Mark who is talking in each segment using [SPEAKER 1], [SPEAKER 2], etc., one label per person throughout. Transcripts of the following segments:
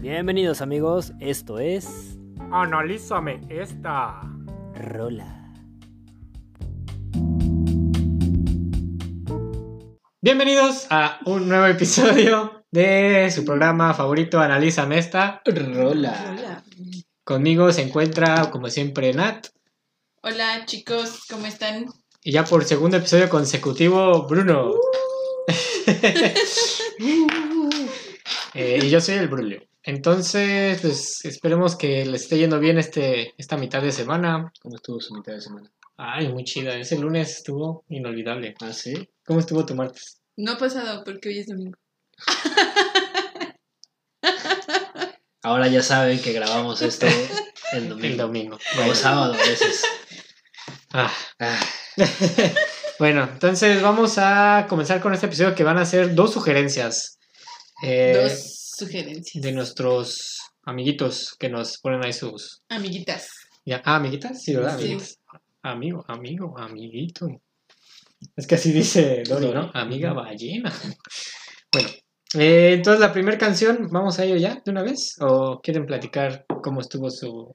[SPEAKER 1] Bienvenidos amigos, esto es
[SPEAKER 2] Analízame esta.
[SPEAKER 1] Rola.
[SPEAKER 2] Bienvenidos a un nuevo episodio de su programa favorito Analízame esta.
[SPEAKER 1] Rola.
[SPEAKER 3] Hola.
[SPEAKER 2] Conmigo se encuentra, como siempre, Nat.
[SPEAKER 3] Hola chicos, ¿cómo están?
[SPEAKER 2] Y ya por segundo episodio consecutivo, Bruno. Eh, y yo soy el Brulio. Entonces, pues esperemos que le esté yendo bien este, esta mitad de semana.
[SPEAKER 4] ¿Cómo estuvo su mitad de semana?
[SPEAKER 2] Ay, muy chida. Ese lunes estuvo inolvidable.
[SPEAKER 4] Ah, sí.
[SPEAKER 2] ¿Cómo estuvo tu martes?
[SPEAKER 3] No ha pasado porque hoy es domingo.
[SPEAKER 4] Ahora ya saben que grabamos esto el
[SPEAKER 2] El
[SPEAKER 4] domingo.
[SPEAKER 2] domingo.
[SPEAKER 4] O sábado a veces.
[SPEAKER 2] Ah.
[SPEAKER 4] Ah,
[SPEAKER 2] Bueno, entonces vamos a comenzar con este episodio que van a ser dos sugerencias eh,
[SPEAKER 3] Dos sugerencias.
[SPEAKER 2] de nuestros amiguitos que nos ponen ahí sus...
[SPEAKER 3] Amiguitas.
[SPEAKER 2] ya- ah, amiguitas, sí, ¿verdad?
[SPEAKER 3] Sí.
[SPEAKER 2] Amiguitas. Amigo, amigo, amiguito. Es que así dice Dory, ¿no? Amiga ballena. Bueno, eh, entonces la primera canción, ¿vamos a ello ya de una vez? ¿O quieren platicar cómo estuvo su...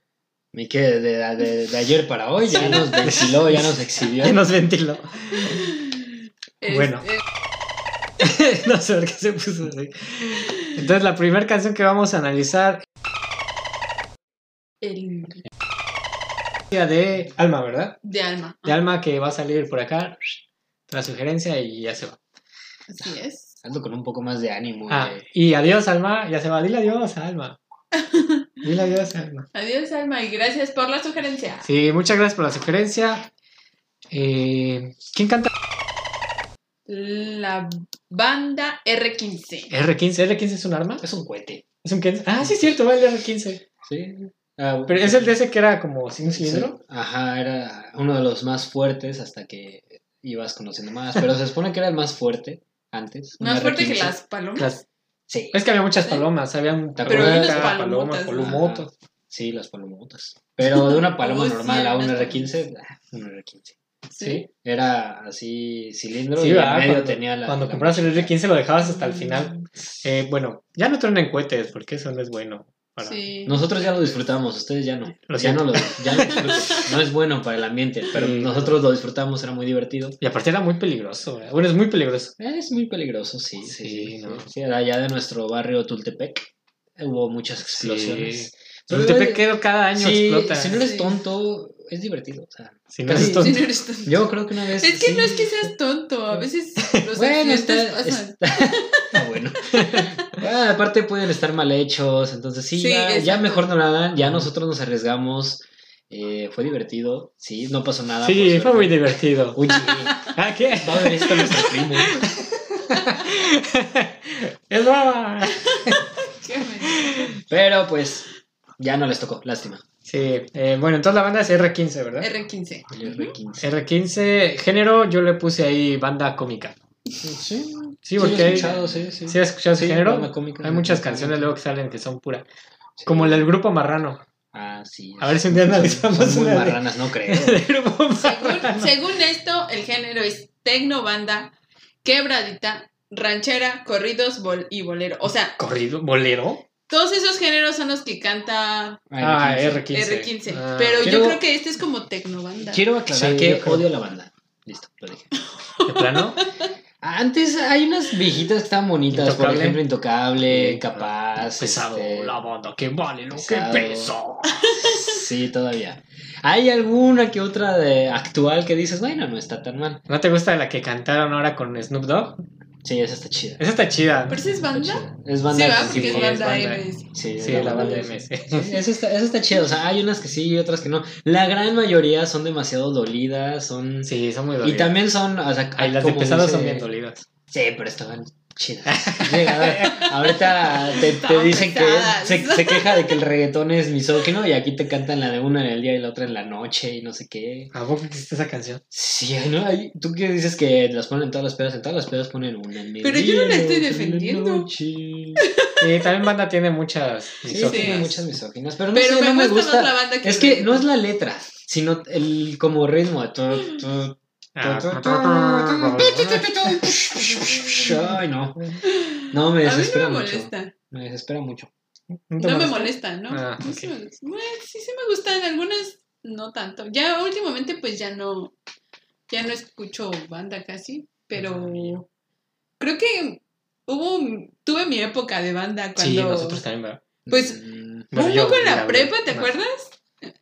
[SPEAKER 4] y que de, de- de ayer para hoy ya nos ventiló, ya nos exhibió.
[SPEAKER 2] Ya nos ventiló. Bueno.
[SPEAKER 3] Este,
[SPEAKER 2] no sé por qué se puso así. Entonces la primera canción que vamos a analizar
[SPEAKER 3] el
[SPEAKER 2] de Alma, ¿verdad?
[SPEAKER 3] de alma.
[SPEAKER 2] De Alma que va a salir por acá, la sugerencia y ya se va.
[SPEAKER 3] Así es.
[SPEAKER 4] Ando con un poco más de ánimo. eh.
[SPEAKER 2] Ah,
[SPEAKER 4] de-
[SPEAKER 2] y adiós Alma, ya se va. Dile adiós a Alma. Dile adiós a Alma.
[SPEAKER 3] Adiós alma y gracias por la sugerencia.
[SPEAKER 2] Sí, muchas gracias por la sugerencia. Eh, ¿Quién canta?
[SPEAKER 3] La banda R15.
[SPEAKER 2] R15. ¿R15 es un arma?
[SPEAKER 4] Es un cohete.
[SPEAKER 2] ¿Es un 15? Ah, sí, es cierto, va el R15.
[SPEAKER 4] Sí. Ah,
[SPEAKER 2] Pero es el de ese que era como sin un
[SPEAKER 4] sí.
[SPEAKER 2] cilindro.
[SPEAKER 4] Ajá, era uno de los más fuertes hasta que ibas conociendo más. Pero se supone que era el más fuerte antes.
[SPEAKER 3] Más
[SPEAKER 4] una
[SPEAKER 3] fuerte que
[SPEAKER 4] R15.
[SPEAKER 3] las palomas.
[SPEAKER 2] Las-
[SPEAKER 4] Sí.
[SPEAKER 2] es que había muchas
[SPEAKER 3] Sí.
[SPEAKER 2] palomas, había un
[SPEAKER 4] Pero
[SPEAKER 2] tartamudo,
[SPEAKER 4] unas Ah,
[SPEAKER 2] palomas,
[SPEAKER 3] palomotas, ¿no?
[SPEAKER 2] palomotos.
[SPEAKER 4] Sí, las palomotas. Pero de una paloma
[SPEAKER 3] Uy, sí,
[SPEAKER 4] normal a un
[SPEAKER 3] unas
[SPEAKER 4] R15, ah, un R15.
[SPEAKER 3] Sí.
[SPEAKER 4] Era así cilindro
[SPEAKER 2] Sí,
[SPEAKER 4] y en
[SPEAKER 2] ¿verdad?
[SPEAKER 4] medio
[SPEAKER 2] cuando,
[SPEAKER 4] tenía la.
[SPEAKER 2] cuando
[SPEAKER 4] la-
[SPEAKER 2] compras el R15 lo dejabas
[SPEAKER 3] Mm,
[SPEAKER 2] hasta el
[SPEAKER 4] Mm.
[SPEAKER 2] final. Eh, bueno, ya no tronen cohetes porque eso no es bueno. para-
[SPEAKER 3] Sí.
[SPEAKER 4] Nosotros ya lo disfrutamos, ustedes ya no.
[SPEAKER 2] Lo
[SPEAKER 4] ya
[SPEAKER 2] siento.
[SPEAKER 4] no lo, ya lo disfrutan. No es bueno para el ambiente, pero
[SPEAKER 2] Sí.
[SPEAKER 4] nosotros lo disfrutamos, era muy divertido.
[SPEAKER 2] Y aparte era muy peligroso. ¿verdad? Bueno, es muy peligroso.
[SPEAKER 4] Es muy peligroso, sí. Sí,
[SPEAKER 2] Sí,
[SPEAKER 4] sí,
[SPEAKER 2] ¿no?
[SPEAKER 4] sí. Sí, allá de nuestro barrio Tultepec hubo muchas explosiones. Pero,
[SPEAKER 2] Tultepec
[SPEAKER 4] eh,
[SPEAKER 2] quedo cada año
[SPEAKER 4] sí,
[SPEAKER 2] explota.
[SPEAKER 4] si no eres
[SPEAKER 3] Sí.
[SPEAKER 4] tonto, es divertido. o sea,
[SPEAKER 2] Si no eres
[SPEAKER 4] casi-
[SPEAKER 2] tonto.
[SPEAKER 3] Sí, no eres tonto.
[SPEAKER 4] yo creo que una vez.
[SPEAKER 3] Es que
[SPEAKER 4] sí.
[SPEAKER 3] no es que seas tonto, a veces los
[SPEAKER 4] Bueno,
[SPEAKER 3] accidentes
[SPEAKER 4] está,
[SPEAKER 3] pasan.
[SPEAKER 4] está- Ah, bueno. Ah, aparte pueden estar mal hechos, entonces sí,
[SPEAKER 3] Sí,
[SPEAKER 4] ya, ya
[SPEAKER 3] exacto.
[SPEAKER 4] mejor no nadan, ya nosotros nos arriesgamos, eh, fue divertido, sí, no pasó nada.
[SPEAKER 2] Sí,
[SPEAKER 4] por
[SPEAKER 2] fue muy
[SPEAKER 4] suerte.
[SPEAKER 2] divertido.
[SPEAKER 4] Uy,
[SPEAKER 2] ¿Ah, qué?
[SPEAKER 4] va a ver esto nuestro primo.
[SPEAKER 2] es broma.
[SPEAKER 3] Qué bueno.
[SPEAKER 4] Pero pues ya no les tocó, lástima.
[SPEAKER 2] Sí, eh, bueno, entonces la banda es R15, ¿verdad?
[SPEAKER 3] R15.
[SPEAKER 4] El R15.
[SPEAKER 2] R15, género, yo le puse ahí banda cómica.
[SPEAKER 4] Sí,
[SPEAKER 2] Sí, porque
[SPEAKER 4] he
[SPEAKER 2] hay,
[SPEAKER 4] escuchado, sí, sí.
[SPEAKER 2] ¿sí has escuchado ese
[SPEAKER 4] Sí, banda
[SPEAKER 2] género?
[SPEAKER 4] cómica.
[SPEAKER 2] Hay muchas canciones luego que salen que son pura.
[SPEAKER 4] Sí.
[SPEAKER 2] Como la del grupo Marrano.
[SPEAKER 4] Ah, sí.
[SPEAKER 2] A ver si un día analizamos
[SPEAKER 4] Son muy
[SPEAKER 2] una de-
[SPEAKER 4] marranas, no creo.
[SPEAKER 2] del grupo
[SPEAKER 3] Según,
[SPEAKER 2] Marrano.
[SPEAKER 3] según esto, el género es tecno banda, quebradita, ranchera, corridos bol- y bolero. O sea,
[SPEAKER 2] ¿Corrido? ¿Bolero?
[SPEAKER 3] todos esos géneros son los que canta
[SPEAKER 2] Ah,
[SPEAKER 4] R15.
[SPEAKER 2] R15.
[SPEAKER 3] R15.
[SPEAKER 2] Ah,
[SPEAKER 3] pero
[SPEAKER 4] quiero-
[SPEAKER 3] yo creo que este es como tecno banda.
[SPEAKER 4] Quiero aclarar
[SPEAKER 2] Sí,
[SPEAKER 4] que
[SPEAKER 2] yo creo.
[SPEAKER 4] odio la banda. Listo, lo dije.
[SPEAKER 2] ¿De plano?
[SPEAKER 4] Antes hay unas viejitas que estaban bonitas, por
[SPEAKER 2] Intocable.
[SPEAKER 4] ejemplo, Intocable,
[SPEAKER 2] Sí,
[SPEAKER 4] Capaz.
[SPEAKER 2] Pesado,
[SPEAKER 4] este,
[SPEAKER 2] la banda que vale lo
[SPEAKER 4] Pesado.
[SPEAKER 2] que pesó.
[SPEAKER 4] Sí, todavía. Hay alguna que otra de actual que dices, bueno, no está tan mal.
[SPEAKER 2] ¿No te gusta la que cantaron ahora con Snoop Dogg?
[SPEAKER 4] Sí, esa está chida.
[SPEAKER 2] Esa está chida.
[SPEAKER 3] ¿Pero esa es
[SPEAKER 4] Está
[SPEAKER 3] banda?
[SPEAKER 4] chida. Es
[SPEAKER 3] Sí,
[SPEAKER 4] banda
[SPEAKER 3] va,
[SPEAKER 4] sí,
[SPEAKER 3] porque es
[SPEAKER 2] sí,
[SPEAKER 3] banda,
[SPEAKER 2] es banda.
[SPEAKER 3] MS.
[SPEAKER 4] Sí,
[SPEAKER 2] Sí, la banda MS.
[SPEAKER 4] Sí, Eso está, eso está chido, o sea, hay unas que sí y otras que no. La gran mayoría son demasiado dolidas, son...
[SPEAKER 2] Sí, son muy
[SPEAKER 4] y
[SPEAKER 2] dolidas.
[SPEAKER 4] también son... O sea,
[SPEAKER 2] Ay, las de
[SPEAKER 4] como
[SPEAKER 2] pesado
[SPEAKER 4] dice-
[SPEAKER 2] son bien dolidas.
[SPEAKER 4] Sí, pero estaban chidas. Llega, ahorita te, te dicen que
[SPEAKER 3] Estaban
[SPEAKER 4] se,
[SPEAKER 3] pesadas.
[SPEAKER 4] se queja de que el reggaetón es misógino y aquí te cantan la de una en el día y la otra en la noche y no sé qué.
[SPEAKER 2] ¿A poco existe esa canción?
[SPEAKER 4] Sí, ay, ¿no? Ay, Tú que dices que las ponen en todas las pedas, en todas las pedas ponen una en el
[SPEAKER 3] Pero
[SPEAKER 4] día
[SPEAKER 3] yo no la
[SPEAKER 4] y otra
[SPEAKER 3] estoy
[SPEAKER 4] en
[SPEAKER 3] defendiendo.
[SPEAKER 4] noche. Sí,
[SPEAKER 2] Sí, también banda tiene muchas.
[SPEAKER 4] sí,
[SPEAKER 2] misóginas.
[SPEAKER 4] tiene muchas misóginas, pero no,
[SPEAKER 3] Pero
[SPEAKER 4] sé,
[SPEAKER 3] me,
[SPEAKER 4] no
[SPEAKER 3] gusta,
[SPEAKER 4] me gusta.
[SPEAKER 3] más la banda que
[SPEAKER 4] Es que no es la letra, sino el como ritmo. tu, tu,
[SPEAKER 2] Ah.
[SPEAKER 4] Ay, no. No, me
[SPEAKER 3] A mí no
[SPEAKER 4] desespera
[SPEAKER 3] me
[SPEAKER 4] mucho.
[SPEAKER 3] molesta.
[SPEAKER 4] Me desespera mucho.
[SPEAKER 2] te
[SPEAKER 3] No
[SPEAKER 2] molesta?
[SPEAKER 3] me molestan, ¿no?
[SPEAKER 2] Ah,
[SPEAKER 3] No se me gustan. Bueno, sí, sí me gustan, algunas no tanto. Ya últimamente pues ya no, ya no escucho banda casi, pero creo que hubo, un- tuve mi época de banda cuando...
[SPEAKER 2] Sí, nosotros también, ¿verdad?
[SPEAKER 3] Pues,
[SPEAKER 4] Mm,
[SPEAKER 2] Bueno,
[SPEAKER 3] un
[SPEAKER 2] yo,
[SPEAKER 3] poco en la
[SPEAKER 2] mira,
[SPEAKER 3] prepa, ¿te
[SPEAKER 2] no.
[SPEAKER 3] acuerdas?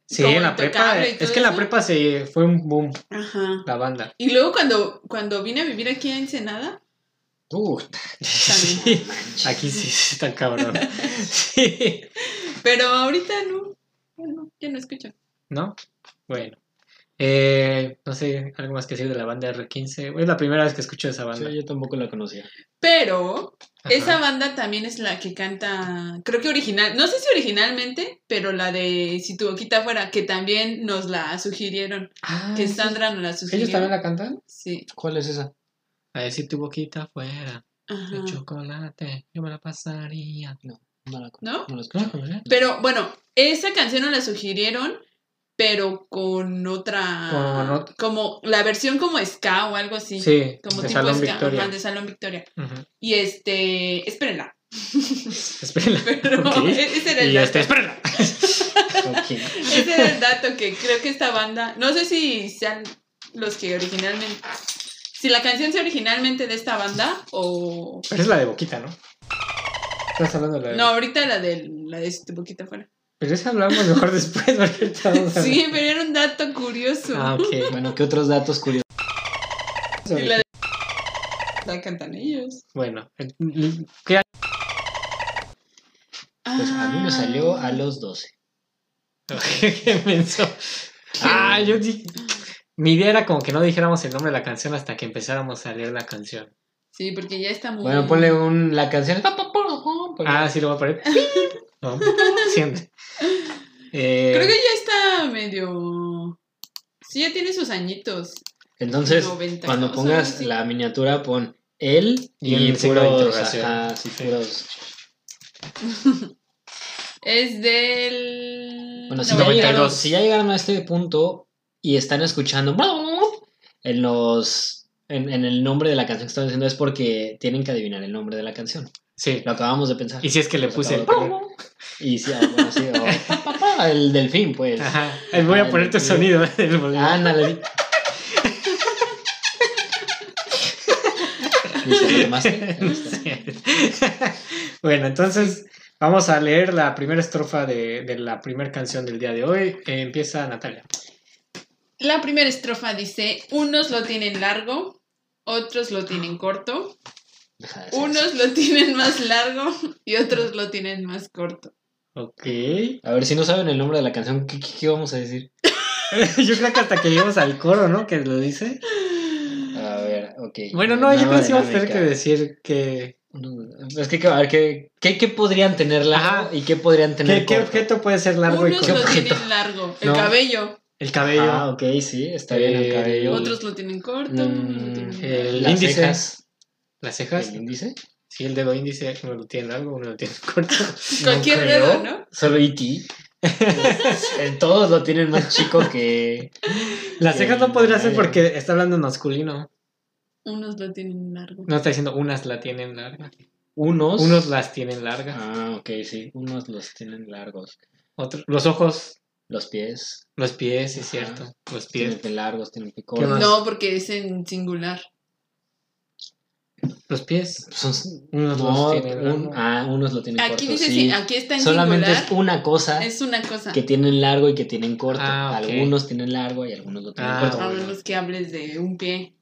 [SPEAKER 2] Sí,
[SPEAKER 3] Como
[SPEAKER 2] en la prepa.
[SPEAKER 3] Intocable y
[SPEAKER 2] Es
[SPEAKER 3] todo
[SPEAKER 2] que en la
[SPEAKER 3] eso.
[SPEAKER 2] prepa se fue un boom,
[SPEAKER 3] Ajá.
[SPEAKER 2] la banda.
[SPEAKER 3] Y luego cuando, cuando vine a vivir aquí a Ensenada,
[SPEAKER 4] puta,
[SPEAKER 2] Sí, aquí sí, sí está cabrón. Sí.
[SPEAKER 3] pero ahorita no, ya no, ya no escucho.
[SPEAKER 2] ¿No? Bueno. Eh, no sé, algo más que decir de la banda R15. Es la primera vez que escucho esa banda.
[SPEAKER 4] sí, yo tampoco la conocía.
[SPEAKER 3] Pero
[SPEAKER 2] Ajá.
[SPEAKER 3] Esa banda también es la que canta, creo que original, no sé si originalmente, pero la de Si tu boquita fuera, que también nos la sugirieron,
[SPEAKER 2] Ah,
[SPEAKER 3] que
[SPEAKER 2] sí.
[SPEAKER 3] Sandra nos la sugirió.
[SPEAKER 2] ¿Ellos también la cantan?
[SPEAKER 3] Sí.
[SPEAKER 4] ¿Cuál es esa?
[SPEAKER 2] A ver si tu boquita fuera
[SPEAKER 3] Ajá.
[SPEAKER 2] de chocolate, yo me la pasaría. Ah,
[SPEAKER 4] No la conozco.
[SPEAKER 3] ¿No?
[SPEAKER 4] No la escucho.
[SPEAKER 2] Claro, ¿verdad?
[SPEAKER 3] Pero bueno, esa canción nos la sugirieron, pero con otra...
[SPEAKER 2] Con ot-
[SPEAKER 3] Como la versión como ska o algo así.
[SPEAKER 2] Sí,
[SPEAKER 3] Como
[SPEAKER 2] de
[SPEAKER 3] tipo
[SPEAKER 2] Salón
[SPEAKER 3] ska,
[SPEAKER 2] Victoria.
[SPEAKER 3] ajá, de Salón Victoria.
[SPEAKER 2] Ujú.
[SPEAKER 3] Y este, espérenla.
[SPEAKER 2] Espérenla.
[SPEAKER 3] Pero
[SPEAKER 2] Ok.
[SPEAKER 3] ese era el
[SPEAKER 2] Y
[SPEAKER 3] dato.
[SPEAKER 2] este, espérenla.
[SPEAKER 4] Ok.
[SPEAKER 3] Ese era el dato que creo que esta banda, no sé si sean los que originalmente, si la canción sea originalmente de esta banda o...
[SPEAKER 2] Pero es la de boquita, ¿no? Estás hablando de la de
[SPEAKER 3] No, ahorita la de la de tu boquita afuera.
[SPEAKER 2] Pero esa hablamos mejor después, porque ahorita vamos a-
[SPEAKER 3] Sí, pero era un dato curioso.
[SPEAKER 2] Ah, ok.
[SPEAKER 4] Bueno, ¿qué otros datos curiosos?
[SPEAKER 3] Y la de... La cantan ellos.
[SPEAKER 2] Bueno, ¿qué año?
[SPEAKER 4] Pues a mí me salió
[SPEAKER 2] Ah.
[SPEAKER 3] Ah.
[SPEAKER 4] a los 12.
[SPEAKER 2] ¿Qué menso? Ah, yo di... Mi idea era como que no dijéramos el nombre de la canción hasta que empezáramos a leer la canción.
[SPEAKER 3] Sí, porque ya está muy...
[SPEAKER 4] Bueno, ponle un, la canción.
[SPEAKER 2] Ah, sí, lo voy a poner. No, siempre. Eh,
[SPEAKER 3] Creo que ya está medio... Sí, ya tiene sus añitos.
[SPEAKER 4] Entonces,
[SPEAKER 3] 90,
[SPEAKER 4] cuando
[SPEAKER 3] ¿no?
[SPEAKER 4] pongas
[SPEAKER 3] Son así.
[SPEAKER 4] la miniatura, pon él
[SPEAKER 2] Y
[SPEAKER 4] y,
[SPEAKER 2] el signo de
[SPEAKER 4] puros.
[SPEAKER 2] interrogación.
[SPEAKER 4] Ajá, sí, puros.
[SPEAKER 3] Es del...
[SPEAKER 4] Bueno, si,
[SPEAKER 2] No,
[SPEAKER 4] ya
[SPEAKER 2] 92.
[SPEAKER 4] llegaron, si ya llegaron a este punto y están escuchando en los en, en el nombre de la canción que están diciendo es porque tienen que adivinar el nombre de la canción.
[SPEAKER 2] Sí.
[SPEAKER 4] Lo acabamos de pensar.
[SPEAKER 2] Y si es que le
[SPEAKER 4] Lo
[SPEAKER 2] puse...
[SPEAKER 4] acabo de poner. Y sí, ah, bueno, sí, o- pa, pa, pa, el delfín, pues.
[SPEAKER 2] Ajá. Ahí Voy a ponerte el sonido. ¿eh? del volumen.
[SPEAKER 4] Ándale. sí. ¿Listo? ¿Lo tomaste? Ahí está.
[SPEAKER 2] Sí. bueno, entonces vamos a leer la primera estrofa de, de la primera canción del día de hoy. Eh, empieza Natalia.
[SPEAKER 3] La primera estrofa dice, unos lo tienen largo, otros lo tienen corto,
[SPEAKER 4] Deja de hacer eso.
[SPEAKER 3] unos lo tienen más largo y otros lo tienen más corto.
[SPEAKER 2] Ok.
[SPEAKER 4] A ver, si no saben el nombre de la canción, ¿qué, qué- qué vamos a decir?
[SPEAKER 2] Yo creo que hasta que lleguemos al coro, ¿no? Que lo dice.
[SPEAKER 4] A ver, ok.
[SPEAKER 2] Bueno, no, yo creo que sí vamos a tener
[SPEAKER 4] Eh, Dinámica.
[SPEAKER 2] que decir que...
[SPEAKER 4] Es que, a ver, ¿qué, qué, qué podrían tener largo
[SPEAKER 2] Ajá.
[SPEAKER 4] y qué podrían tener
[SPEAKER 2] ¿Qué, qué
[SPEAKER 4] corto?
[SPEAKER 2] objeto puede ser largo y
[SPEAKER 3] Unos
[SPEAKER 2] corto?
[SPEAKER 3] lo
[SPEAKER 4] objeto?
[SPEAKER 3] tienen largo, el
[SPEAKER 2] No.
[SPEAKER 3] cabello,
[SPEAKER 2] El cabello.
[SPEAKER 4] Ah, ok, sí, está bien el
[SPEAKER 2] Eh,
[SPEAKER 4] cabello.
[SPEAKER 3] otros lo tienen corto. unos lo
[SPEAKER 4] Mm,
[SPEAKER 3] tienen largo.
[SPEAKER 2] el
[SPEAKER 4] las
[SPEAKER 2] índice.
[SPEAKER 4] cejas.
[SPEAKER 2] Las cejas.
[SPEAKER 4] ¿El índice?
[SPEAKER 2] Sí, el dedo índice. Uno lo tiene largo, uno lo tiene corto.
[SPEAKER 3] Cualquier
[SPEAKER 4] creo.
[SPEAKER 3] dedo, ¿no?
[SPEAKER 4] Solo E.T. Eh, Todos lo tienen más chico que...
[SPEAKER 2] Las
[SPEAKER 4] El-
[SPEAKER 2] cejas no podría ser porque está hablando en masculino.
[SPEAKER 3] Unos lo tienen largo.
[SPEAKER 2] No está diciendo unas la tienen larga.
[SPEAKER 4] Unos.
[SPEAKER 2] Unos las tienen larga.
[SPEAKER 4] Ah, ok, sí. Unos los tienen largos.
[SPEAKER 2] Otro- los ojos,
[SPEAKER 4] Los pies.
[SPEAKER 2] los pies, sí es
[SPEAKER 4] Ajá.
[SPEAKER 2] cierto. Los
[SPEAKER 4] Tienen
[SPEAKER 2] pies.
[SPEAKER 4] pie largos, tienen pie
[SPEAKER 2] ¿Qué más?
[SPEAKER 4] corto.
[SPEAKER 3] No, porque es en singular.
[SPEAKER 2] Los pies.
[SPEAKER 4] Son-
[SPEAKER 2] Unos
[SPEAKER 4] No,
[SPEAKER 2] los tienen
[SPEAKER 4] un-
[SPEAKER 2] larga.
[SPEAKER 4] ah, unos lo tienen
[SPEAKER 3] Aquí
[SPEAKER 4] corto,
[SPEAKER 3] dice,
[SPEAKER 4] sí.
[SPEAKER 3] si- aquí está en
[SPEAKER 4] Solamente
[SPEAKER 3] singular.
[SPEAKER 4] es una cosa
[SPEAKER 3] Es una cosa.
[SPEAKER 4] que tienen largo y que tienen corto.
[SPEAKER 2] Ah, ok.
[SPEAKER 4] Algunos tienen largo y algunos lo tienen
[SPEAKER 2] Ah,
[SPEAKER 4] corto.
[SPEAKER 3] A menos que hables de un pie.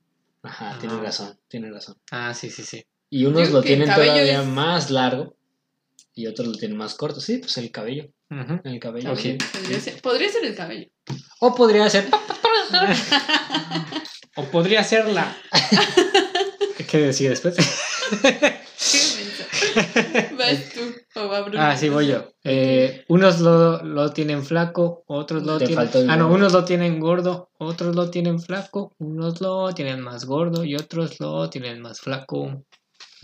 [SPEAKER 4] Ajá,
[SPEAKER 2] Ah.
[SPEAKER 4] tiene razón, tiene razón.
[SPEAKER 2] Ah, sí, sí, sí.
[SPEAKER 4] Y unos
[SPEAKER 3] Digo
[SPEAKER 4] lo
[SPEAKER 3] que el
[SPEAKER 4] tienen
[SPEAKER 3] cabello
[SPEAKER 4] todavía
[SPEAKER 3] es-
[SPEAKER 4] más largo y otros lo tienen más corto. Sí, pues el cabello,
[SPEAKER 2] Ujú.
[SPEAKER 4] el cabello.
[SPEAKER 2] Ok.
[SPEAKER 4] sí.
[SPEAKER 3] Podría ser, podría ser el cabello.
[SPEAKER 4] O podría ser
[SPEAKER 2] O podría ser la. ¿Qué decía después?
[SPEAKER 3] ¿Qué mensaje? ¿Vas tú o va Bruno?
[SPEAKER 2] Ah, sí, voy yo. Eh, unos lo, lo tienen flaco, otros lo
[SPEAKER 4] Te
[SPEAKER 2] tienen.
[SPEAKER 4] faltó el
[SPEAKER 2] Ah, no,
[SPEAKER 4] gordo.
[SPEAKER 2] unos lo tienen gordo, otros lo tienen flaco, unos lo tienen más gordo y otros lo tienen más flaco.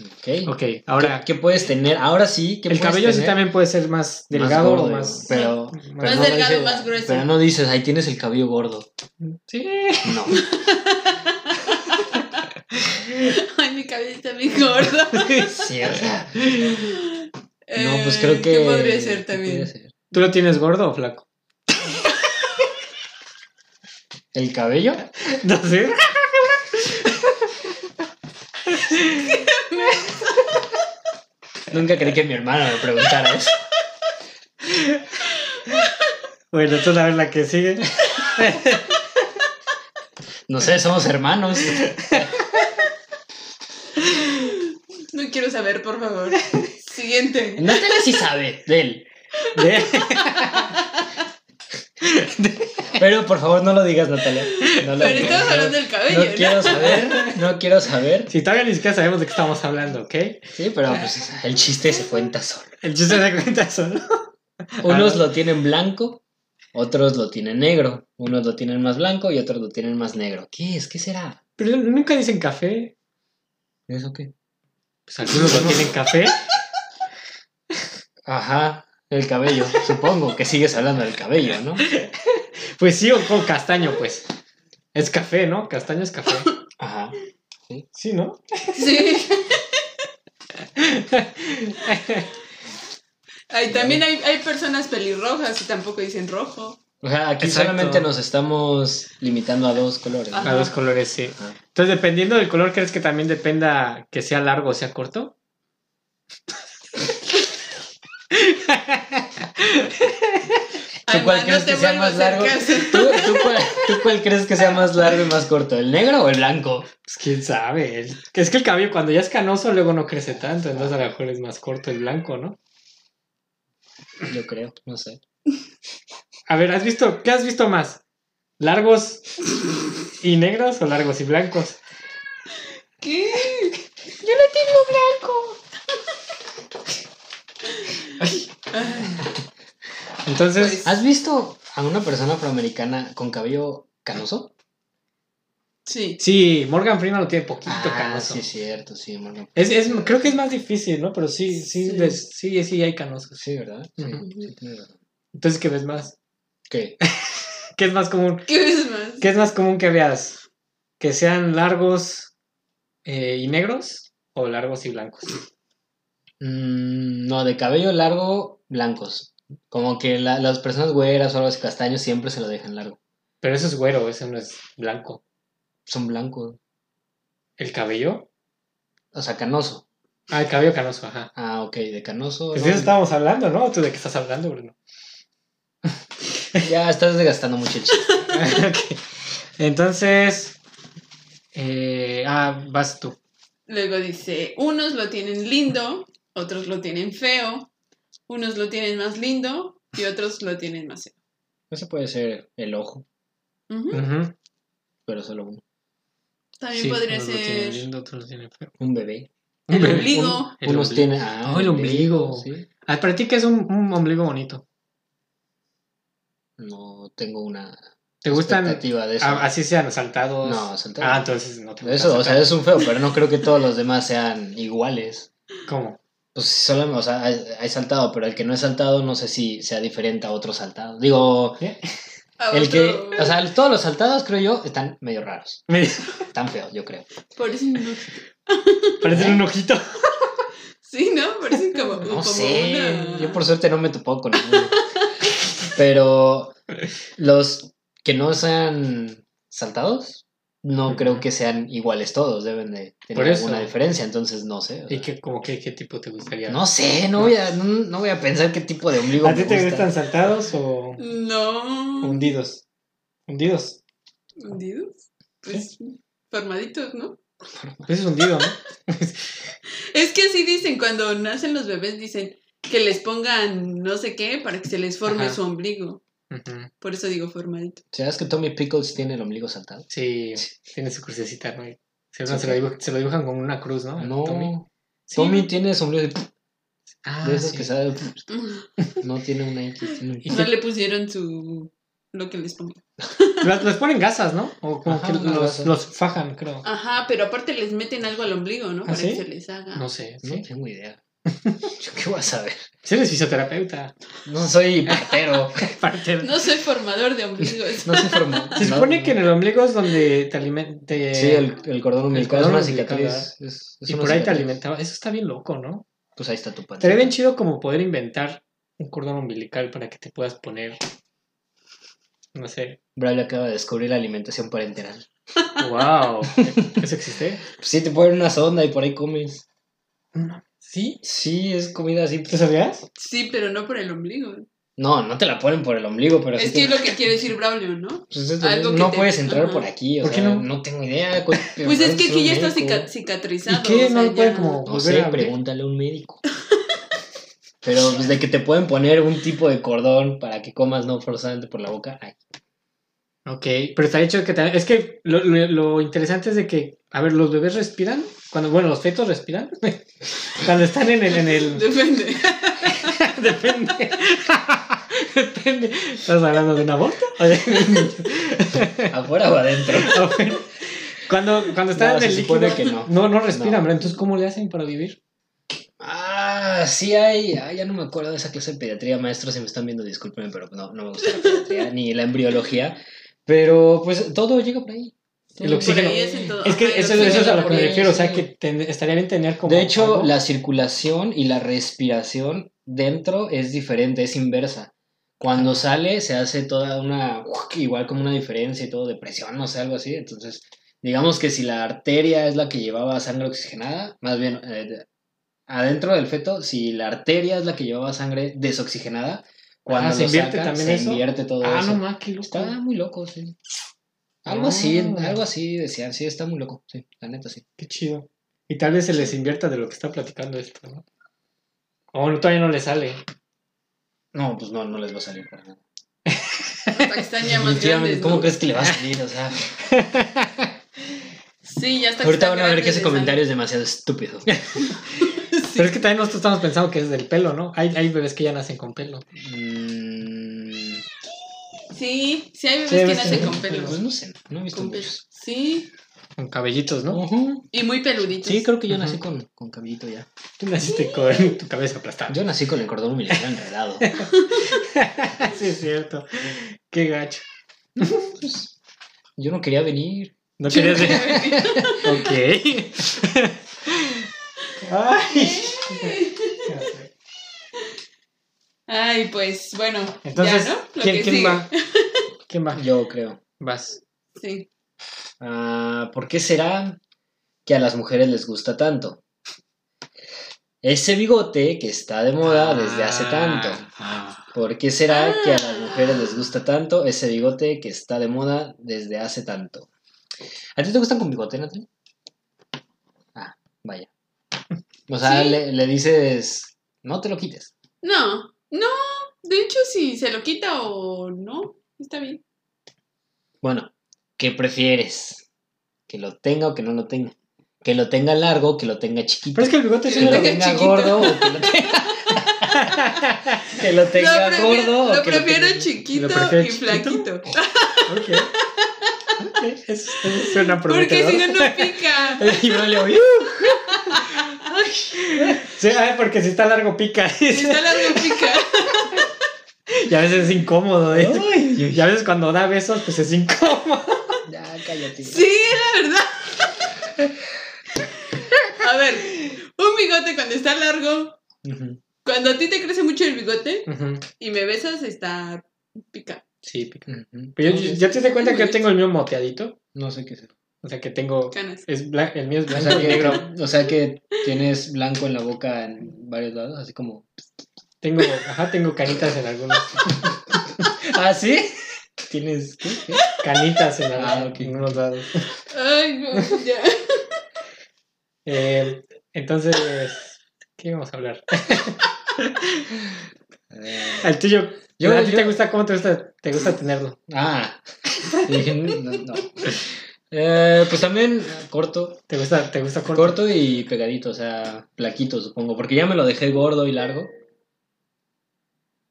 [SPEAKER 4] Ok.
[SPEAKER 2] Ok,
[SPEAKER 4] Ahora,
[SPEAKER 2] ahora.
[SPEAKER 4] ¿qué puedes tener? Ahora sí, ¿qué
[SPEAKER 2] El
[SPEAKER 4] puedes
[SPEAKER 2] cabello sí
[SPEAKER 4] tener?
[SPEAKER 2] también puede ser más
[SPEAKER 4] Más
[SPEAKER 2] delgado
[SPEAKER 4] gordo,
[SPEAKER 2] o más.
[SPEAKER 4] Pero,
[SPEAKER 2] Más
[SPEAKER 4] pero no
[SPEAKER 3] delgado,
[SPEAKER 4] dices-
[SPEAKER 3] más grueso.
[SPEAKER 4] Pero no dices, ahí tienes el cabello gordo.
[SPEAKER 2] Sí.
[SPEAKER 4] No.
[SPEAKER 3] Ay, mi cabeza está bien gorda.
[SPEAKER 4] Cierra. No, pues
[SPEAKER 3] Eh,
[SPEAKER 4] creo que.
[SPEAKER 3] ¿Qué podría ser
[SPEAKER 4] ¿qué
[SPEAKER 3] también?
[SPEAKER 4] podría ser?
[SPEAKER 2] ¿Tú lo tienes gordo o flaco?
[SPEAKER 4] ¿El cabello?
[SPEAKER 2] No sé.
[SPEAKER 4] Nunca creí que mi hermano me preguntara eso.
[SPEAKER 2] Bueno, tú sabes la que sigue.
[SPEAKER 4] No sé, somos hermanos.
[SPEAKER 3] No quiero saber, por favor. Siguiente.
[SPEAKER 4] Natalia sí sabe de él.
[SPEAKER 2] Ve.
[SPEAKER 4] Pero por favor no lo digas, Natalia. No lo
[SPEAKER 3] Pero
[SPEAKER 4] digas.
[SPEAKER 3] estamos hablando del
[SPEAKER 4] No
[SPEAKER 3] cabello, ¿no?
[SPEAKER 4] quiero saber, no quiero saber.
[SPEAKER 2] Si todavía ni siquiera sabemos de qué estamos hablando, ¿ok?
[SPEAKER 4] Sí, pero pues el chiste se cuenta solo.
[SPEAKER 2] El chiste se cuenta solo.
[SPEAKER 4] Unos lo tienen blanco, otros lo tienen negro. Unos lo tienen más blanco y otros lo tienen más negro. ¿Qué es? ¿Qué será?
[SPEAKER 2] Pero nunca dicen café.
[SPEAKER 4] ¿Eso qué?
[SPEAKER 2] Pues algunos no tienen café.
[SPEAKER 4] Ajá, el cabello. Supongo que sigues hablando del cabello, ¿no?
[SPEAKER 2] Pues sí, o con castaño, pues. Es café, ¿no? Castaño es café.
[SPEAKER 4] Ajá.
[SPEAKER 2] Sí, ¿no?
[SPEAKER 3] Sí. Ay, también hay, hay personas pelirrojas y tampoco dicen rojo.
[SPEAKER 4] O sea, aquí
[SPEAKER 2] Exacto.
[SPEAKER 4] solamente nos estamos limitando a dos colores. ¿no?
[SPEAKER 2] A
[SPEAKER 3] Ajá.
[SPEAKER 2] los colores, sí.
[SPEAKER 4] Ajá.
[SPEAKER 2] Entonces, dependiendo del color, ¿crees que también dependa que sea largo o sea corto?
[SPEAKER 4] ¿Tú
[SPEAKER 3] Ay,
[SPEAKER 4] cuál
[SPEAKER 3] ma,
[SPEAKER 4] crees
[SPEAKER 3] no
[SPEAKER 4] que
[SPEAKER 3] te
[SPEAKER 4] sea
[SPEAKER 3] vuelvo a
[SPEAKER 4] más
[SPEAKER 3] hacer
[SPEAKER 4] largo?
[SPEAKER 3] caso.
[SPEAKER 4] ¿Tú, tú cuál, tú cuál crees que sea más largo y más corto? ¿El negro o el blanco?
[SPEAKER 2] Pues quién sabe. El- que Es que el cabello cuando ya es canoso luego no crece tanto, entonces a lo mejor es más corto el blanco, ¿no?
[SPEAKER 4] Yo creo, no sé.
[SPEAKER 2] A ver, ¿has visto qué has visto más? ¿Largos y negros o largos y blancos?
[SPEAKER 3] ¿Qué? Yo lo tengo blanco.
[SPEAKER 2] Entonces,
[SPEAKER 3] Pues-
[SPEAKER 4] ¿Has visto a una persona afroamericana con cabello canoso?
[SPEAKER 3] Sí.
[SPEAKER 2] sí, Morgan Freeman lo tiene poquito
[SPEAKER 4] Ah,
[SPEAKER 2] canoso.
[SPEAKER 4] sí, es cierto, sí, Morgan.
[SPEAKER 2] Es, es- creo que es más difícil, ¿no? Pero sí, sí,
[SPEAKER 3] Sí.
[SPEAKER 2] les- sí, sí hay canosos.
[SPEAKER 4] Sí, ¿verdad? Sí,
[SPEAKER 2] Ujú.
[SPEAKER 4] sí, tienes razón.
[SPEAKER 2] Entonces, ¿qué ves más?
[SPEAKER 4] ¿Qué?
[SPEAKER 2] ¿Qué es más común?
[SPEAKER 3] ¿Qué ves más?
[SPEAKER 2] ¿Qué es más común que veas? ¿Que sean largos eh, y negros o largos y blancos?
[SPEAKER 4] Mm, no, de cabello largo, blancos. Como que la- las personas güeras o los castaños siempre se lo dejan largo.
[SPEAKER 2] Pero eso es güero, eso no es blanco.
[SPEAKER 4] Son blancos.
[SPEAKER 2] ¿El cabello?
[SPEAKER 4] O sea, canoso.
[SPEAKER 2] Ah, el cabello canoso, ajá.
[SPEAKER 4] Ah, ok, de canoso.
[SPEAKER 2] Pues
[SPEAKER 4] no,
[SPEAKER 2] de eso estábamos hablando, ¿no? ¿Tú de qué estás hablando, Bruno?
[SPEAKER 4] Ya estás desgastando mucho el chiste.
[SPEAKER 2] Ok. Entonces... eh, ah, vas tú.
[SPEAKER 3] Luego dice, unos lo tienen lindo, otros lo tienen feo, unos lo tienen más lindo y otros lo tienen más feo.
[SPEAKER 4] Ese puede ser el ojo,
[SPEAKER 3] Ujú.
[SPEAKER 2] Ujú.
[SPEAKER 4] pero solo uno.
[SPEAKER 3] También
[SPEAKER 2] Sí,
[SPEAKER 3] podría
[SPEAKER 2] unos lo tienen
[SPEAKER 3] ser
[SPEAKER 2] lindo, otros lo tienen feo.
[SPEAKER 4] Un bebé.
[SPEAKER 3] el
[SPEAKER 2] Un-
[SPEAKER 3] ombligo.
[SPEAKER 2] el
[SPEAKER 4] Unos
[SPEAKER 2] ombligo.
[SPEAKER 4] tienen. Ah,
[SPEAKER 2] Oh, el
[SPEAKER 4] un bebé,
[SPEAKER 2] ombligo.
[SPEAKER 4] sí.
[SPEAKER 2] Ah, ¿Para ti qué es un, un ombligo bonito?
[SPEAKER 4] No tengo una
[SPEAKER 2] ¿Te gustan
[SPEAKER 4] expectativa de eso.
[SPEAKER 2] a- así sean saltados?
[SPEAKER 4] No, saltados.
[SPEAKER 2] Ah, entonces no te gusta
[SPEAKER 4] Eso, o sea,
[SPEAKER 2] saltados.
[SPEAKER 4] es un feo, pero no creo que todos los demás sean iguales.
[SPEAKER 2] ¿Cómo?
[SPEAKER 4] Pues solo, o sea, hay, hay saltado, pero el que no es saltado no sé si sea diferente a otro saltado. Digo,
[SPEAKER 3] a
[SPEAKER 4] el que,
[SPEAKER 3] otro-
[SPEAKER 4] o sea, todos los saltados creo yo están medio raros,
[SPEAKER 2] Me
[SPEAKER 4] están feos, yo creo.
[SPEAKER 3] parecen unos-
[SPEAKER 2] parecen un ojito.
[SPEAKER 3] Sí, ¿no? Parecen como,
[SPEAKER 4] No
[SPEAKER 3] como
[SPEAKER 4] sé,
[SPEAKER 3] una...
[SPEAKER 4] yo por suerte no me topo con ninguno. Pero los que no sean saltados, no
[SPEAKER 2] Ujú.
[SPEAKER 4] creo que sean iguales todos, deben de
[SPEAKER 2] Por
[SPEAKER 4] tener
[SPEAKER 2] eso.
[SPEAKER 4] alguna diferencia, entonces no sé. o
[SPEAKER 2] ¿Y
[SPEAKER 4] sea.
[SPEAKER 2] qué, como que, qué tipo te gustaría?
[SPEAKER 4] No sé, no voy, a, no, no voy a pensar qué tipo de ombligo
[SPEAKER 2] ¿A ti
[SPEAKER 4] me
[SPEAKER 2] te
[SPEAKER 4] gusta.
[SPEAKER 2] gustan saltados o
[SPEAKER 3] No.
[SPEAKER 2] hundidos? Hundidos.
[SPEAKER 3] ¿Hundidos? Pues formaditos, ¿no?
[SPEAKER 4] Pues
[SPEAKER 2] Ese es hundido, ¿no?
[SPEAKER 3] Es que así dicen, cuando nacen los bebés dicen que les pongan no sé qué para que se les forme
[SPEAKER 2] Ajá.
[SPEAKER 3] su ombligo.
[SPEAKER 2] Ujú.
[SPEAKER 3] Por eso digo formadito.
[SPEAKER 4] ¿Sabes que Tommy Pickles tiene el ombligo saltado?
[SPEAKER 2] Sí, tiene su crucecita, ¿no? Y Se,
[SPEAKER 4] Sí.
[SPEAKER 2] se lo dibuj- se lo dibujan con una cruz, ¿no?
[SPEAKER 4] No.
[SPEAKER 2] Ah, Tommy.
[SPEAKER 4] Tommy,
[SPEAKER 2] Sí.
[SPEAKER 4] tiene su ombligo de,
[SPEAKER 2] Ah,
[SPEAKER 4] de esos
[SPEAKER 2] sí.
[SPEAKER 4] que sale. No tiene una X. tiene un-
[SPEAKER 2] Y
[SPEAKER 3] No
[SPEAKER 2] se-
[SPEAKER 3] le pusieron su lo que les pongan.
[SPEAKER 2] Los, los ponen gasas, ¿no? O como
[SPEAKER 4] Ajá,
[SPEAKER 2] que
[SPEAKER 4] unas
[SPEAKER 2] los,
[SPEAKER 4] gasas.
[SPEAKER 2] los fajan, creo.
[SPEAKER 3] Ajá, pero aparte les meten algo al ombligo, ¿no?
[SPEAKER 2] ¿Ah,
[SPEAKER 3] Para
[SPEAKER 2] sí?
[SPEAKER 3] que se les haga.
[SPEAKER 2] No sé.
[SPEAKER 4] No
[SPEAKER 2] ¿sí?
[SPEAKER 4] tengo idea. ¿Yo qué voy a saber?
[SPEAKER 2] Si eres fisioterapeuta.
[SPEAKER 4] No soy partero.
[SPEAKER 2] Parte de-
[SPEAKER 3] No soy formador de ombligos.
[SPEAKER 4] No soy formal.
[SPEAKER 2] Se supone que en el ombligo es donde te alimentas.
[SPEAKER 4] Sí, el, el cordón umbilical es
[SPEAKER 2] cordón
[SPEAKER 4] una
[SPEAKER 2] umbilical,
[SPEAKER 4] cicatriz.
[SPEAKER 2] ¿verdad?
[SPEAKER 4] es- es
[SPEAKER 2] Y
[SPEAKER 4] una
[SPEAKER 2] por ahí te
[SPEAKER 4] cicatriz.
[SPEAKER 2] alimentaba. Eso está bien loco, ¿no?
[SPEAKER 4] pues ahí está tu
[SPEAKER 2] Estaría
[SPEAKER 4] pantalla.
[SPEAKER 2] bien chido como poder inventar un cordón umbilical para que te puedas poner. No sé.
[SPEAKER 4] Braulio acaba de descubrir la alimentación parenteral.
[SPEAKER 2] ¡Wow! ¿Eso existe?
[SPEAKER 4] Pues sí, te ponen una sonda y por ahí comes.
[SPEAKER 2] ¿Sí?
[SPEAKER 4] Sí, es comida así. pues,
[SPEAKER 2] ¿Tú sabías?
[SPEAKER 3] Sí, pero no por el ombligo.
[SPEAKER 4] No, no te la ponen por el ombligo, pero
[SPEAKER 3] Es
[SPEAKER 4] sí
[SPEAKER 3] que
[SPEAKER 4] te-
[SPEAKER 3] es lo que quiere decir Braulio, ¿no?
[SPEAKER 4] Pues es-
[SPEAKER 3] algo que
[SPEAKER 4] no
[SPEAKER 3] te-
[SPEAKER 4] puedes entrar
[SPEAKER 3] ajá.
[SPEAKER 4] por aquí, o
[SPEAKER 2] ¿Por qué
[SPEAKER 4] sea,
[SPEAKER 2] no?
[SPEAKER 4] no? tengo idea. cu-
[SPEAKER 3] Pues es que
[SPEAKER 4] un
[SPEAKER 3] aquí ya está
[SPEAKER 4] médico.
[SPEAKER 3] cica- cicatrizado.
[SPEAKER 2] ¿Y qué?
[SPEAKER 3] o sea,
[SPEAKER 2] ¿No lo pueden
[SPEAKER 3] ya-
[SPEAKER 2] como-
[SPEAKER 4] No
[SPEAKER 2] Volver
[SPEAKER 4] sé,
[SPEAKER 2] a abrir.
[SPEAKER 4] pregúntale a un médico. Pero pues de que te pueden poner un tipo de cordón para que comas no forzadamente por la boca. ay.
[SPEAKER 2] Ok, pero está hecho que también. Es que lo, lo- lo interesante es de que. A ver, los bebés respiran. cuando Bueno, los fetos respiran. Cuando están en el. En el...
[SPEAKER 3] Depende.
[SPEAKER 2] Depende. Depende. ¿Estás hablando de una aborto? o de un niño?
[SPEAKER 4] ¿Afuera o adentro?
[SPEAKER 2] Cuando, cuando están
[SPEAKER 4] No,
[SPEAKER 2] en
[SPEAKER 4] se
[SPEAKER 2] el
[SPEAKER 4] supone
[SPEAKER 2] líquido.
[SPEAKER 4] que no.
[SPEAKER 2] No, no respiran,
[SPEAKER 4] No.
[SPEAKER 2] hombre. Entonces, ¿cómo le hacen para vivir?
[SPEAKER 4] Ah, sí hay. ah, ya no me acuerdo de esa clase de pediatría, maestros, si me están viendo, discúlpenme, pero pues, no, no me gusta la pediatría ni la embriología. Pero pues todo llega por ahí. Todo
[SPEAKER 2] El oxígeno.
[SPEAKER 4] llega por ahí.
[SPEAKER 3] es en todo.
[SPEAKER 2] Es que
[SPEAKER 3] Ajá,
[SPEAKER 2] eso,
[SPEAKER 3] el
[SPEAKER 2] eso es a lo que
[SPEAKER 4] oxígeno,
[SPEAKER 2] me refiero. O sea,
[SPEAKER 4] sí.
[SPEAKER 2] que ten- estaría bien tener como.
[SPEAKER 4] De hecho,
[SPEAKER 2] algo.
[SPEAKER 4] la circulación y la respiración dentro es diferente, es inversa. Cuando sale se hace toda una, igual como una diferencia y todo, depresión, no sé, algo así. Entonces, digamos que si la arteria es la que llevaba sangre oxigenada, más bien eh, de- adentro del feto, si la arteria es la que llevaba sangre desoxigenada, cuando
[SPEAKER 2] Ah, ¿se
[SPEAKER 4] lo
[SPEAKER 2] invierte
[SPEAKER 4] sacan,
[SPEAKER 2] también
[SPEAKER 4] se
[SPEAKER 2] eso?
[SPEAKER 4] invierte todo
[SPEAKER 2] Ah,
[SPEAKER 4] eso.
[SPEAKER 2] no más, qué loco.
[SPEAKER 4] Está muy loco, sí. Algo así,
[SPEAKER 2] Ah.
[SPEAKER 4] algo así decían, sí, está muy loco, sí, la neta, sí.
[SPEAKER 2] Qué chido. Y tal vez se les invierta de lo que está platicando esto, ¿no? O no, todavía no le sale.
[SPEAKER 4] No, pues no, no les va a salir para nada.
[SPEAKER 3] Hasta que están ya
[SPEAKER 4] Pues,
[SPEAKER 3] más
[SPEAKER 4] Definitivamente,
[SPEAKER 3] grandes.
[SPEAKER 4] ¿Cómo
[SPEAKER 3] ¿no?
[SPEAKER 4] crees que le va a salir? O sea,
[SPEAKER 3] Sí, ya está.
[SPEAKER 4] ahorita van a ver que ese comentario es demasiado estúpido. Mm,
[SPEAKER 2] Pero es que también nosotros estamos pensando que es del pelo, ¿no? Hay, hay bebés que ya nacen con pelo.
[SPEAKER 4] Mm,
[SPEAKER 3] Sí, sí hay bebés
[SPEAKER 2] Sí,
[SPEAKER 3] que
[SPEAKER 2] ves que
[SPEAKER 3] nacen
[SPEAKER 2] sí.
[SPEAKER 3] con
[SPEAKER 4] Pues
[SPEAKER 3] pelos.
[SPEAKER 4] no sé, no he visto
[SPEAKER 3] Con pelos.
[SPEAKER 4] muchos.
[SPEAKER 3] Sí,
[SPEAKER 2] Con cabellitos, ¿no?
[SPEAKER 4] Ujú.
[SPEAKER 3] y muy peluditos.
[SPEAKER 4] Sí, creo que yo
[SPEAKER 2] Ujú.
[SPEAKER 4] nací con, con cabellito ya.
[SPEAKER 2] Tú naciste con tu cabeza aplastada.
[SPEAKER 4] Yo nací con el cordón umbilical enredado.
[SPEAKER 2] sí, es cierto. Qué gacho.
[SPEAKER 4] Pues, yo no quería venir.
[SPEAKER 2] No querías ver. ok. Ay.
[SPEAKER 3] Ay, pues bueno.
[SPEAKER 2] Entonces,
[SPEAKER 3] ya, ¿no? Lo
[SPEAKER 2] ¿quién,
[SPEAKER 3] que
[SPEAKER 2] quién
[SPEAKER 3] sigue.
[SPEAKER 2] va? ¿Quién va?
[SPEAKER 4] Yo creo.
[SPEAKER 2] Vas.
[SPEAKER 3] Sí.
[SPEAKER 4] Ah, ¿Por qué será que a las mujeres les gusta tanto? Ese bigote que está de moda desde hace tanto.
[SPEAKER 2] Ah.
[SPEAKER 4] ¿Por qué será que a
[SPEAKER 3] Ah.
[SPEAKER 4] las mujeres les gusta tanto ese bigote que está de moda desde hace tanto? ¿A ti te gustan con bigote, Natalie? Ah, vaya. O sea,
[SPEAKER 3] Sí.
[SPEAKER 4] le, le dices, no te lo quites.
[SPEAKER 3] No, no. De hecho, si se lo quita o no, está bien.
[SPEAKER 4] Bueno, ¿qué prefieres? ¿Que lo tenga o que no lo tenga? ¿Que lo tenga largo o que lo tenga chiquito?
[SPEAKER 2] Pero es que el bigote es
[SPEAKER 3] Que
[SPEAKER 4] ¿Que lo
[SPEAKER 3] lo
[SPEAKER 2] un...
[SPEAKER 3] tenga
[SPEAKER 4] tenga
[SPEAKER 3] chiquito.
[SPEAKER 4] gordo o que lo tenga... que lo tenga
[SPEAKER 3] lo prefiero,
[SPEAKER 4] gordo
[SPEAKER 3] lo
[SPEAKER 4] o que lo
[SPEAKER 3] prefiero
[SPEAKER 4] tenga-
[SPEAKER 2] Lo
[SPEAKER 3] chiquito
[SPEAKER 2] prefiero
[SPEAKER 3] y
[SPEAKER 2] chiquito.
[SPEAKER 3] flaquito. Ah,
[SPEAKER 2] Ok. Ok, Eso, eso suena
[SPEAKER 3] Porque
[SPEAKER 2] prometedor.
[SPEAKER 3] si no, no pica.
[SPEAKER 2] Y no le oí. Sí, ay, porque si está largo pica.
[SPEAKER 3] Si está largo, pica.
[SPEAKER 2] Y a veces es incómodo, ¿eh?
[SPEAKER 4] Ay,
[SPEAKER 2] Y a veces cuando da besos, pues es incómodo.
[SPEAKER 4] Ya, cállate.
[SPEAKER 3] Sí, la verdad. A ver, un bigote cuando está largo,
[SPEAKER 4] Ujú.
[SPEAKER 3] cuando a ti te crece mucho el bigote
[SPEAKER 2] Ujú.
[SPEAKER 3] y me besas, está pica.
[SPEAKER 2] Sí, pica.
[SPEAKER 4] Ujú.
[SPEAKER 2] Pero yo- yo- ¿Ya te diste cuenta que yo tengo el mío moteadito?
[SPEAKER 4] No sé qué es
[SPEAKER 2] O sea, que tengo...
[SPEAKER 3] Canas.
[SPEAKER 2] Es blan- el mío es
[SPEAKER 4] O
[SPEAKER 2] blanco
[SPEAKER 4] sea,
[SPEAKER 2] y
[SPEAKER 4] que,
[SPEAKER 2] negro.
[SPEAKER 4] o sea que tienes blanco en la boca en varios lados, así como.
[SPEAKER 2] Tengo, ajá, tengo canitas en algunos.
[SPEAKER 4] ¿Ah, sí? ¿Tienes qué? ¿Qué?
[SPEAKER 2] Canitas en,
[SPEAKER 4] Ah,
[SPEAKER 2] algunos-
[SPEAKER 4] ok.
[SPEAKER 2] en algunos lados.
[SPEAKER 3] Ay, no, ya.
[SPEAKER 2] Eh, entonces, ¿qué íbamos a hablar? Al tuyo.
[SPEAKER 4] Yo-
[SPEAKER 2] ¿A ti
[SPEAKER 4] yo-
[SPEAKER 2] te gusta cómo te gusta, te gusta tenerlo?
[SPEAKER 4] Ah. Dije, no. no. Eh, pues también corto,
[SPEAKER 2] ¿Te gusta, te gusta corto?
[SPEAKER 4] corto y pegadito, o sea, plaquito supongo, porque ya me lo dejé gordo y largo.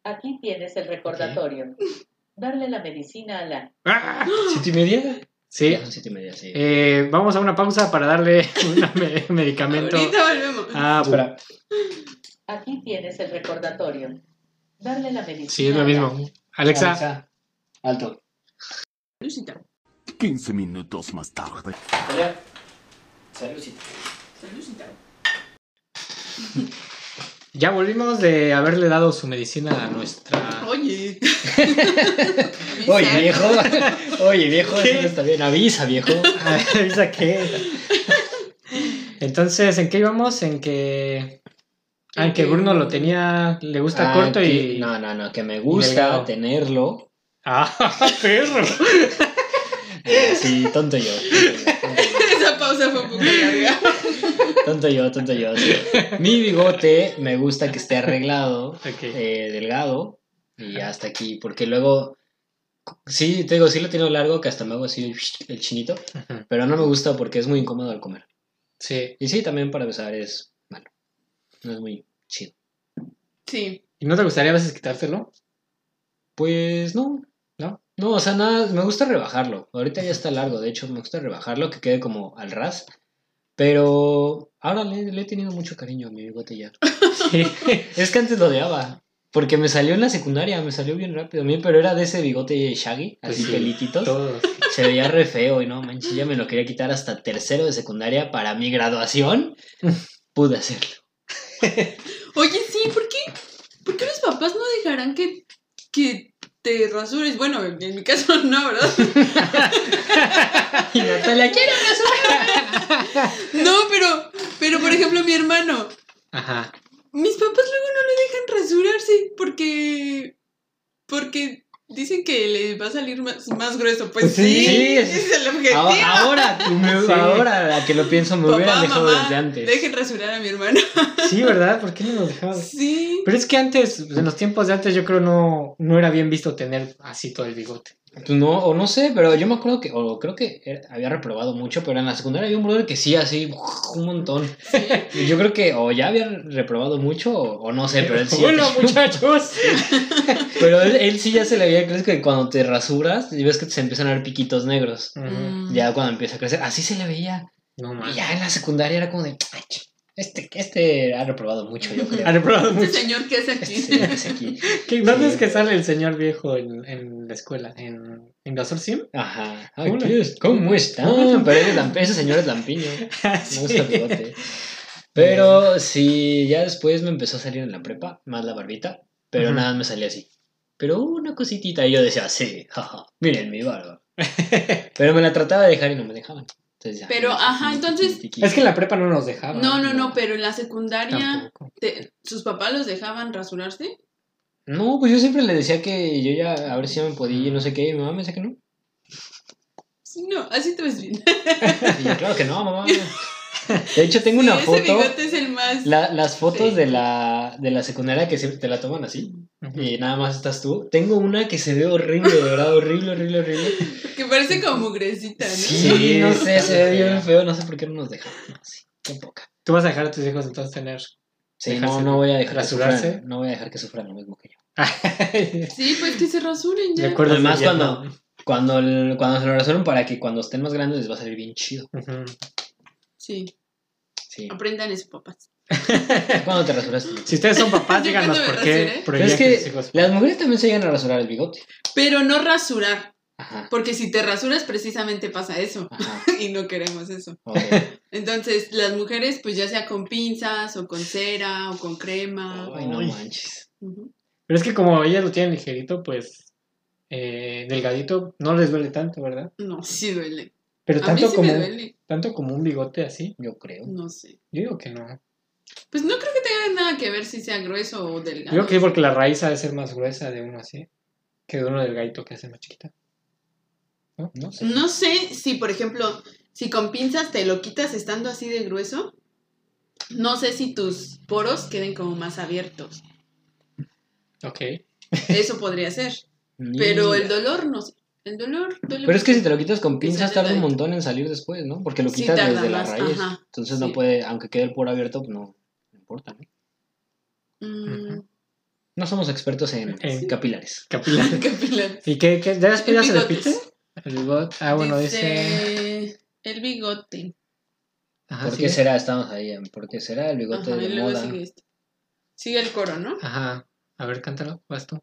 [SPEAKER 5] Aquí tienes el recordatorio. Darle la medicina a la...
[SPEAKER 2] ¡Ah!
[SPEAKER 4] ¿Siete y media?
[SPEAKER 2] Sí.
[SPEAKER 4] Ya son siete y media, sí.
[SPEAKER 2] Eh, vamos a una pausa para darle un me- medicamento.
[SPEAKER 3] Ahorita volvemos.
[SPEAKER 2] Ah, espera.
[SPEAKER 5] Aquí tienes el recordatorio. Darle la medicina
[SPEAKER 2] Sí, es lo
[SPEAKER 5] a la-
[SPEAKER 2] mismo. Alexa,
[SPEAKER 4] Alexa, Alto.
[SPEAKER 3] Lucita.
[SPEAKER 6] 15 minutos más tarde.
[SPEAKER 4] Hola. Saludcita.
[SPEAKER 3] Lucita.
[SPEAKER 2] Ya volvimos de haberle dado su medicina a nuestra.
[SPEAKER 3] Oye.
[SPEAKER 4] Oye, viejo. Oye, viejo,
[SPEAKER 2] ¿Qué?
[SPEAKER 4] eso no está bien. Avisa, viejo. Ah,
[SPEAKER 2] Avisa que. Entonces, ¿en qué íbamos? En que. Ah, en que Bruno lo tenía. Le gusta
[SPEAKER 4] Ah,
[SPEAKER 2] corto
[SPEAKER 4] que-
[SPEAKER 2] y.
[SPEAKER 4] No, no, no, que me
[SPEAKER 2] delgado.
[SPEAKER 4] gusta tenerlo.
[SPEAKER 2] ¡Ah, perro!
[SPEAKER 4] Eh, Sí, tonto yo. tonto yo.
[SPEAKER 3] Esa pausa fue un poco larga.
[SPEAKER 4] Tonto yo, tonto yo. sí. Mi bigote me gusta que esté arreglado,
[SPEAKER 2] Ok.
[SPEAKER 4] eh, delgado, y hasta aquí, porque luego, sí, te digo, sí lo tengo largo, que hasta me hago así el chinito,
[SPEAKER 2] Ujú.
[SPEAKER 4] pero no me gusta porque es muy incómodo al comer.
[SPEAKER 2] Sí.
[SPEAKER 4] Y sí, también para besar es, bueno, no es muy chido.
[SPEAKER 3] Sí.
[SPEAKER 2] ¿Y no te gustaría a veces quitártelo?
[SPEAKER 4] Pues no, no, no, o sea, nada, me gusta rebajarlo. Ahorita ya está largo, de hecho, me gusta rebajarlo, que quede como al ras, pero ahora le, le he tenido mucho cariño a mi bigote ya.
[SPEAKER 2] Sí.
[SPEAKER 4] Es que antes lo odiaba. Porque me salió en la secundaria, me salió bien rápido a mí, pero era de ese bigote shaggy, así
[SPEAKER 2] Pues sí,
[SPEAKER 4] pelititos.
[SPEAKER 2] Todos.
[SPEAKER 4] Se veía re feo y no, manches, ya me lo quería quitar hasta tercero de secundaria para mi graduación. Pude hacerlo.
[SPEAKER 3] Oye, sí, ¿por qué? ¿Por qué los papás no dejarán que, que te rasures? Bueno, en mi caso no, ¿verdad?
[SPEAKER 4] Y Natalia, quiero.
[SPEAKER 3] No, pero, pero por ejemplo, mi hermano.
[SPEAKER 2] Ajá.
[SPEAKER 3] Mis papás luego no le dejan rasurarse porque. Porque dicen que le va a salir más, más grueso. Pues
[SPEAKER 4] Sí,
[SPEAKER 3] sí,
[SPEAKER 4] sí, es-
[SPEAKER 3] ese es el objetivo.
[SPEAKER 4] Ahora, me-
[SPEAKER 2] Sí.
[SPEAKER 4] ahora a que lo pienso, me
[SPEAKER 3] Papá,
[SPEAKER 4] hubiera dejado
[SPEAKER 3] mamá,
[SPEAKER 4] desde antes. Ah.
[SPEAKER 3] Dejen rasurar a mi hermano.
[SPEAKER 2] Sí, ¿verdad? ¿Por qué no nos dejabas?
[SPEAKER 3] Sí.
[SPEAKER 2] Pero es que antes, pues, en los tiempos de antes, yo creo no, no era bien visto tener así todo el bigote.
[SPEAKER 4] Tú No, o no sé, pero yo me acuerdo que, o creo que era- había reprobado mucho, pero en la secundaria había un brother que sí, así, un montón. Y Yo creo que o ya había reprobado mucho, o, o no sé, pero él sí.
[SPEAKER 2] Hola, muchachos.
[SPEAKER 4] Pero él, él sí ya se le veía crezco que cuando te rasuras y ves que se empiezan a ver piquitos negros.
[SPEAKER 2] Ujú.
[SPEAKER 3] Mm.
[SPEAKER 4] Ya cuando empieza a crecer, así se le veía.
[SPEAKER 2] No
[SPEAKER 4] Y
[SPEAKER 2] mames.
[SPEAKER 4] ya en la secundaria era como de, "Ay, ch- este, este ha reprobado mucho, yo creo.
[SPEAKER 2] Ha reprobado mucho.
[SPEAKER 3] Este señor que hace aquí.
[SPEAKER 4] Este señor que es aquí.
[SPEAKER 2] ¿Qué- ¿Dónde
[SPEAKER 4] Sí.
[SPEAKER 2] es que sale el señor viejo en, en la escuela? ¿En Invasor Sim?
[SPEAKER 4] Ajá. Ay,
[SPEAKER 2] Hola.
[SPEAKER 4] Dios, ¿Cómo están? Pero él es lamp- ese señor es lampiño. Me gusta el bigote. Pero sí, ya después me empezó a salir en la prepa, más la barbita, pero
[SPEAKER 2] Ujú.
[SPEAKER 4] nada más me salía así. Pero una cositita, y yo decía, sí, jaja, miren mi barba. pero me la trataba de dejar y no me dejaban. Entonces ya,
[SPEAKER 3] Pero, ajá, entonces-
[SPEAKER 2] Es que en la prepa no nos dejaban.
[SPEAKER 3] No, no, no, pero en la secundaria,
[SPEAKER 2] Tampoco.
[SPEAKER 3] te- ¿sus papás los dejaban rasurarse?
[SPEAKER 4] No, pues yo siempre le decía que yo ya, a ver si ya me podía y no sé qué, y mi mamá me decía que no.
[SPEAKER 3] Sí, no, así te ves bien.
[SPEAKER 4] Y yo, claro que no, mamá. De hecho, tengo una
[SPEAKER 3] Sí,
[SPEAKER 4] foto,
[SPEAKER 3] Ese bigote es el más.
[SPEAKER 4] la- las fotos
[SPEAKER 3] Sí.
[SPEAKER 4] de, la, de la secundaria que siempre te la toman así.
[SPEAKER 2] Ujú.
[SPEAKER 4] Y nada más estás tú. Tengo una que se ve horrible, de verdad, horrible, horrible, horrible.
[SPEAKER 3] Que parece como mugrecita, ¿no?
[SPEAKER 4] Sí, no sé, se ve
[SPEAKER 2] fea.
[SPEAKER 4] bien feo, no sé por qué no nos dejan. No, sí, qué poca.
[SPEAKER 2] ¿Tú vas a dejar a tus hijos entonces tener?
[SPEAKER 4] Sí,
[SPEAKER 2] Dejarse
[SPEAKER 4] no, no voy a dejar que
[SPEAKER 2] rasurarse.
[SPEAKER 4] sufran, No voy a dejar que sufran lo mismo que yo.
[SPEAKER 3] Sí, pues que se rasuren ya.
[SPEAKER 2] De acuerdo.
[SPEAKER 4] Además,
[SPEAKER 2] sí, ya
[SPEAKER 4] cuando- Cuando, el- cuando se lo rasuran para que cuando estén más grandes les va a salir bien chido.
[SPEAKER 2] Ujú.
[SPEAKER 3] Sí,
[SPEAKER 4] Sí.
[SPEAKER 3] aprendan eso, papás.
[SPEAKER 4] Cuando te rasuras. tú?
[SPEAKER 2] Si ustedes son papás,
[SPEAKER 3] Yo
[SPEAKER 2] díganos
[SPEAKER 3] cuando me
[SPEAKER 2] por qué
[SPEAKER 3] rasuré.
[SPEAKER 2] prohibían
[SPEAKER 4] Es
[SPEAKER 2] que,
[SPEAKER 4] que
[SPEAKER 2] sus hijos.
[SPEAKER 4] Las mujeres también se llegan a rasurar el bigote.
[SPEAKER 3] Pero no rasurar,
[SPEAKER 4] Ajá.
[SPEAKER 3] porque si te rasuras precisamente pasa eso.
[SPEAKER 4] Ajá.
[SPEAKER 3] Y no queremos eso.
[SPEAKER 4] ok.
[SPEAKER 3] Entonces, las mujeres, pues ya sea con pinzas o con cera o con crema.
[SPEAKER 4] Ay, no
[SPEAKER 2] Ay.
[SPEAKER 4] manches.
[SPEAKER 3] Ujú.
[SPEAKER 2] Pero es que como ellas lo tienen ligerito, pues eh, delgadito, no les duele tanto, ¿verdad?
[SPEAKER 3] No, sí duele.
[SPEAKER 2] Pero
[SPEAKER 3] A mí
[SPEAKER 2] tanto,
[SPEAKER 3] sí
[SPEAKER 2] como,
[SPEAKER 3] me duele.
[SPEAKER 2] tanto como un bigote así,
[SPEAKER 4] Yo creo.
[SPEAKER 3] No sé.
[SPEAKER 2] yo digo que no.
[SPEAKER 3] Pues no creo que tenga nada que ver si sea grueso o
[SPEAKER 2] Yo
[SPEAKER 3] delgado.
[SPEAKER 2] creo que es porque la raíz ha de ser más gruesa de uno así que de uno delgadito que hace más chiquita. ¿No?
[SPEAKER 4] No sé.
[SPEAKER 3] No sé si, por ejemplo, si con pinzas te lo quitas estando así de grueso, no sé si tus poros queden como más abiertos.
[SPEAKER 2] Ok.
[SPEAKER 3] Eso podría ser.
[SPEAKER 4] Ni-
[SPEAKER 3] Pero el dolor, no sé. El dolor duele
[SPEAKER 4] Pero es que si
[SPEAKER 3] mucho.
[SPEAKER 4] te lo quitas con
[SPEAKER 3] Que
[SPEAKER 4] pinzas
[SPEAKER 3] sale
[SPEAKER 4] tarda un
[SPEAKER 3] delgadito.
[SPEAKER 4] montón en salir después, ¿no? Porque lo
[SPEAKER 3] Sí,
[SPEAKER 4] quitas
[SPEAKER 3] tarda
[SPEAKER 4] desde
[SPEAKER 3] más,
[SPEAKER 4] la raíz.
[SPEAKER 3] ajá,
[SPEAKER 4] Entonces
[SPEAKER 3] sí.
[SPEAKER 4] no puede, aunque quede el poro abierto, pues no, no importa, ¿no?
[SPEAKER 3] Mm,
[SPEAKER 4] No somos expertos en,
[SPEAKER 2] En-
[SPEAKER 4] capilares.
[SPEAKER 2] Capilar.
[SPEAKER 3] capilar.
[SPEAKER 2] ¿Y qué? qué? ¿Ya, ya se
[SPEAKER 3] Bigotes.
[SPEAKER 2] repite? El bigote. Ah, bueno, dice...
[SPEAKER 3] Dice, El bigote.
[SPEAKER 2] Ajá,
[SPEAKER 4] ¿Por
[SPEAKER 2] sí.
[SPEAKER 4] qué será? Estamos ahí. en ¿Por qué será el bigote
[SPEAKER 3] Ah, Ajá, y
[SPEAKER 4] de
[SPEAKER 3] luego
[SPEAKER 4] moda?
[SPEAKER 3] sigue esto. Sigue el coro, ¿no?
[SPEAKER 2] Ajá. A ver, cántalo, vas tú.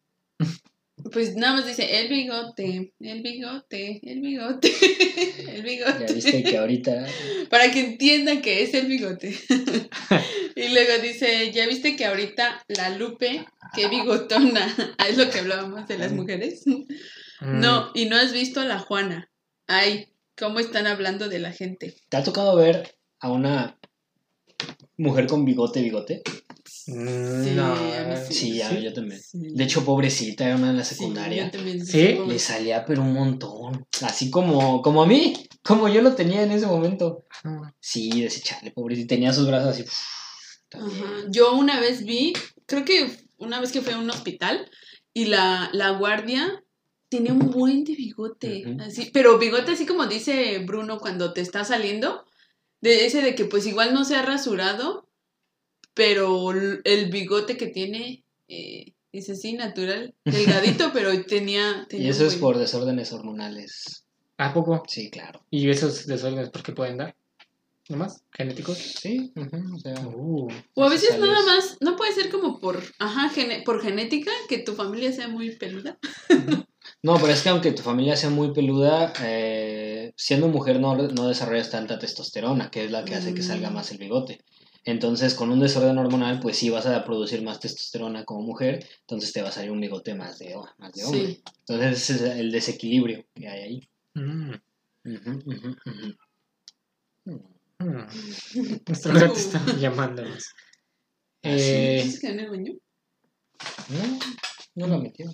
[SPEAKER 3] Pues nada más dice el bigote, el bigote, el bigote, el bigote.
[SPEAKER 4] Ya viste que ahorita.
[SPEAKER 3] Para que entiendan que es el bigote. y luego dice, ya viste que ahorita la Lupe, qué bigotona. Ah, es lo que hablábamos de las mujeres.
[SPEAKER 4] Mm.
[SPEAKER 3] No, y no has visto a la Juana. Ay, cómo están hablando de la gente.
[SPEAKER 4] ¿Te ha tocado ver a una mujer con bigote, bigote?
[SPEAKER 2] Mm,
[SPEAKER 3] Sí,
[SPEAKER 2] no.
[SPEAKER 3] a mí sí.
[SPEAKER 4] Sí, ya, yo también.
[SPEAKER 3] Sí.
[SPEAKER 4] De hecho, pobrecita, era una de la
[SPEAKER 3] Sí,
[SPEAKER 4] secundaria.
[SPEAKER 3] yo también
[SPEAKER 2] ¿Sí?
[SPEAKER 3] supongo.
[SPEAKER 4] Le salía pero un montón. Así como, como a mí, como yo lo tenía en ese momento. Sí, desecharle, pobrecita. Tenía sus brazos así. uf, también.
[SPEAKER 3] Ajá. Yo una vez vi, creo que una vez que fui a un hospital y la, la guardia tenía un buen de bigote,
[SPEAKER 4] Ujú.
[SPEAKER 3] así, pero bigote así como dice Bruno cuando te está saliendo, de ese de que pues igual no se ha rasurado, pero l- el bigote que tiene eh, es así natural, delgadito, pero tenía... tenía
[SPEAKER 4] Y
[SPEAKER 3] un
[SPEAKER 4] eso es
[SPEAKER 3] buen.
[SPEAKER 4] por desórdenes hormonales.
[SPEAKER 2] ¿A poco?
[SPEAKER 4] Sí, claro.
[SPEAKER 2] ¿Y esos desórdenes por qué pueden dar? ¿No más? ¿Genéticos?
[SPEAKER 4] Sí, ujú, o sea,
[SPEAKER 2] Uh,
[SPEAKER 3] O a veces
[SPEAKER 4] necesarios.
[SPEAKER 3] nada más, no puede ser como por, ajá, gene- por genética, que tu familia sea muy peluda.
[SPEAKER 4] No, pero es que aunque tu familia sea muy peluda, eh, siendo mujer no, no desarrollas tanta testosterona, que es la que hace que salga
[SPEAKER 3] Mm.
[SPEAKER 4] más el bigote. Entonces, con un desorden hormonal, pues sí vas a producir más testosterona como mujer, entonces te va a salir un bigote más de, más de hombre.
[SPEAKER 3] Sí.
[SPEAKER 4] Entonces, ese es el desequilibrio que hay ahí.
[SPEAKER 2] mm,
[SPEAKER 4] Ujú, ujú, ujú. Mm.
[SPEAKER 2] mm. Nuestro gato está llamándonos. Eh,
[SPEAKER 3] ¿Dices que en el baño?
[SPEAKER 4] No, no la metió.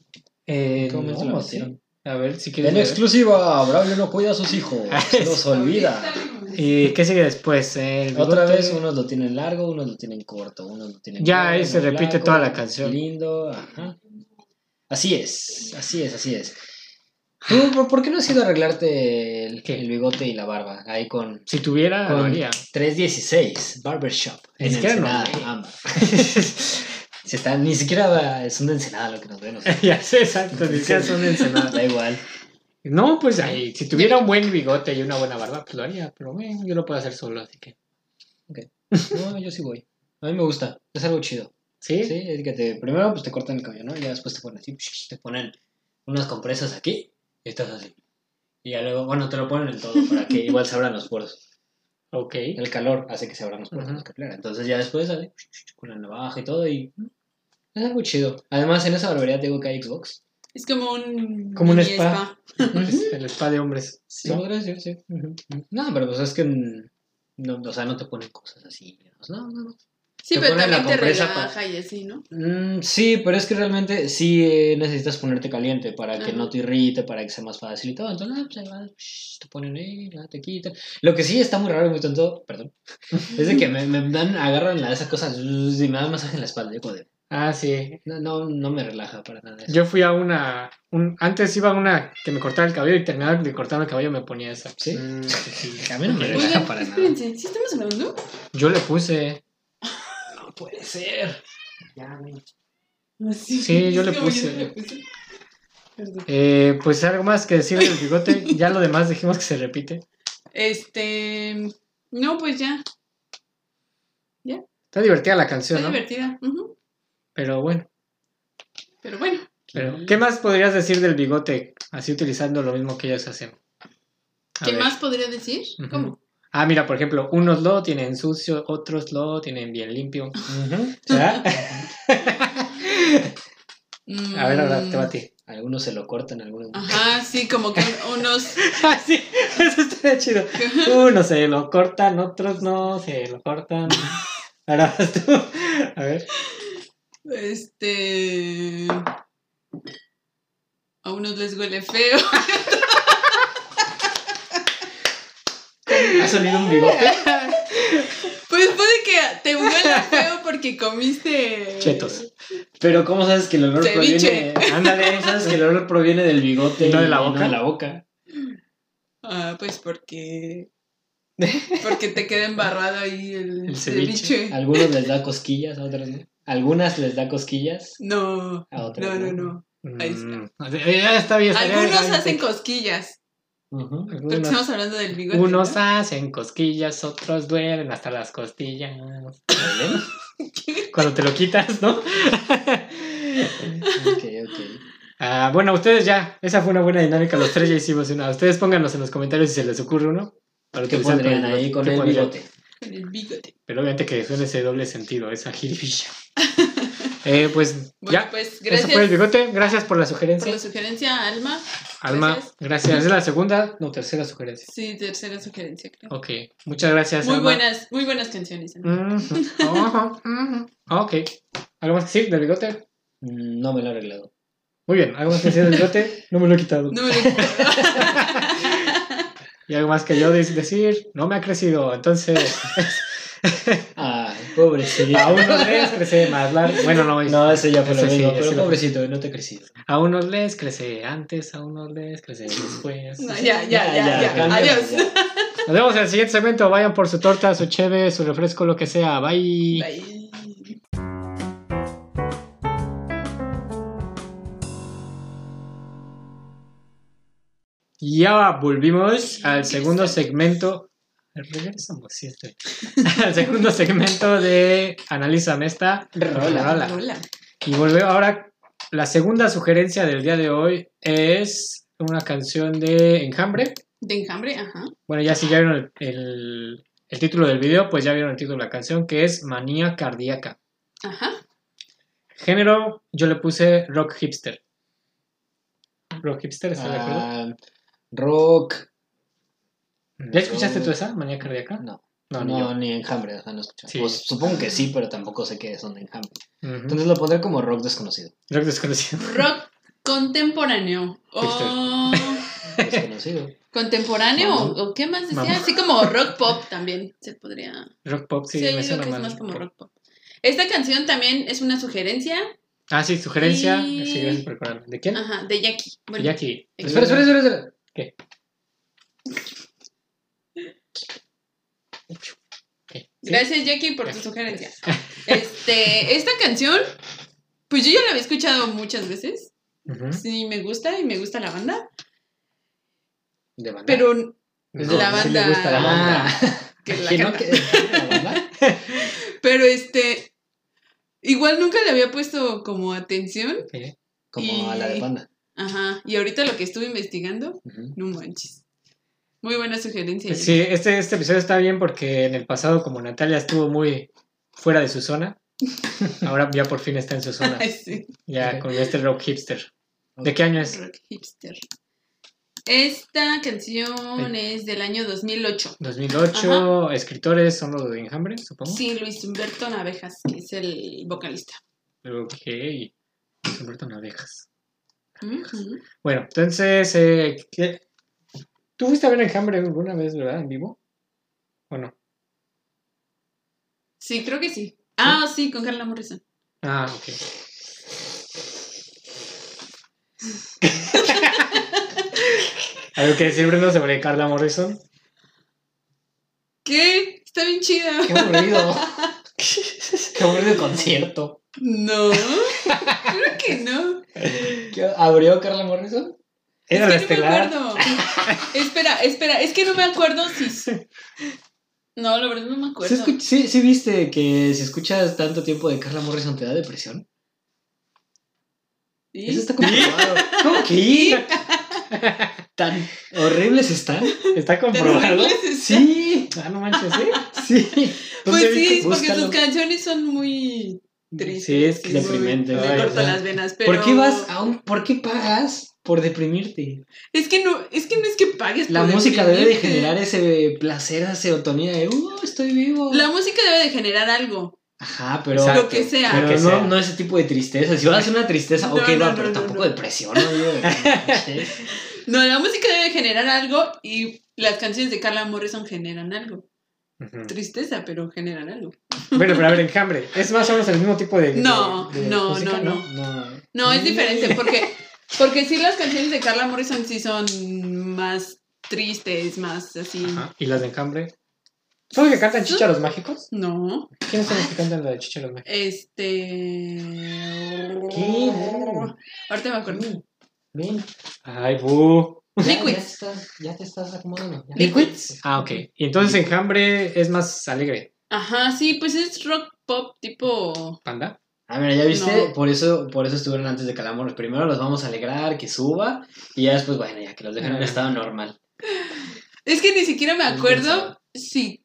[SPEAKER 2] eh,
[SPEAKER 4] ¿Cómo se la
[SPEAKER 2] no, sí.
[SPEAKER 4] metieron?
[SPEAKER 2] A ver, si quieres.
[SPEAKER 4] En
[SPEAKER 2] leer.
[SPEAKER 4] exclusiva, Braulio no cuida a sus hijos, se los olvida.
[SPEAKER 2] ¿Y Eh, qué sigue después? Eh, El
[SPEAKER 4] Otra
[SPEAKER 2] bigote.
[SPEAKER 4] vez unos lo tienen largo, unos lo tienen corto, unos lo tienen
[SPEAKER 2] Ya,
[SPEAKER 4] gordo,
[SPEAKER 2] ahí se
[SPEAKER 4] uno
[SPEAKER 2] repite toda la canción.
[SPEAKER 4] Lindo, ajá. Así es, así es, así es. ¿Tú por- por qué no has ido a arreglarte el,
[SPEAKER 2] ¿Qué?
[SPEAKER 4] el bigote y la barba? Ahí con
[SPEAKER 2] Si tuviera, lo
[SPEAKER 4] Con-
[SPEAKER 2] haría.
[SPEAKER 4] 316 Barbershop
[SPEAKER 2] Ni
[SPEAKER 4] en
[SPEAKER 2] siquiera nos
[SPEAKER 4] Ensenada,
[SPEAKER 2] ve.
[SPEAKER 4] ambas. Se están, ni siquiera va- son de Ensenada lo que nos ven. o sea,
[SPEAKER 2] ya sé, exacto. Ni siquiera son ensenadas.
[SPEAKER 4] da igual.
[SPEAKER 2] No, pues ahí, si tuviera un buen bigote y una buena barba, pues lo haría. Pero bueno, yo lo puedo hacer solo, así que.
[SPEAKER 4] No, yo sí voy. A mí me gusta, es algo chido.
[SPEAKER 2] ¿Sí?
[SPEAKER 4] Sí, es que te, primero pues te cortan el cabello, ¿no? Y ya después te ponen así, psh, te ponen unas compresas aquí y estás así. Y ya luego, bueno, te lo ponen el todo para que igual se abran los poros.
[SPEAKER 2] Ok.
[SPEAKER 4] El calor hace que se abran los poros de
[SPEAKER 2] Ujú.
[SPEAKER 4] la capilar. Entonces ya después sale psh, psh, con la navaja y todo y mm, es algo chido. Además, en esa barbería te digo que hay Xbox.
[SPEAKER 3] Es como un.
[SPEAKER 2] Como un
[SPEAKER 3] mini
[SPEAKER 2] spa. Es el spa de hombres.
[SPEAKER 4] Sí, gracias, sí. Ujú. No, pero pues es que mm, no, o sea, no te ponen cosas así. No, no, no.
[SPEAKER 3] Sí,
[SPEAKER 4] Te
[SPEAKER 3] pero
[SPEAKER 4] ponen la
[SPEAKER 3] también te
[SPEAKER 4] compresa
[SPEAKER 3] relaja y así, ¿no?
[SPEAKER 4] Mm, sí, pero es que realmente sí eh, necesitas ponerte caliente para que
[SPEAKER 3] Ajá.
[SPEAKER 4] no te irrite, para que sea más fácil y todo. Entonces, ah, pues ahí vas, shh, te ponen ahí, ya te quitan. Lo que sí está muy raro y muy tonto, perdón, es de que me, me dan, agarran la, esas cosas y me dan masaje en la espalda. Yo como de,
[SPEAKER 2] Ah, sí.
[SPEAKER 4] no, no, no me relaja para nada. eso.
[SPEAKER 2] Yo fui a una. un- antes iba a una que me cortaba el cabello y terminaba de cortarme el cabello y me ponía esa.
[SPEAKER 4] ¿Sí?
[SPEAKER 2] Mm, sí.
[SPEAKER 4] A mí no me relaja
[SPEAKER 3] Oigan,
[SPEAKER 4] para nada.
[SPEAKER 3] espérense, ¿sí estamos hablando?
[SPEAKER 2] Yo le puse.
[SPEAKER 4] No puede ser.
[SPEAKER 3] Ah, Sí,
[SPEAKER 2] Sí, yo le
[SPEAKER 3] Es que
[SPEAKER 2] puse.
[SPEAKER 3] puse. Perdón.
[SPEAKER 2] Eh, pues algo más que decir del bigote. ya lo demás dijimos que se repite.
[SPEAKER 3] Este. No, pues ya.
[SPEAKER 2] Está divertida la canción,
[SPEAKER 3] Está
[SPEAKER 2] ¿no?
[SPEAKER 3] divertida. ujú,
[SPEAKER 2] Pero bueno.
[SPEAKER 3] Pero bueno.
[SPEAKER 2] Pero, ¿Qué más podrías decir del bigote? Así utilizando lo mismo que ellos hacen. A
[SPEAKER 3] ¿Qué
[SPEAKER 2] ver.
[SPEAKER 3] más podría decir?
[SPEAKER 2] Ujú.
[SPEAKER 3] ¿Cómo?
[SPEAKER 2] Ah, mira, por ejemplo, unos lo tienen sucio, otros lo tienen bien limpio.
[SPEAKER 4] Ujú.
[SPEAKER 2] ¿Verdad?
[SPEAKER 3] Mm,
[SPEAKER 2] A ver, ahora te va a ti.
[SPEAKER 4] Algunos se lo cortan, algunos no.
[SPEAKER 3] Ajá, sí, como que un- unos.
[SPEAKER 2] Ah, sí, eso estaría chido. Unos se lo cortan, otros no se lo cortan. Ahora vas tú. A ver.
[SPEAKER 3] Este. A unos les huele feo.
[SPEAKER 4] ¿Ha salido un bigote?
[SPEAKER 3] Pues puede que te huela feo porque comiste.
[SPEAKER 2] Chetos.
[SPEAKER 4] Pero ¿cómo sabes que el olor
[SPEAKER 3] Ceviche.
[SPEAKER 4] proviene? Ándale, ¿sabes que el olor proviene del bigote?
[SPEAKER 2] ¿Y no de la
[SPEAKER 4] y
[SPEAKER 2] boca?
[SPEAKER 4] de la boca.
[SPEAKER 3] Ah, pues porque. Porque te queda embarrado ahí el,
[SPEAKER 2] El ceviche.
[SPEAKER 3] ceviche.
[SPEAKER 4] Algunos les da cosquillas, a otros no. Algunas les da cosquillas,
[SPEAKER 3] No,
[SPEAKER 4] a otras
[SPEAKER 3] no, no, no. Ahí está.
[SPEAKER 2] Mm, ya está bien. estaría
[SPEAKER 3] Algunos
[SPEAKER 2] bien.
[SPEAKER 3] hacen cosquillas.
[SPEAKER 4] Ujú.
[SPEAKER 3] Porque
[SPEAKER 2] Algunos-
[SPEAKER 3] estamos hablando del bigote.
[SPEAKER 2] Unos
[SPEAKER 3] ¿no?
[SPEAKER 2] hacen cosquillas, otros duelen hasta las costillas. Cuando te lo quitas, ¿no?
[SPEAKER 4] Ok, ok.
[SPEAKER 2] Ah, bueno, ustedes ya. Esa fue una buena dinámica. Los tres ya hicimos una. Ustedes pónganos en los comentarios si se les ocurre uno. Para
[SPEAKER 4] ¿Qué
[SPEAKER 2] utilizar
[SPEAKER 4] pondrían
[SPEAKER 2] para el
[SPEAKER 4] ahí
[SPEAKER 2] bigote.
[SPEAKER 4] con
[SPEAKER 2] ¿Qué
[SPEAKER 4] el
[SPEAKER 2] pondrían?
[SPEAKER 4] bigote?
[SPEAKER 3] Con el bigote.
[SPEAKER 2] Pero obviamente que suene ese doble sentido, esa jiribilla. eh, pues
[SPEAKER 3] Bueno,
[SPEAKER 2] ya.
[SPEAKER 3] pues
[SPEAKER 2] Eso fue el
[SPEAKER 3] gracias
[SPEAKER 2] bigote. Gracias por la
[SPEAKER 3] por
[SPEAKER 2] sugerencia.
[SPEAKER 3] la sugerencia, Alma.
[SPEAKER 2] Alma,
[SPEAKER 3] gracias.
[SPEAKER 2] gracias. Es la segunda, no, tercera sugerencia.
[SPEAKER 3] Sí, tercera sugerencia, creo.
[SPEAKER 2] Ok, muchas gracias.
[SPEAKER 3] Muy
[SPEAKER 2] Alma.
[SPEAKER 3] buenas, muy buenas canciones. Alma.
[SPEAKER 2] Mhm, ajá, mhm. Ok. ¿Algo más que decir del bigote?
[SPEAKER 4] Mm, No me lo he arreglado.
[SPEAKER 2] Muy bien. ¿Algo más que decir del bigote? No me lo he quitado.
[SPEAKER 3] No me lo-
[SPEAKER 2] Y algo más que yo de- decir, no me ha crecido. Entonces,
[SPEAKER 4] Ay, pobrecito.
[SPEAKER 2] a unos les crece más largo. Bueno, no, es-
[SPEAKER 4] No, eso ya fue lo
[SPEAKER 2] Ese sí,
[SPEAKER 4] mismo,
[SPEAKER 2] ese
[SPEAKER 4] pero
[SPEAKER 2] lo-
[SPEAKER 4] pobrecito, no te he crecido.
[SPEAKER 2] a unos les crece antes, a unos les crece después.
[SPEAKER 3] No, ya, ya, ya,
[SPEAKER 4] Ya,
[SPEAKER 3] ya.
[SPEAKER 4] ya, cambia,
[SPEAKER 3] Adiós.
[SPEAKER 4] ya.
[SPEAKER 2] Nos vemos en el siguiente segmento. Vayan por su torta, su cheve, su refresco, lo que sea. Bye.
[SPEAKER 3] Bye.
[SPEAKER 2] Ya volvimos al segundo segmento. Regresamos, sí, estoy. al segundo segmento de Analízame esta rola.
[SPEAKER 3] Rola.
[SPEAKER 2] Y volvemos ahora. La segunda sugerencia del día de hoy es una canción de Enjambre.
[SPEAKER 3] De enjambre, ajá.
[SPEAKER 2] Bueno, ya si ya vieron el, el- el título del video, pues ya vieron el título de la canción, que es Manía Cardíaca.
[SPEAKER 3] Ajá.
[SPEAKER 2] Género, yo le puse rock hipster. Rock hipster, ¿estás de acuerdo?
[SPEAKER 4] Ah, rock.
[SPEAKER 2] ¿Ya escuchaste
[SPEAKER 4] rock.
[SPEAKER 2] tú esa, Manía Cardíaca?
[SPEAKER 4] No. No,
[SPEAKER 2] No, ni yo.
[SPEAKER 4] ni enjambre, o sea, no he escuchado.
[SPEAKER 2] Sí.
[SPEAKER 4] Pues, supongo que sí, pero tampoco sé qué son de enjambre.
[SPEAKER 2] Ujú.
[SPEAKER 4] Entonces lo pondré como rock desconocido.
[SPEAKER 2] Rock desconocido.
[SPEAKER 3] Rock contemporáneo. O...
[SPEAKER 4] Desconocido.
[SPEAKER 3] ¿Contemporáneo?
[SPEAKER 4] Mamá.
[SPEAKER 3] ¿O qué más decía?
[SPEAKER 2] Este. Mamá.
[SPEAKER 3] Así como rock pop también se podría.
[SPEAKER 2] Rock pop, sí,
[SPEAKER 3] Sí, yo
[SPEAKER 2] me
[SPEAKER 3] digo
[SPEAKER 2] suena
[SPEAKER 3] que es
[SPEAKER 2] mal.
[SPEAKER 3] más como rock pop. Esta canción también es una sugerencia
[SPEAKER 2] Ah, sí, sugerencia.
[SPEAKER 3] Y-
[SPEAKER 2] Sí, gracias por recordarme. ¿De quién?
[SPEAKER 3] ajá, de Jackie. Bueno,
[SPEAKER 2] Jackie.
[SPEAKER 4] espera, espera, espera, espera.
[SPEAKER 2] ¿Qué?
[SPEAKER 3] Gracias, Jackie, por tu
[SPEAKER 2] Jackie,
[SPEAKER 3] sugerencia. Este, esta canción, pues yo ya la había escuchado muchas veces.
[SPEAKER 2] Ujú.
[SPEAKER 3] Sí, me gusta y me gusta la banda.
[SPEAKER 4] De banda.
[SPEAKER 3] Pero
[SPEAKER 4] Es
[SPEAKER 2] No,
[SPEAKER 4] de-
[SPEAKER 3] la
[SPEAKER 2] sí le
[SPEAKER 3] banda-
[SPEAKER 2] gusta la banda.
[SPEAKER 3] que la
[SPEAKER 4] Ah, ¿Que no?
[SPEAKER 3] canta.
[SPEAKER 4] ¿Que- que la banda?
[SPEAKER 3] Pero este. Igual nunca le había puesto como atención.
[SPEAKER 2] Ok.
[SPEAKER 4] Como a la de banda.
[SPEAKER 3] Ajá. Y ahorita lo que estuve investigando,
[SPEAKER 4] Ujú.
[SPEAKER 3] no manches. Muy buena sugerencia. ¿eh?
[SPEAKER 2] Sí, este, este episodio está bien porque en el pasado, como Natalia estuvo muy fuera de su zona, ahora ya por fin está en su zona.
[SPEAKER 3] Ay, sí.
[SPEAKER 2] Ya
[SPEAKER 4] Ok.
[SPEAKER 2] con este rock hipster. ¿De qué año es?
[SPEAKER 3] Rock hipster. Esta canción es del año 2008.
[SPEAKER 2] 2008, escritores son los de Enjambre, supongo.
[SPEAKER 3] Sí, Luis Humberto Navejas, que es el vocalista.
[SPEAKER 2] Ok. Se en abejas.
[SPEAKER 3] Ujú.
[SPEAKER 2] Bueno, entonces, eh, ¿qué- ¿tú fuiste a ver Enjambre alguna vez, verdad, en vivo? ¿O no?
[SPEAKER 3] Sí, creo que sí. Ah, sí, con Carla Morrison.
[SPEAKER 2] Ah, ok. ¿Algo que decir, Bruno, sobre Carla Morrison?
[SPEAKER 3] ¿Qué? Está bien chida.
[SPEAKER 4] Qué aburrido. Qué aburrido concierto.
[SPEAKER 3] No, creo que no.
[SPEAKER 4] ¿Qué- ¿Abrió Carla Morrison?
[SPEAKER 2] Era la
[SPEAKER 3] es que no me
[SPEAKER 2] estelar.
[SPEAKER 3] acuerdo. espera, espera, es que no me acuerdo si. No, la verdad no me
[SPEAKER 4] ¿Sí,
[SPEAKER 3] acuerdo.
[SPEAKER 4] escu- sí, sí viste que si escuchas tanto tiempo de Carla Morrison te da depresión?
[SPEAKER 3] ¿Sí?
[SPEAKER 4] Eso está comprobado. ¿Cómo que? ¿Tan horribles están?
[SPEAKER 2] ¿Está
[SPEAKER 3] ¿Te
[SPEAKER 2] comprobado?
[SPEAKER 3] acuerdas?
[SPEAKER 4] Sí,
[SPEAKER 2] Ah, no manches, ¿sí?
[SPEAKER 4] sí.
[SPEAKER 3] Pues sí, es porque
[SPEAKER 4] Búscalo.
[SPEAKER 3] sus canciones son muy tristes.
[SPEAKER 2] Sí, es que
[SPEAKER 3] y muy-
[SPEAKER 4] deprimentes.
[SPEAKER 3] Me
[SPEAKER 2] Ay,
[SPEAKER 3] cortan
[SPEAKER 4] o sea,
[SPEAKER 3] las venas, pero.
[SPEAKER 4] ¿Por qué vas a un... ¿Por qué pagas por deprimirte?
[SPEAKER 3] Es que no, es que no es que pagues
[SPEAKER 4] La
[SPEAKER 3] por
[SPEAKER 4] música debe de
[SPEAKER 3] deprimirte.
[SPEAKER 4] generar ese placer, esa serotonina de, uh, estoy vivo.
[SPEAKER 3] La música debe de generar algo.
[SPEAKER 4] Ajá, pero...
[SPEAKER 2] Exacto.
[SPEAKER 3] Lo que sea.
[SPEAKER 4] Pero
[SPEAKER 2] Lo que
[SPEAKER 4] no,
[SPEAKER 2] sea.
[SPEAKER 4] no ese tipo de tristeza. Si vas a hacer una tristeza,
[SPEAKER 3] No,
[SPEAKER 4] ok,
[SPEAKER 3] no,
[SPEAKER 4] va,
[SPEAKER 3] no,
[SPEAKER 4] pero
[SPEAKER 3] no,
[SPEAKER 4] tampoco
[SPEAKER 3] no.
[SPEAKER 4] depresión, ¿no? Digo, che.
[SPEAKER 3] No, la música debe de generar algo y las canciones de Carla Morrison generan algo.
[SPEAKER 2] Ujú.
[SPEAKER 3] Tristeza, pero generan algo.
[SPEAKER 2] Bueno, pero a ver, Enjambre, ¿es más o menos el mismo tipo de... de-
[SPEAKER 3] No,
[SPEAKER 2] de
[SPEAKER 3] no,
[SPEAKER 2] música?
[SPEAKER 3] no,
[SPEAKER 4] No.
[SPEAKER 3] No, es diferente porque, porque sí las canciones de Carla Morrison sí son más tristes, más así.
[SPEAKER 2] Ajá. ¿Y las de Enjambre? ¿Son los que cantan Chicharos Mágicos?
[SPEAKER 3] No,
[SPEAKER 2] ¿Quiénes son los que cantan la de Chicharos Mágicos?
[SPEAKER 3] este... oh,
[SPEAKER 4] ¿Qué?
[SPEAKER 3] Ahorita me acuerdo.
[SPEAKER 4] Ven,
[SPEAKER 2] Ay, bu.
[SPEAKER 4] ya, ya
[SPEAKER 3] Liquids.
[SPEAKER 4] estás- ya te estás acomodando. ya.
[SPEAKER 3] Liquids.
[SPEAKER 2] Ah, ok. Y entonces Enjambre es más alegre,
[SPEAKER 3] Ajá, sí, pues es rock pop tipo...
[SPEAKER 2] panda.
[SPEAKER 4] Ah, mira, ya viste,
[SPEAKER 3] No.
[SPEAKER 4] por eso por eso estuvieron antes de Calamoros. Primero los vamos a alegrar, que suba, y ya después, bueno, ya que los dejan en estado normal.
[SPEAKER 3] Es que ni siquiera me
[SPEAKER 4] Bien
[SPEAKER 3] acuerdo
[SPEAKER 4] pensado.
[SPEAKER 3] si,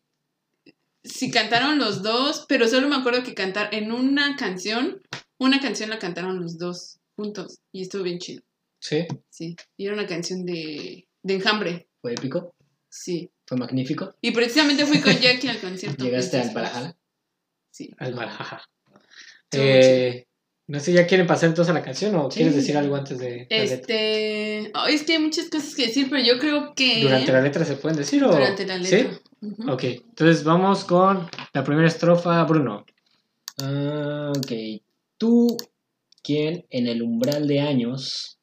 [SPEAKER 3] si cantaron los dos, pero solo me acuerdo que cantar en una canción, una canción la cantaron los dos juntos y estuvo bien chido.
[SPEAKER 4] Sí,
[SPEAKER 3] Sí. Y era una canción de, de enjambre.
[SPEAKER 4] fue épico,
[SPEAKER 3] Sí.
[SPEAKER 4] fue magnífico.
[SPEAKER 3] Y precisamente fui con Jackie al concierto.
[SPEAKER 4] Llegaste al
[SPEAKER 3] Entonces,
[SPEAKER 4] Guadalajara.
[SPEAKER 3] Sí.
[SPEAKER 2] Al Baraja.
[SPEAKER 3] Estuvo
[SPEAKER 2] Eh, no sé, ¿ya quieren pasar entonces a la canción o
[SPEAKER 4] Sí.
[SPEAKER 2] quieres decir algo antes de la letra?
[SPEAKER 3] pues, Este. ay, es que hay muchas cosas que decir, pero yo creo que.
[SPEAKER 2] ¿Durante la letra se pueden decir o...?
[SPEAKER 3] durante la letra.
[SPEAKER 2] ¿Sí?
[SPEAKER 3] Ujú.
[SPEAKER 2] Ok, entonces vamos con la primera estrofa, Bruno.
[SPEAKER 4] Ah, ok. Tú, quien en el umbral de años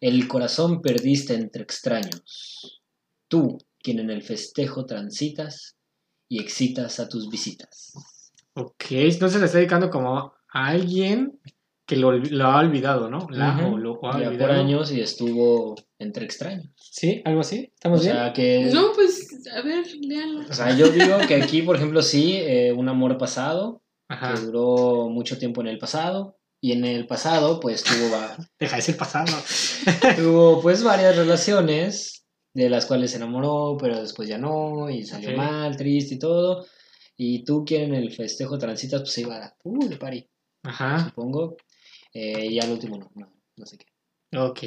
[SPEAKER 4] el corazón perdiste entre extraños. Tú, quien en el festejo transitas y excitas a tus visitas.
[SPEAKER 2] Ok, entonces le está dedicando como a alguien que lo, olvi- lo ha olvidado, ¿no? La
[SPEAKER 4] Ujú.
[SPEAKER 2] o lo ha
[SPEAKER 4] Ya por
[SPEAKER 2] olvidado.
[SPEAKER 4] años y estuvo entre extraños.
[SPEAKER 2] ¿Sí? ¿Algo así?
[SPEAKER 4] O
[SPEAKER 2] ¿Estamos bien?
[SPEAKER 4] sea que.
[SPEAKER 3] No, pues, a ver, léala.
[SPEAKER 4] O sea, yo digo que aquí, por ejemplo, sí, eh, un amor pasado
[SPEAKER 2] Ajá.
[SPEAKER 4] que duró mucho tiempo en el pasado. Y en el pasado, pues tuvo va-
[SPEAKER 2] Deja de ser pasado.
[SPEAKER 4] Tuvo pues varias relaciones de las cuales se enamoró, pero después ya no, y salió
[SPEAKER 2] Ok.
[SPEAKER 4] mal, triste y todo. Y tú quien en el festejo transitas, pues se iba a uh, de party,
[SPEAKER 2] Ajá.
[SPEAKER 4] supongo. Eh, y al último no, no, no sé qué.
[SPEAKER 2] Ok.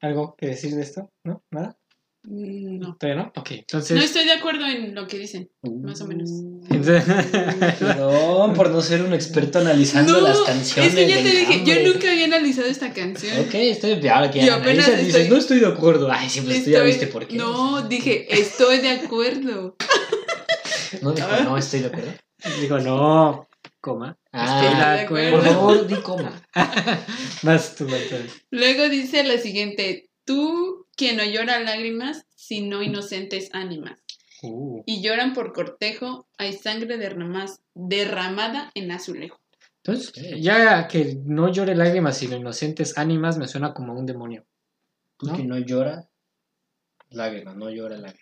[SPEAKER 2] ¿Algo que decir de esto? ¿No? ¿Nada?
[SPEAKER 3] Mm, No.
[SPEAKER 2] ¿Todavía no? Ok, entonces...
[SPEAKER 3] No estoy de acuerdo en lo que dicen, más o menos.
[SPEAKER 4] Mm,
[SPEAKER 2] Entonces-
[SPEAKER 4] Uh, Perdón por no ser un experto analizando las canciones.
[SPEAKER 3] Es que ya
[SPEAKER 4] de
[SPEAKER 3] te dije,
[SPEAKER 4] Enjambre.
[SPEAKER 3] yo nunca había analizado esta canción.
[SPEAKER 4] Ok, estoy ahora que
[SPEAKER 3] Yo
[SPEAKER 4] ya analizas,
[SPEAKER 3] apenas
[SPEAKER 4] dices,
[SPEAKER 3] estoy-
[SPEAKER 4] no estoy de acuerdo. Ay, sí, pues tú ya
[SPEAKER 3] Estoy-
[SPEAKER 4] viste por qué.
[SPEAKER 3] No, dije, estoy de acuerdo.
[SPEAKER 4] No dijo, no estoy de acuerdo.
[SPEAKER 2] Digo, no, coma.
[SPEAKER 3] Estoy
[SPEAKER 4] Ah,
[SPEAKER 3] de
[SPEAKER 4] por
[SPEAKER 3] acuerdo.
[SPEAKER 4] favor, di coma.
[SPEAKER 2] Vas tú, entonces.
[SPEAKER 3] Luego dice lo siguiente, tú que no llora lágrimas, sino inocentes ánimas,
[SPEAKER 2] Uh.
[SPEAKER 3] y lloran por cortejo, hay sangre derramas- derramada en azulejo.
[SPEAKER 2] Entonces, ya que no llore lágrimas sino inocentes ánimas, me suena como a un demonio.
[SPEAKER 4] Tú
[SPEAKER 2] ¿No?
[SPEAKER 4] que no llora lágrimas, no llora lágrimas.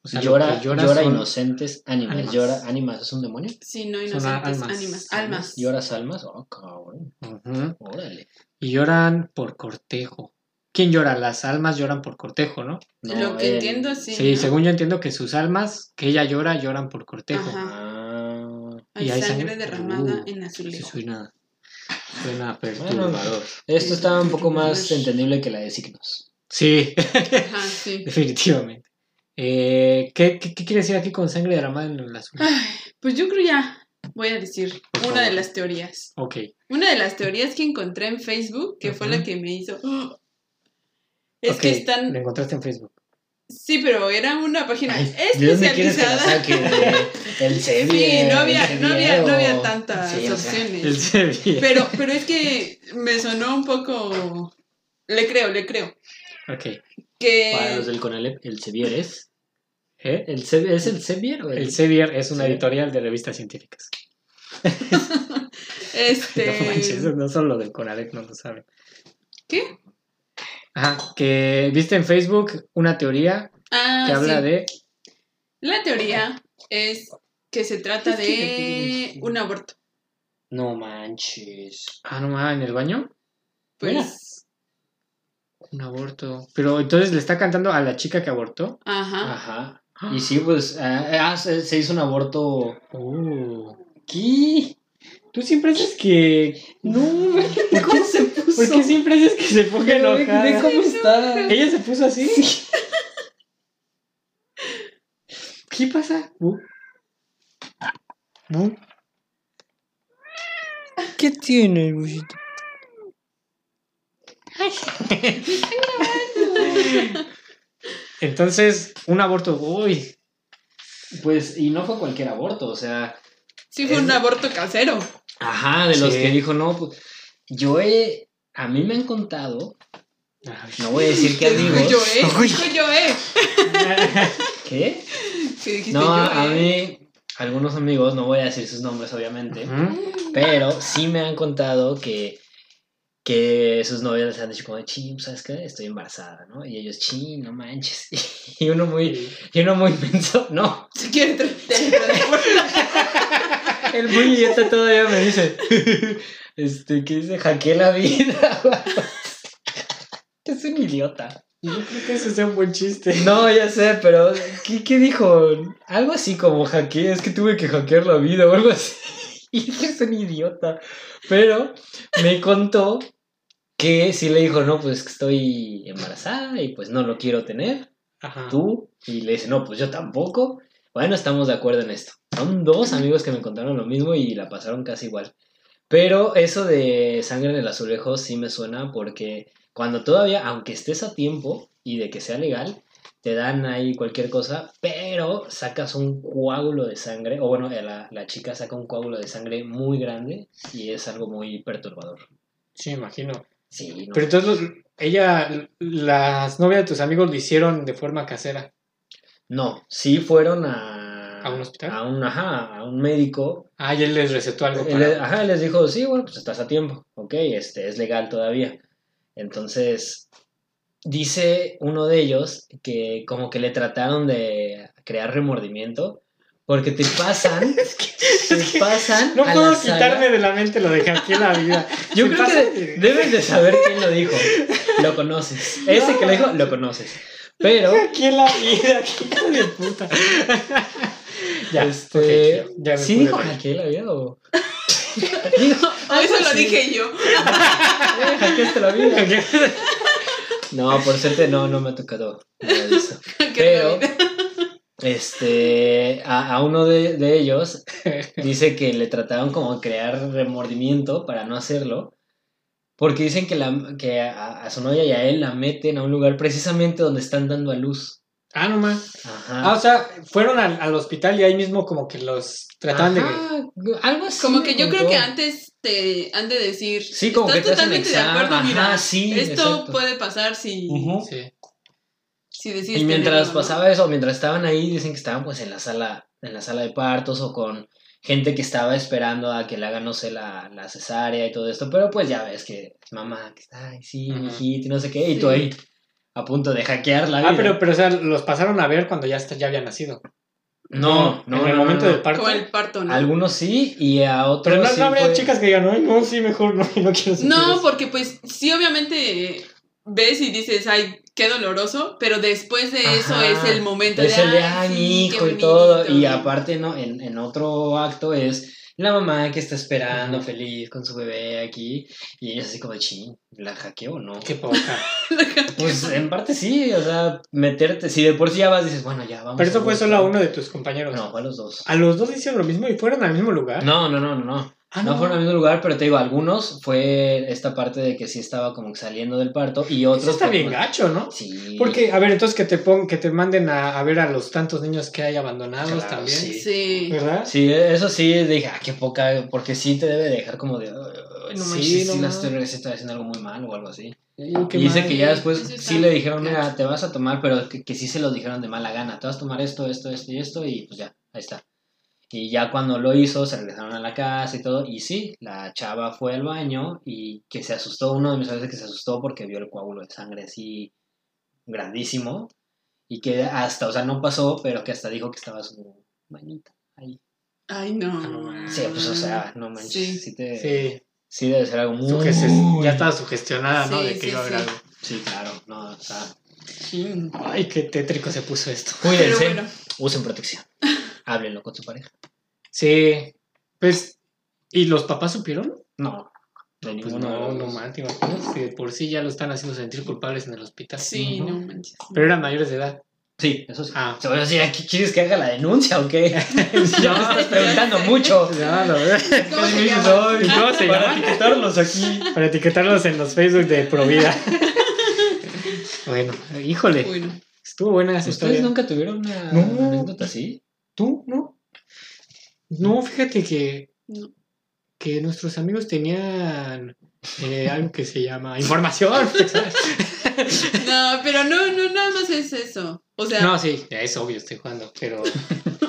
[SPEAKER 2] O sea, lo
[SPEAKER 4] llora
[SPEAKER 2] que
[SPEAKER 4] llora
[SPEAKER 2] son-
[SPEAKER 4] inocentes ánimas.
[SPEAKER 2] ánimas.
[SPEAKER 4] Llora ánimas, ¿es un demonio?
[SPEAKER 3] Sino
[SPEAKER 2] Son
[SPEAKER 3] inocentes
[SPEAKER 2] almas.
[SPEAKER 3] ánimas, almas.
[SPEAKER 4] ¿Lloras almas? Oh, cabrón,
[SPEAKER 2] Ujú.
[SPEAKER 4] órale.
[SPEAKER 2] Y lloran por cortejo. ¿Quién llora? Las almas lloran por cortejo, ¿no? eh,
[SPEAKER 3] lo que
[SPEAKER 4] él-
[SPEAKER 3] entiendo,
[SPEAKER 2] Sí,
[SPEAKER 3] sí. ¿no?
[SPEAKER 2] según yo entiendo que sus almas, que ella llora, lloran por cortejo.
[SPEAKER 3] Ajá.
[SPEAKER 4] Ah,
[SPEAKER 3] Hay
[SPEAKER 2] y hay
[SPEAKER 3] sangre
[SPEAKER 2] sangre-
[SPEAKER 3] derramada
[SPEAKER 2] Uh,
[SPEAKER 3] en
[SPEAKER 2] Sí,
[SPEAKER 3] azulejo.
[SPEAKER 2] suena, suena perturbador.
[SPEAKER 4] esto está un poco más entendible que la de signos.
[SPEAKER 2] Sí,
[SPEAKER 3] Ajá, sí.
[SPEAKER 2] definitivamente. Eh, ¿qué, qué, qué quiere decir aquí con sangre derramada en el azul?
[SPEAKER 3] Ay, pues yo creo ya voy a decir
[SPEAKER 2] Por
[SPEAKER 3] una
[SPEAKER 2] favor.
[SPEAKER 3] de las teorías.
[SPEAKER 2] Ok.
[SPEAKER 3] Una de las teorías que encontré en Facebook, que fue
[SPEAKER 2] Ajá.
[SPEAKER 3] la que me hizo... ¡Ah! Es
[SPEAKER 2] ok,
[SPEAKER 3] que están...
[SPEAKER 2] Lo encontraste en Facebook.
[SPEAKER 3] Sí, pero era una página
[SPEAKER 4] Ay, ¿De dónde quieres que la
[SPEAKER 3] especializada.
[SPEAKER 4] saque? De- Del Sebi.
[SPEAKER 3] Sí, no había, no había, no había tantas opciones.
[SPEAKER 2] El Sevilla.
[SPEAKER 3] Pero, pero es que me sonó un poco... Le creo, le creo.
[SPEAKER 2] Ok.
[SPEAKER 3] Que...
[SPEAKER 4] Para los del Conalep, el Sevier es.
[SPEAKER 2] ¿Eh?
[SPEAKER 4] ¿El Sevier- ¿Es el Sevier o el,
[SPEAKER 2] El Sevier es una
[SPEAKER 4] Sí.
[SPEAKER 2] editorial de revistas científicas. No manches,
[SPEAKER 3] Este...
[SPEAKER 2] no solo del Conalep, no lo saben.
[SPEAKER 3] ¿Qué?
[SPEAKER 2] Ajá, que viste en Facebook una teoría
[SPEAKER 3] Ah,
[SPEAKER 2] que habla
[SPEAKER 3] sí.
[SPEAKER 2] de...
[SPEAKER 3] La teoría es que se trata de un aborto.
[SPEAKER 4] No manches.
[SPEAKER 2] Ah, no mames, en el baño.
[SPEAKER 3] Pues,
[SPEAKER 2] Un aborto. Pero entonces le está cantando a la chica que abortó.
[SPEAKER 3] ajá.
[SPEAKER 4] Ajá. Y sí, pues ah, ah, se, se hizo un aborto.
[SPEAKER 2] Uh.
[SPEAKER 4] ¿Qué?
[SPEAKER 2] Tú siempre haces que...
[SPEAKER 4] No, ve cómo se puso.
[SPEAKER 2] ¿Por qué siempre haces que se ponga
[SPEAKER 4] Pero ve-
[SPEAKER 2] enojada?
[SPEAKER 4] ve cómo está.
[SPEAKER 2] ¿Ella se puso así? ¿Qué pasa? Bu. Bu. ¿Qué tiene el busito? Entonces, un aborto. Uy,
[SPEAKER 4] Pues, y no fue cualquier aborto, o sea.
[SPEAKER 3] Sí fue un
[SPEAKER 4] Es-
[SPEAKER 3] aborto casero.
[SPEAKER 4] Ajá, de los
[SPEAKER 2] Sí.
[SPEAKER 4] que dijo, no, pues. Yo he. A mí me han contado. No voy a decir que
[SPEAKER 3] Dijo
[SPEAKER 4] amigos.
[SPEAKER 3] yo, eh. Dijo yo, eh.
[SPEAKER 4] ¿Qué?
[SPEAKER 3] Que dijiste
[SPEAKER 4] No,
[SPEAKER 3] yo,
[SPEAKER 4] a
[SPEAKER 3] eh.
[SPEAKER 4] mí. Algunos amigos, no voy a decir sus nombres, obviamente.
[SPEAKER 2] Ujú.
[SPEAKER 4] Pero sí me han contado que, que sus novias les han dicho como, ching, ¿sabes qué? Estoy embarazada, ¿no? Y ellos, ching, no manches. Y uno muy, y uno muy menso, no,
[SPEAKER 3] Si quieres, te- te- te-
[SPEAKER 7] el muy idiota todavía me dice, este, que dice, hackeé la vida. es un idiota. Yo creo que eso sea un buen chiste. No, ya sé, pero ¿qué, qué dijo? Algo así como hackeé, es que tuve que hackear la vida o algo así. Y es un idiota. Pero me contó que sí le dijo, no, pues que estoy embarazada y pues no lo quiero tener. Tú. Y le dice, no, pues yo tampoco. Bueno, estamos de acuerdo en esto. Son dos amigos que me contaron lo mismo y la pasaron casi igual. Pero eso de sangre en el azulejo sí me suena porque cuando todavía, aunque estés a tiempo y de que sea legal, te dan ahí cualquier cosa, pero sacas un coágulo de sangre, o bueno, la, la chica saca un coágulo de sangre muy grande y es algo muy perturbador.
[SPEAKER 2] Sí, imagino.
[SPEAKER 7] Sí, no.
[SPEAKER 2] Pero entonces los- ella, las novias de tus amigos lo hicieron de forma casera.
[SPEAKER 4] No, sí fueron a...
[SPEAKER 2] ¿A un hospital?
[SPEAKER 4] A un, ajá, a un médico
[SPEAKER 2] Ah, y él les recetó algo
[SPEAKER 4] Él-
[SPEAKER 2] para...
[SPEAKER 4] ajá, les dijo, sí, bueno, pues estás a tiempo, ok, este, es legal todavía. Entonces, dice uno de ellos que como que le trataron de crear remordimiento porque te pasan, te pasan
[SPEAKER 2] No
[SPEAKER 4] a
[SPEAKER 2] puedo
[SPEAKER 4] la sala.
[SPEAKER 2] quitarme de la mente lo de hackeé la vida.
[SPEAKER 4] Yo
[SPEAKER 2] Se
[SPEAKER 4] creo
[SPEAKER 2] pasa
[SPEAKER 4] que
[SPEAKER 2] de-
[SPEAKER 4] debes de saber quién lo dijo, lo conoces, ese que lo dijo, lo conoces, pero...
[SPEAKER 2] Hackeé la vida, qué hijo de puta. ya,
[SPEAKER 4] este,
[SPEAKER 2] ok, ya me
[SPEAKER 4] ¿Sí
[SPEAKER 2] pude
[SPEAKER 4] dijo
[SPEAKER 2] reír.
[SPEAKER 4] hackeé la vida o...? Dijo,
[SPEAKER 3] Ah, eso lo
[SPEAKER 4] sí.
[SPEAKER 3] dije yo.
[SPEAKER 4] Eh, hackeaste la vida. No, por suerte no, no me ha tocado. nada de eso.
[SPEAKER 3] Que
[SPEAKER 4] Pero,
[SPEAKER 3] la vida-
[SPEAKER 4] este, a, a uno de, de ellos dice que le trataron como de crear remordimiento para no hacerlo. Porque dicen que, la, que a, a su novia y a él la meten a un lugar precisamente donde están dando a luz.
[SPEAKER 2] Ah, no más. Ah,
[SPEAKER 4] Ajá.
[SPEAKER 2] o sea, fueron al, al hospital y ahí mismo como que los trataban de...
[SPEAKER 4] Ajá, Algo así.
[SPEAKER 3] Como
[SPEAKER 4] me
[SPEAKER 3] que yo creo
[SPEAKER 4] contó.
[SPEAKER 3] que antes te han de decir.
[SPEAKER 4] Sí, como que
[SPEAKER 3] estás
[SPEAKER 4] te hacen
[SPEAKER 3] totalmente de
[SPEAKER 4] examen,
[SPEAKER 3] acuerdo,
[SPEAKER 4] ajá,
[SPEAKER 3] mira.
[SPEAKER 4] sí,
[SPEAKER 3] esto
[SPEAKER 4] exacto.
[SPEAKER 3] puede pasar si,
[SPEAKER 4] Ujú.
[SPEAKER 2] Sí.
[SPEAKER 3] si decides.
[SPEAKER 4] Y mientras
[SPEAKER 3] tenerlo, ¿no?
[SPEAKER 4] pasaba eso, mientras estaban ahí, dicen que estaban pues en la sala, en la sala de partos o con gente que estaba esperando a que le hagan, no sé, la, la cesárea y todo esto, pero pues ya ves que mamá, que está, ay, sí,
[SPEAKER 2] Ajá.
[SPEAKER 4] mijito, y no sé qué, y
[SPEAKER 3] Sí.
[SPEAKER 4] tú ahí a punto de hackear la vida.
[SPEAKER 2] Ah, pero, pero o sea, los pasaron a ver cuando ya, está- ya había nacido.
[SPEAKER 4] No, no,
[SPEAKER 2] En
[SPEAKER 4] no,
[SPEAKER 2] el
[SPEAKER 4] no,
[SPEAKER 2] momento
[SPEAKER 4] no.
[SPEAKER 2] del parto.
[SPEAKER 3] Como el parto, ¿no?
[SPEAKER 4] Algunos sí y a otros
[SPEAKER 2] Pero no,
[SPEAKER 4] sí
[SPEAKER 2] no habría
[SPEAKER 4] fue-
[SPEAKER 2] chicas que digan, ay, no, sí, mejor no, no quiero sentir
[SPEAKER 3] No,
[SPEAKER 2] eso".
[SPEAKER 3] porque pues sí, obviamente eh, ves y dices, ay, qué doloroso, pero después de eso
[SPEAKER 4] Ajá,
[SPEAKER 3] es el momento
[SPEAKER 4] Es el de, ay, mi
[SPEAKER 3] sí, qué
[SPEAKER 4] hijo y
[SPEAKER 3] bonito".
[SPEAKER 4] todo. Y aparte, ¿no? En, en otro acto es la mamá que está esperando feliz con su bebé aquí. Y ella así como, ching, ¿la hackeó o no?
[SPEAKER 2] Qué poca.
[SPEAKER 4] Pues en parte sí, o sea, meterte. Si de por sí ya vas, dices, bueno, ya vamos.
[SPEAKER 2] Pero eso
[SPEAKER 4] a
[SPEAKER 2] fue
[SPEAKER 4] gusto".
[SPEAKER 2] solo Ah, a uno de tus compañeros.
[SPEAKER 4] No, fue a los dos.
[SPEAKER 2] A los dos le hicieron lo mismo y fueron al mismo lugar.
[SPEAKER 4] No, no, no, no, no.
[SPEAKER 2] Ah,
[SPEAKER 4] No fueron al mismo lugar, pero te digo, algunos fue esta parte de que sí estaba como saliendo del parto y otros.
[SPEAKER 2] Eso está
[SPEAKER 4] fue
[SPEAKER 2] bien
[SPEAKER 4] como-
[SPEAKER 2] gacho, ¿no?
[SPEAKER 4] Sí.
[SPEAKER 2] Porque, a ver, entonces que te pon- que te manden a, a ver a los tantos niños que hay abandonados
[SPEAKER 4] Claro,
[SPEAKER 2] también.
[SPEAKER 4] sí.
[SPEAKER 3] Sí.
[SPEAKER 2] ¿Verdad?
[SPEAKER 4] Sí, eso sí, dije, ah, qué poca, porque sí te debe dejar como de, "Ay, no
[SPEAKER 2] Sí,
[SPEAKER 4] manches,
[SPEAKER 2] no
[SPEAKER 4] sí, la
[SPEAKER 2] manches.
[SPEAKER 4] estoy, sí estoy haciendo algo muy mal o algo así.
[SPEAKER 2] Y qué
[SPEAKER 4] Y dice
[SPEAKER 2] mal.
[SPEAKER 4] que ya después
[SPEAKER 3] Eso está
[SPEAKER 4] sí le dijeron,
[SPEAKER 3] gacho.
[SPEAKER 4] mira, te vas a tomar, pero que, que sí se lo dijeron de mala gana, te vas a tomar esto, esto, esto y esto, y pues ya, ahí está. Y ya cuando lo hizo, se regresaron a la casa y todo, y sí, la chava fue al baño y que se asustó, uno de mis amigos que se asustó porque vio el coágulo de sangre así grandísimo, y que hasta, o sea, no pasó, pero que hasta dijo que estaba su manita ahí.
[SPEAKER 3] Ay,
[SPEAKER 2] Ah, no
[SPEAKER 3] no.
[SPEAKER 2] manches.
[SPEAKER 4] Sí, pues, o sea, no manches,
[SPEAKER 3] Sí.
[SPEAKER 4] sí, te...
[SPEAKER 2] Sí,
[SPEAKER 4] Sí, debe ser algo muy...
[SPEAKER 2] suges- ya estaba sugestionada, ¿no?
[SPEAKER 3] Sí,
[SPEAKER 2] De que
[SPEAKER 3] sí,
[SPEAKER 2] iba a haber
[SPEAKER 3] sí.
[SPEAKER 2] algo.
[SPEAKER 4] Sí, claro, no, o sea...
[SPEAKER 3] Chin.
[SPEAKER 2] Ay, qué tétrico se puso esto.
[SPEAKER 3] Pero
[SPEAKER 4] Cuídense,
[SPEAKER 3] bueno,
[SPEAKER 4] usen protección. Háblenlo con su pareja.
[SPEAKER 2] Sí, pues, ¿y los papás supieron?
[SPEAKER 4] No, de
[SPEAKER 2] Pues
[SPEAKER 4] ninguno de
[SPEAKER 2] no,
[SPEAKER 4] los
[SPEAKER 2] no
[SPEAKER 4] dos.
[SPEAKER 2] mal, te imaginas, si de por sí ya lo están haciendo sentir culpables en el hospital.
[SPEAKER 3] sí, no manches.
[SPEAKER 2] Pero eran mayores de edad.
[SPEAKER 4] Sí, eso sí.
[SPEAKER 2] Ah.
[SPEAKER 4] Se voy a decir, ¿aquí quieres que haga la denuncia o qué? ya me estás
[SPEAKER 3] sí,
[SPEAKER 4] preguntando
[SPEAKER 3] ya sé.
[SPEAKER 4] mucho.
[SPEAKER 2] Ya, la verdad.
[SPEAKER 3] ¿Cómo se
[SPEAKER 2] Sí,
[SPEAKER 3] llama?
[SPEAKER 2] soy. ¿Cómo se
[SPEAKER 4] Para
[SPEAKER 2] llaman?
[SPEAKER 4] etiquetarlos aquí.
[SPEAKER 2] Para etiquetarlos en los Facebook de Provida. bueno, híjole,
[SPEAKER 3] Bueno,
[SPEAKER 2] estuvo buena esa
[SPEAKER 4] ¿Ustedes
[SPEAKER 2] historia.
[SPEAKER 4] nunca tuvieron una
[SPEAKER 2] pues No.
[SPEAKER 4] una anécdota así?
[SPEAKER 2] ¿Tú? ¿No? No, fíjate que,
[SPEAKER 3] No.
[SPEAKER 2] que nuestros amigos tenían eh, algo que se llama información.
[SPEAKER 3] no, pero no, no, nada más es eso. O sea,
[SPEAKER 2] No, sí, es obvio, estoy jugando, pero...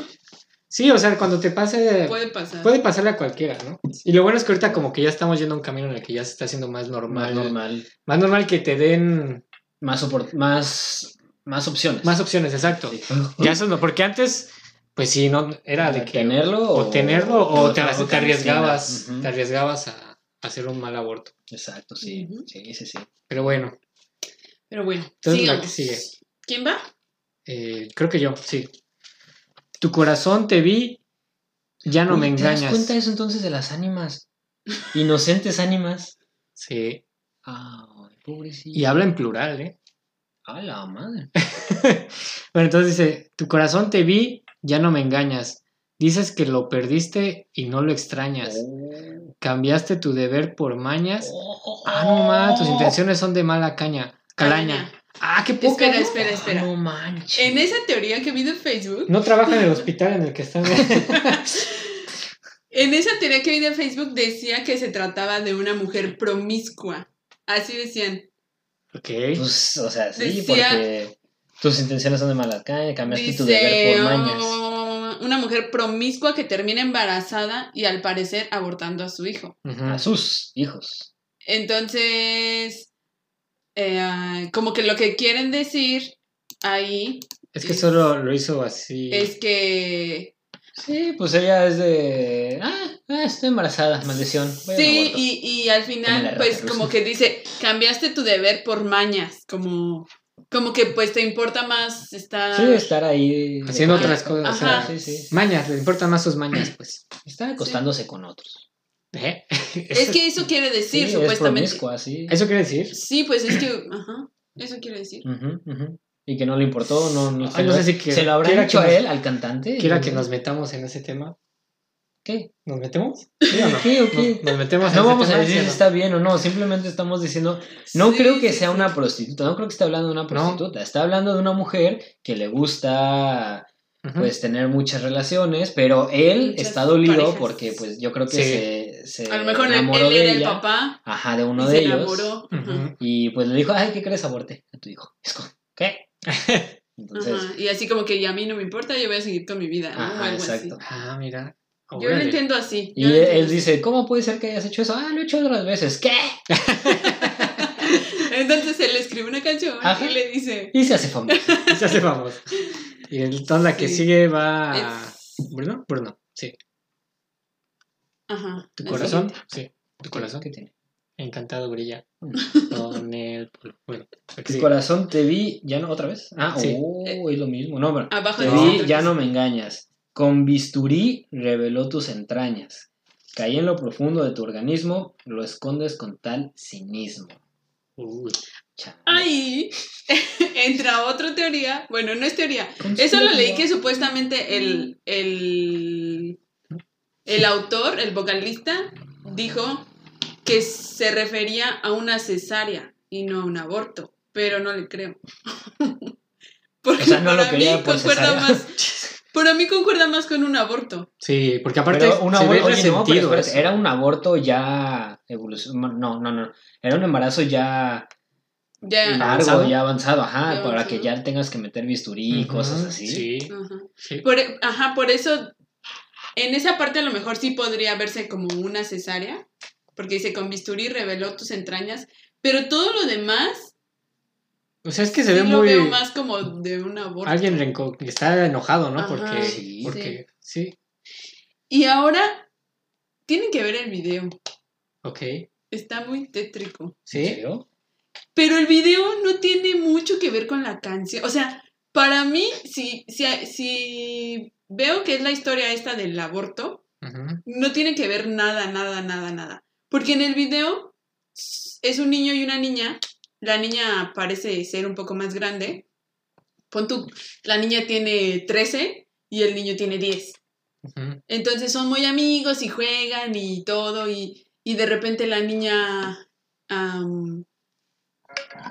[SPEAKER 2] Sí, o sea, cuando te pase... Puede,
[SPEAKER 3] puede pasar.
[SPEAKER 2] pasarle a cualquiera, ¿no? Y lo bueno es que ahorita como que ya estamos yendo a un camino en el que ya se está haciendo más normal.
[SPEAKER 4] Más normal.
[SPEAKER 2] Más normal que te den
[SPEAKER 4] Más, opor- más, más opciones.
[SPEAKER 2] más opciones, exacto.
[SPEAKER 4] Sí.
[SPEAKER 2] Ya eso no, porque antes... Pues sí, no, era de que
[SPEAKER 4] ¿Tenerlo
[SPEAKER 2] o tenerlo o, te,
[SPEAKER 4] otra
[SPEAKER 2] te
[SPEAKER 4] clandestina.
[SPEAKER 2] arriesgabas,
[SPEAKER 4] Ujú.
[SPEAKER 2] te arriesgabas a hacer un mal aborto.
[SPEAKER 4] Exacto, sí.
[SPEAKER 3] Ujú.
[SPEAKER 4] Sí, sí, sí.
[SPEAKER 2] Pero bueno,
[SPEAKER 3] Pero bueno,
[SPEAKER 2] Entonces, la
[SPEAKER 3] sigamos.
[SPEAKER 2] que sigue.
[SPEAKER 3] ¿Quién va?
[SPEAKER 2] eh, creo que yo, sí. Tu corazón te vi, ya no me
[SPEAKER 4] Uy, ¿Te das
[SPEAKER 2] engañas.
[SPEAKER 4] cuenta eso entonces de las ánimas? Inocentes ánimas.
[SPEAKER 2] Sí.
[SPEAKER 4] Ay, pobrecito.
[SPEAKER 2] Y habla en plural, ¿eh?
[SPEAKER 4] A la madre.
[SPEAKER 2] Bueno, entonces dice, tu corazón te vi, ya no me engañas. Dices que lo perdiste y no lo extrañas. Cambiaste tu deber por mañas. Ah, no ma,
[SPEAKER 4] Oh,
[SPEAKER 8] Oh.
[SPEAKER 2] tus intenciones son de mala caña. Calaña. Ah, qué poca.
[SPEAKER 3] Espera,
[SPEAKER 2] ¿no?
[SPEAKER 3] espera, espera.
[SPEAKER 4] Ah, No manches.
[SPEAKER 3] En esa teoría que vi de Facebook,
[SPEAKER 2] No trabaja en el hospital en el que están.
[SPEAKER 3] en esa teoría que vi de Facebook decía que se trataba de una mujer promiscua. Así decían.
[SPEAKER 2] ok.
[SPEAKER 4] Pues, o sea, sí,
[SPEAKER 3] Decía-
[SPEAKER 4] porque tus intenciones son de mala caña, cambiaste tu deber
[SPEAKER 3] Dice,
[SPEAKER 4] por mañas.
[SPEAKER 3] "Oh, una mujer promiscua que termina embarazada y al parecer abortando a su hijo.
[SPEAKER 2] Ujú.
[SPEAKER 4] A sus hijos.
[SPEAKER 3] Entonces, eh, como que lo que quieren decir ahí
[SPEAKER 2] Es que solo lo hizo así.
[SPEAKER 3] es que
[SPEAKER 4] Sí, pues ella es de. Ah, ah, estoy embarazada, maldición. Voy al
[SPEAKER 3] sí,
[SPEAKER 4] aborto.
[SPEAKER 3] y, y al
[SPEAKER 4] Como la
[SPEAKER 3] final,
[SPEAKER 4] rata
[SPEAKER 3] pues
[SPEAKER 4] rusa.
[SPEAKER 3] como que dice, cambiaste tu deber por mañas, como, como que pues te importa más estar...
[SPEAKER 4] Sí, estar ahí.
[SPEAKER 2] Haciendo
[SPEAKER 4] Ah,
[SPEAKER 2] otras cosas, o sea,
[SPEAKER 3] Ajá.
[SPEAKER 4] sí, sí.
[SPEAKER 2] Mañas, le importan más sus mañas, pues.
[SPEAKER 4] Estar acostándose con otros.
[SPEAKER 2] ¿Eh?
[SPEAKER 3] Es que eso quiere decir,
[SPEAKER 4] es
[SPEAKER 3] supuestamente.
[SPEAKER 4] promiscua, sí.
[SPEAKER 2] ¿Eso quiere decir?
[SPEAKER 3] Sí, pues es que, ajá, eso quiere decir.
[SPEAKER 4] Ujú, ujú. Y que no le importó, no, no,
[SPEAKER 2] Ay,
[SPEAKER 4] se,
[SPEAKER 2] Ah, no
[SPEAKER 4] lo,
[SPEAKER 2] sé si quiera-
[SPEAKER 4] se lo habrá
[SPEAKER 2] quiera
[SPEAKER 4] dicho
[SPEAKER 2] que
[SPEAKER 4] a
[SPEAKER 2] nos-
[SPEAKER 4] él, al cantante.
[SPEAKER 2] Quiera que nos metamos en ese tema.
[SPEAKER 4] ¿Qué?
[SPEAKER 2] ¿Nos metemos? ¿Sí o no?
[SPEAKER 4] ¿Qué o qué?
[SPEAKER 2] No, Nos metemos
[SPEAKER 4] No
[SPEAKER 2] en
[SPEAKER 4] vamos
[SPEAKER 2] ese
[SPEAKER 4] a
[SPEAKER 2] tema,
[SPEAKER 4] decir
[SPEAKER 2] ¿sí o
[SPEAKER 4] si
[SPEAKER 2] no?
[SPEAKER 4] está bien o no, simplemente estamos diciendo, no
[SPEAKER 3] Sí,
[SPEAKER 4] creo que
[SPEAKER 3] sí,
[SPEAKER 4] sea
[SPEAKER 3] sí.
[SPEAKER 4] una prostituta, no creo que esté hablando de una prostituta, está hablando de una mujer que le gusta
[SPEAKER 2] Ujú.
[SPEAKER 4] pues tener muchas relaciones, pero él
[SPEAKER 3] Muchas
[SPEAKER 4] está dolido
[SPEAKER 3] parejas.
[SPEAKER 4] porque pues yo creo que
[SPEAKER 2] Sí.
[SPEAKER 4] se, se
[SPEAKER 3] A lo mejor él,
[SPEAKER 4] enamoró
[SPEAKER 3] él
[SPEAKER 4] de
[SPEAKER 3] era el
[SPEAKER 4] ella,
[SPEAKER 3] papá
[SPEAKER 4] ajá, de
[SPEAKER 3] y
[SPEAKER 4] uno
[SPEAKER 3] se
[SPEAKER 4] de ellos
[SPEAKER 3] enamoró.
[SPEAKER 2] Ujú.
[SPEAKER 3] ajá,
[SPEAKER 4] y pues le dijo, "Ay, ¿qué crees aborte a tu hijo?" Es como, ¿qué? Entonces,
[SPEAKER 3] ajá, Y así como que y a mí no me importa, yo voy a seguir con mi vida, ¿no?
[SPEAKER 4] ajá,
[SPEAKER 3] o algo
[SPEAKER 4] exacto.
[SPEAKER 3] así.
[SPEAKER 2] Ah, mira.
[SPEAKER 3] Yo lo
[SPEAKER 2] Órale.
[SPEAKER 3] entiendo así.
[SPEAKER 4] Y
[SPEAKER 3] yo lo
[SPEAKER 4] él,
[SPEAKER 3] entiendo
[SPEAKER 4] él dice, "¿Cómo puede ser que hayas hecho eso?" "Ah, lo he hecho otras veces." ¿Qué?
[SPEAKER 3] Entonces él le escribe una canción
[SPEAKER 4] Ajá.
[SPEAKER 3] y le dice.
[SPEAKER 4] Y se hace famoso.
[SPEAKER 2] Se hace famoso. Y entonces la que
[SPEAKER 3] Sí.
[SPEAKER 2] sigue
[SPEAKER 4] Ah.
[SPEAKER 2] va. a-
[SPEAKER 3] es-
[SPEAKER 2] ¿Bruno? Bruno, sí.
[SPEAKER 3] Ajá.
[SPEAKER 2] Tu
[SPEAKER 3] la
[SPEAKER 2] corazón.
[SPEAKER 3] siguiente.
[SPEAKER 2] Sí. Tu corazón.
[SPEAKER 4] ¿Qué tiene?
[SPEAKER 2] Encantado brilla. Con el. polo. Bueno, la que
[SPEAKER 4] Tu
[SPEAKER 2] sigue.
[SPEAKER 4] corazón te vi, ya no, otra vez. Ah,
[SPEAKER 2] Sí.
[SPEAKER 4] oh, es lo mismo. No, pero
[SPEAKER 3] Abajo
[SPEAKER 4] te
[SPEAKER 3] de
[SPEAKER 4] vi,
[SPEAKER 3] nosotros.
[SPEAKER 4] ya no me engañas. Con bisturí reveló tus entrañas. Caí en lo profundo de tu organismo, lo escondes con tal cinismo.
[SPEAKER 2] Uy.
[SPEAKER 4] Chale.
[SPEAKER 3] Ahí entra otra teoría. Bueno, no es teoría.
[SPEAKER 4] Conspira.
[SPEAKER 3] Eso lo leí que supuestamente el, el, el autor, el vocalista, dijo que se refería a una cesárea y no a un aborto. Pero no le creo. Porque
[SPEAKER 4] O sea, no lo
[SPEAKER 3] para mí
[SPEAKER 4] quería por
[SPEAKER 3] concuerda
[SPEAKER 4] cesárea.
[SPEAKER 3] más. Para mí concuerda más con un aborto.
[SPEAKER 2] Sí, porque aparte.
[SPEAKER 4] Pero un
[SPEAKER 2] se ve
[SPEAKER 4] aborto, oye, no, pero
[SPEAKER 2] resentido
[SPEAKER 4] espérate,
[SPEAKER 2] eso.
[SPEAKER 4] era un aborto ya evolucionado. No, no, no. Era un embarazo ya
[SPEAKER 3] Ya.
[SPEAKER 4] largo,
[SPEAKER 2] Avanzado.
[SPEAKER 4] ya avanzado, ajá,
[SPEAKER 3] Ya
[SPEAKER 4] para
[SPEAKER 3] avanzado.
[SPEAKER 4] que ya tengas que meter bisturí y
[SPEAKER 2] Ujú,
[SPEAKER 4] cosas así.
[SPEAKER 2] Sí.
[SPEAKER 3] Ajá.
[SPEAKER 2] sí.
[SPEAKER 3] Por, e, ajá, por eso, en esa parte a lo mejor sí podría verse como una cesárea, porque dice, con bisturí reveló tus entrañas, pero todo lo demás
[SPEAKER 2] O sea, es que se
[SPEAKER 3] sí
[SPEAKER 2] ve
[SPEAKER 3] lo
[SPEAKER 2] muy.
[SPEAKER 3] veo más como de un aborto.
[SPEAKER 2] Alguien renco- que está enojado, ¿no?
[SPEAKER 3] Ajá,
[SPEAKER 2] porque.
[SPEAKER 4] sí.
[SPEAKER 2] porque... Sí.
[SPEAKER 3] Y ahora, tienen que ver el video,
[SPEAKER 2] Ok.
[SPEAKER 3] está muy tétrico.
[SPEAKER 4] ¿En
[SPEAKER 2] Sí.
[SPEAKER 4] serio?
[SPEAKER 3] Pero el video no tiene mucho que ver con la canción, o sea, para mí, si, si, si veo que es la historia esta del aborto,
[SPEAKER 2] Ujú.
[SPEAKER 3] no tiene que ver nada, nada, nada, nada. Porque en el video es un niño y una niña. La niña parece ser un poco más grande. Pon tú, la niña tiene 13 y el niño tiene 10.
[SPEAKER 2] Ujú.
[SPEAKER 3] Entonces son muy amigos y juegan y todo. Y, y de repente la niña. am,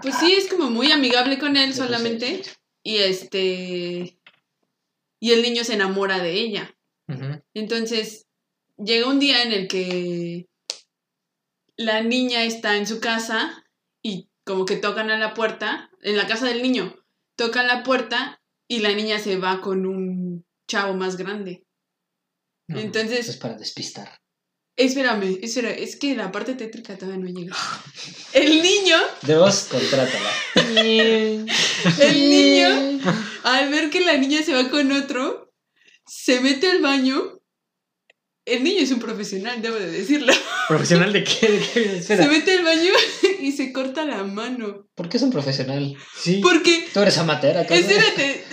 [SPEAKER 3] pues sí, es como muy amigable con él solamente. Y este. Y el niño se enamora de ella.
[SPEAKER 2] Ujú.
[SPEAKER 3] Entonces, llega un día en el que la niña está en su casa y como que tocan a la puerta, en la casa del niño, tocan la puerta y la niña se va con un chavo más grande.
[SPEAKER 2] No.
[SPEAKER 4] Eso es
[SPEAKER 3] Entonces,
[SPEAKER 4] para despistar.
[SPEAKER 3] espérame, espera, es que la parte tétrica todavía no llega. El niño,
[SPEAKER 4] Dios, contrátala.
[SPEAKER 3] el niño, al ver que la niña se va con otro, se mete al baño. El niño es un profesional, debo de decirlo.
[SPEAKER 2] ¿Profesional de qué? ¿De qué? Espera.
[SPEAKER 3] Se mete al baño y se corta la mano.
[SPEAKER 4] ¿Por qué es un profesional?
[SPEAKER 2] Sí.
[SPEAKER 3] Porque,
[SPEAKER 4] Tú eres amateur, acá.
[SPEAKER 3] espérate,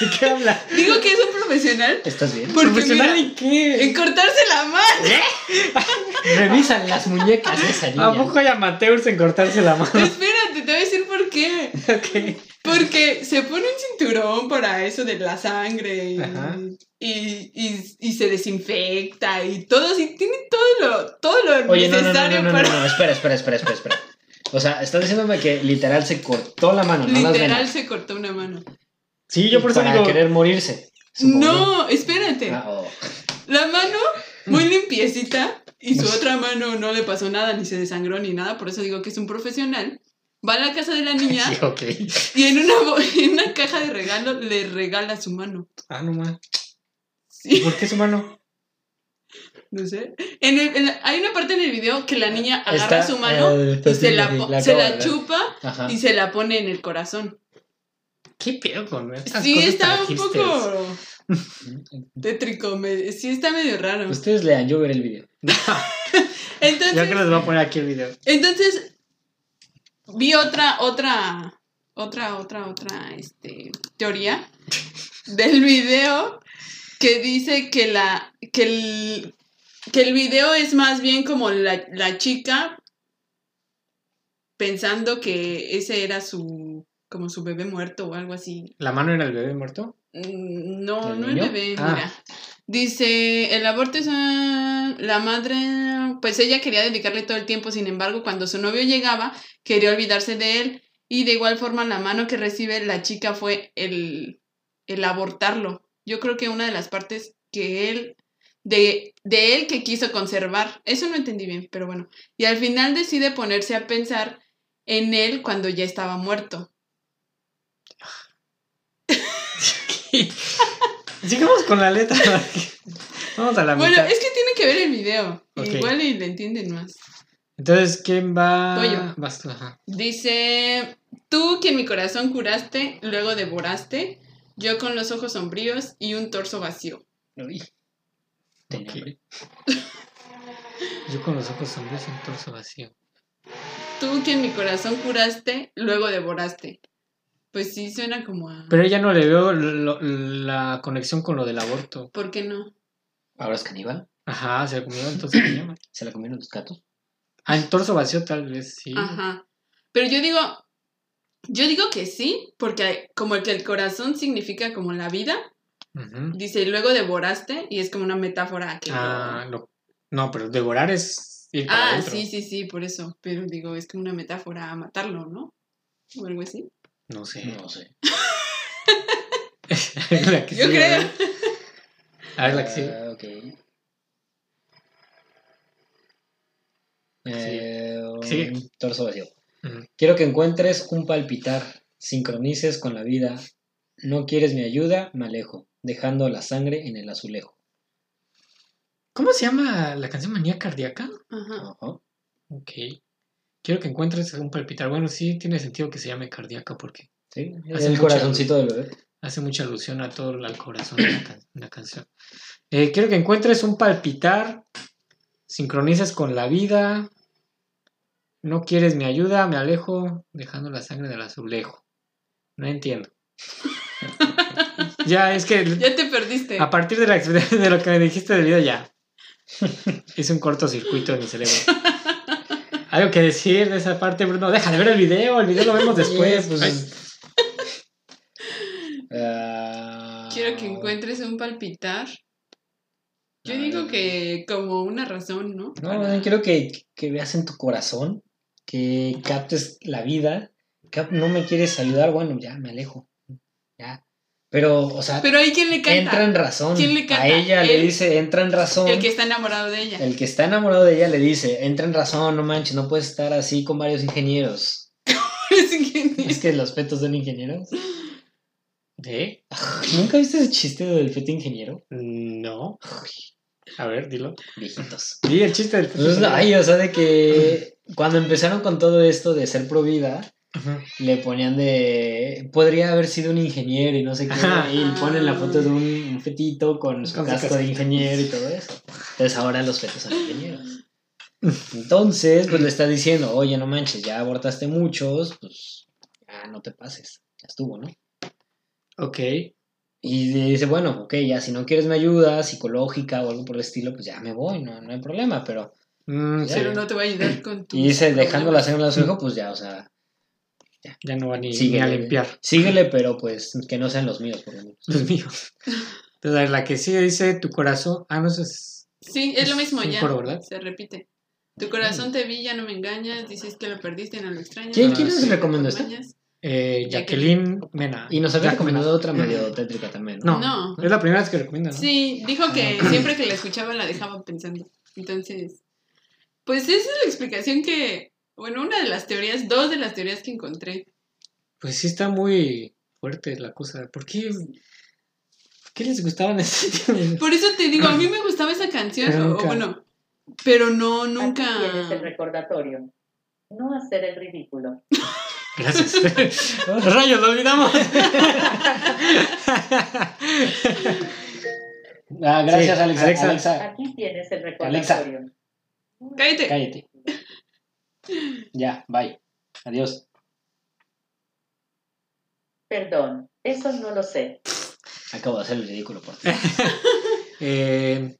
[SPEAKER 2] ¿De qué habla?
[SPEAKER 3] digo que es un profesional
[SPEAKER 4] ¿Estás bien?
[SPEAKER 3] porque
[SPEAKER 2] ¿Profesional
[SPEAKER 3] mira,
[SPEAKER 2] de qué?
[SPEAKER 3] en cortarse la mano.
[SPEAKER 4] Revisan las muñecas de esa niña.
[SPEAKER 2] ¿A poco hay amateurs en cortarse la mano?
[SPEAKER 3] Espérate, te voy a decir por qué.
[SPEAKER 2] Ok.
[SPEAKER 3] Porque se pone un cinturón para eso de la sangre y,
[SPEAKER 2] Ajá.
[SPEAKER 3] y, y- y se desinfecta y todo así. Tiene todo lo, todo lo
[SPEAKER 4] Oye, no, no, no,
[SPEAKER 3] necesario
[SPEAKER 4] no, no, no,
[SPEAKER 3] para.
[SPEAKER 4] no, espera, espera, espera, espera, espera. O sea, estás diciéndome que literal se cortó la mano, no las
[SPEAKER 3] Literal
[SPEAKER 4] venas.
[SPEAKER 3] se cortó una mano.
[SPEAKER 2] Sí, yo por eso
[SPEAKER 4] para
[SPEAKER 2] digo.
[SPEAKER 4] querer morirse. supongo.
[SPEAKER 3] No, espérate.
[SPEAKER 4] Ah, oh.
[SPEAKER 3] La mano muy limpiecita y su otra mano no le pasó nada, ni se desangró ni nada. Por eso digo que es un profesional. Va a la casa de la niña
[SPEAKER 2] Sí, ok.
[SPEAKER 3] y en una, bo- en una caja de regalo le regala su mano.
[SPEAKER 2] Ah, no más. ¿Y
[SPEAKER 3] Sí,
[SPEAKER 2] por qué su mano?
[SPEAKER 3] no sé. En el- en la- hay una parte en el video que la niña agarra
[SPEAKER 4] Está-
[SPEAKER 3] su mano
[SPEAKER 4] eh,
[SPEAKER 3] y
[SPEAKER 4] pues
[SPEAKER 3] se
[SPEAKER 4] sí,
[SPEAKER 3] la, po- se
[SPEAKER 4] acabo
[SPEAKER 3] la
[SPEAKER 4] de ver.
[SPEAKER 3] chupa
[SPEAKER 2] Ah.
[SPEAKER 4] Ajá.
[SPEAKER 3] y se la pone en el corazón.
[SPEAKER 2] ¿Qué pedo con estas
[SPEAKER 3] Sí,
[SPEAKER 2] cosas
[SPEAKER 3] está
[SPEAKER 2] tan
[SPEAKER 3] un
[SPEAKER 2] hipsters?
[SPEAKER 3] poco tétrico. me- sí, está medio raro.
[SPEAKER 2] Pues,
[SPEAKER 4] Ustedes lean, yo veré el video.
[SPEAKER 2] Yo
[SPEAKER 3] Entonces,
[SPEAKER 2] que les voy a poner aquí el video.
[SPEAKER 3] Entonces, vi otra, otra, otra, otra, otra este, teoría del video que dice que la. que el, que el video es más bien como la, la chica pensando que ese era su. como su bebé muerto o algo así.
[SPEAKER 2] ¿La mano era el bebé muerto?
[SPEAKER 3] Mm, No,
[SPEAKER 4] ¿Del
[SPEAKER 3] no el
[SPEAKER 4] niño?
[SPEAKER 3] bebé,
[SPEAKER 2] Ah.
[SPEAKER 3] mira. Dice, el aborto es una- la madre, pues ella quería dedicarle todo el tiempo, sin embargo, cuando su novio llegaba, quería olvidarse de él y de igual forma la mano que recibe la chica fue el, el abortarlo. Yo creo que una de las partes que él, de, de él que quiso conservar, eso no entendí bien, pero bueno. Y al final decide ponerse a pensar en él cuando ya estaba muerto.
[SPEAKER 2] Sigamos con la letra. Vamos a la
[SPEAKER 3] Bueno,
[SPEAKER 2] mitad.
[SPEAKER 3] es que tiene que ver el video.
[SPEAKER 2] Ok.
[SPEAKER 3] Igual y le entienden más.
[SPEAKER 2] Entonces, ¿quién va?
[SPEAKER 3] Voy yo.
[SPEAKER 2] Vas tú, ajá.
[SPEAKER 3] Dice, tú que en mi corazón curaste, luego devoraste, yo con los ojos sombríos y un torso vacío.
[SPEAKER 4] Uy. Tenía
[SPEAKER 2] Ok.
[SPEAKER 4] hambre.
[SPEAKER 2] Yo con los ojos sombríos y un torso vacío.
[SPEAKER 3] Tú que en mi corazón curaste, luego devoraste. Pues sí, suena como a...
[SPEAKER 2] Pero ya no le veo lo- la conexión con lo del aborto.
[SPEAKER 3] ¿Por qué no?
[SPEAKER 4] ¿Ahora es caníbal?
[SPEAKER 2] Ajá, se comió entonces se llama.
[SPEAKER 4] ¿Se la comieron los gatos?
[SPEAKER 2] Ah, el torso vacío tal vez sí.
[SPEAKER 3] Ajá. Pero yo digo, yo digo que sí, porque como que el corazón significa como la vida,
[SPEAKER 2] Ujú.
[SPEAKER 3] dice, luego devoraste y es como una metáfora a que...
[SPEAKER 2] Ah, lo- no, pero devorar es ir para
[SPEAKER 3] Ah,
[SPEAKER 2] adentro.
[SPEAKER 3] sí, sí, sí, por eso. Pero digo, es como una metáfora a matarlo, ¿no? O algo así.
[SPEAKER 2] No sé.
[SPEAKER 4] No sé.
[SPEAKER 2] La que
[SPEAKER 3] Yo
[SPEAKER 2] sigue,
[SPEAKER 3] creo.
[SPEAKER 2] a ver. A ver la que sigue.
[SPEAKER 4] Ah, ok. Eh,
[SPEAKER 2] Sigue.
[SPEAKER 4] un Torso vacío.
[SPEAKER 2] Ujú.
[SPEAKER 4] Quiero que encuentres un palpitar, sincronices con la vida. No quieres mi ayuda, me alejo, dejando la sangre en el azulejo.
[SPEAKER 2] ¿Cómo se llama la canción Manía Cardíaca?
[SPEAKER 3] Ajá.
[SPEAKER 4] Ajá.
[SPEAKER 2] Ok. Quiero que encuentres un palpitar. Bueno, sí tiene sentido que se llame cardíaca porque
[SPEAKER 4] Sí, es
[SPEAKER 2] Hace
[SPEAKER 4] el
[SPEAKER 2] mucho-
[SPEAKER 4] corazoncito del bebé.
[SPEAKER 2] hace mucha alusión a todo el al corazón de la, can- la canción. Eh, quiero que encuentres un palpitar, sincronices con la vida, no quieres mi ayuda, me alejo, dejando la sangre del azulejo. No entiendo. ya, es que
[SPEAKER 3] Ya te perdiste.
[SPEAKER 2] a partir de, la, experiencia- de lo que me dijiste del video ya. Hice un cortocircuito en mi cerebro. Algo que decir de esa parte, Bruno. Deja de ver el video, el video lo vemos después.
[SPEAKER 4] Sí, pues,
[SPEAKER 2] Ay.
[SPEAKER 4] es- Ah,
[SPEAKER 3] Quiero que encuentres un palpitar. Yo digo que como una razón, ¿no?
[SPEAKER 4] No, no, quiero que, que veas en tu corazón, que captes la vida. Cap, no me quieres ayudar, bueno, ya me alejo. Ya. Pero, o sea,
[SPEAKER 3] Pero hay quien le canta.
[SPEAKER 4] entra en razón.
[SPEAKER 3] ¿Quién le canta?
[SPEAKER 4] A ella
[SPEAKER 3] Él.
[SPEAKER 4] le dice, entra en razón.
[SPEAKER 3] El que está enamorado de
[SPEAKER 2] Eh.
[SPEAKER 3] ella.
[SPEAKER 4] El que está enamorado de ella le dice, entra en razón, no manches, no puedes estar así con varios ingenieros.
[SPEAKER 3] Así que-
[SPEAKER 4] Es que los fetos son ingenieros.
[SPEAKER 2] ¿Eh?
[SPEAKER 4] ¿Nunca viste ese chiste del feto ingeniero?
[SPEAKER 2] No. A ver, dilo.
[SPEAKER 4] Viejitos.
[SPEAKER 2] Sí, el chiste del
[SPEAKER 4] Entonces, ay, o sea, de que cuando empezaron con todo esto de ser pro vida,
[SPEAKER 2] Ajá.
[SPEAKER 4] le ponían de, podría haber sido un ingeniero y no sé qué,
[SPEAKER 2] Ajá.
[SPEAKER 4] y ponen la foto de un,
[SPEAKER 8] un fetito con su
[SPEAKER 2] Con su
[SPEAKER 8] casco
[SPEAKER 2] casco.
[SPEAKER 8] de ingeniero y todo eso. Entonces ahora los fetos son ingenieros. Entonces, pues le está diciendo, oye, no manches, ya abortaste muchos, pues ya no te pases, ya estuvo, ¿no?
[SPEAKER 2] Ok.
[SPEAKER 8] Y dice, bueno, ok, ya si no quieres mi ayuda psicológica o algo por el estilo, pues ya me voy, no, no hay problema, pero...
[SPEAKER 2] Mm, sí,
[SPEAKER 3] Pero no te va a ayudar con tu.
[SPEAKER 8] Y dice, dejando la célula a su hijo, pues ya, o sea,
[SPEAKER 2] Ya no va ni, ni a
[SPEAKER 8] síguele,
[SPEAKER 2] limpiar
[SPEAKER 8] síguele, pero pues que no sean los míos, por lo menos.
[SPEAKER 2] los míos. Entonces, la que sigue dice tu corazón. Ah, no, eso es.
[SPEAKER 3] Sí, es lo mismo
[SPEAKER 2] un
[SPEAKER 3] ya.
[SPEAKER 2] coro, ¿verdad?
[SPEAKER 3] Se repite. Tu corazón te vi, ya no me engañas. Dices que lo perdiste, no lo extrañas.
[SPEAKER 8] ¿Quién-
[SPEAKER 3] no
[SPEAKER 8] quién
[SPEAKER 3] lo
[SPEAKER 8] nos
[SPEAKER 3] sé,
[SPEAKER 8] recomendó
[SPEAKER 3] no
[SPEAKER 8] esta?
[SPEAKER 3] extrañas.
[SPEAKER 2] eh, Jacqueline Mena.
[SPEAKER 8] Y nos había
[SPEAKER 2] Jack
[SPEAKER 8] recomendado
[SPEAKER 2] Mena.
[SPEAKER 8] otra medio tétrica también, ¿no?
[SPEAKER 2] No,
[SPEAKER 3] No.
[SPEAKER 2] es la primera vez que recomienda, ¿no?
[SPEAKER 3] Sí, dijo que siempre que la escuchaba la dejaba pensando. Entonces, pues esa es la explicación que. Bueno, una de las teorías, dos de las teorías que encontré.
[SPEAKER 2] Pues sí está muy fuerte la cosa. ¿Por qué, por qué les gustaban ese tipo de-
[SPEAKER 3] Por eso te digo, a mí me gustaba esa canción,
[SPEAKER 2] Pero
[SPEAKER 3] o- o
[SPEAKER 2] nunca.
[SPEAKER 3] bueno, pero no,
[SPEAKER 5] Aquí
[SPEAKER 3] nunca.
[SPEAKER 5] tienes el recordatorio. No hacer el ridículo.
[SPEAKER 2] Gracias. Rayos, lo olvidamos.
[SPEAKER 8] Ah, gracias,
[SPEAKER 2] Sí,
[SPEAKER 8] Alexa.
[SPEAKER 2] Alexa.
[SPEAKER 8] Alexa,
[SPEAKER 5] Aquí tienes el recordatorio.
[SPEAKER 3] Cállate.
[SPEAKER 8] cállate. Ya, bye. Adiós.
[SPEAKER 5] Perdón, eso no lo sé.
[SPEAKER 8] Acabo de hacer el ridículo por ti.
[SPEAKER 2] Eh,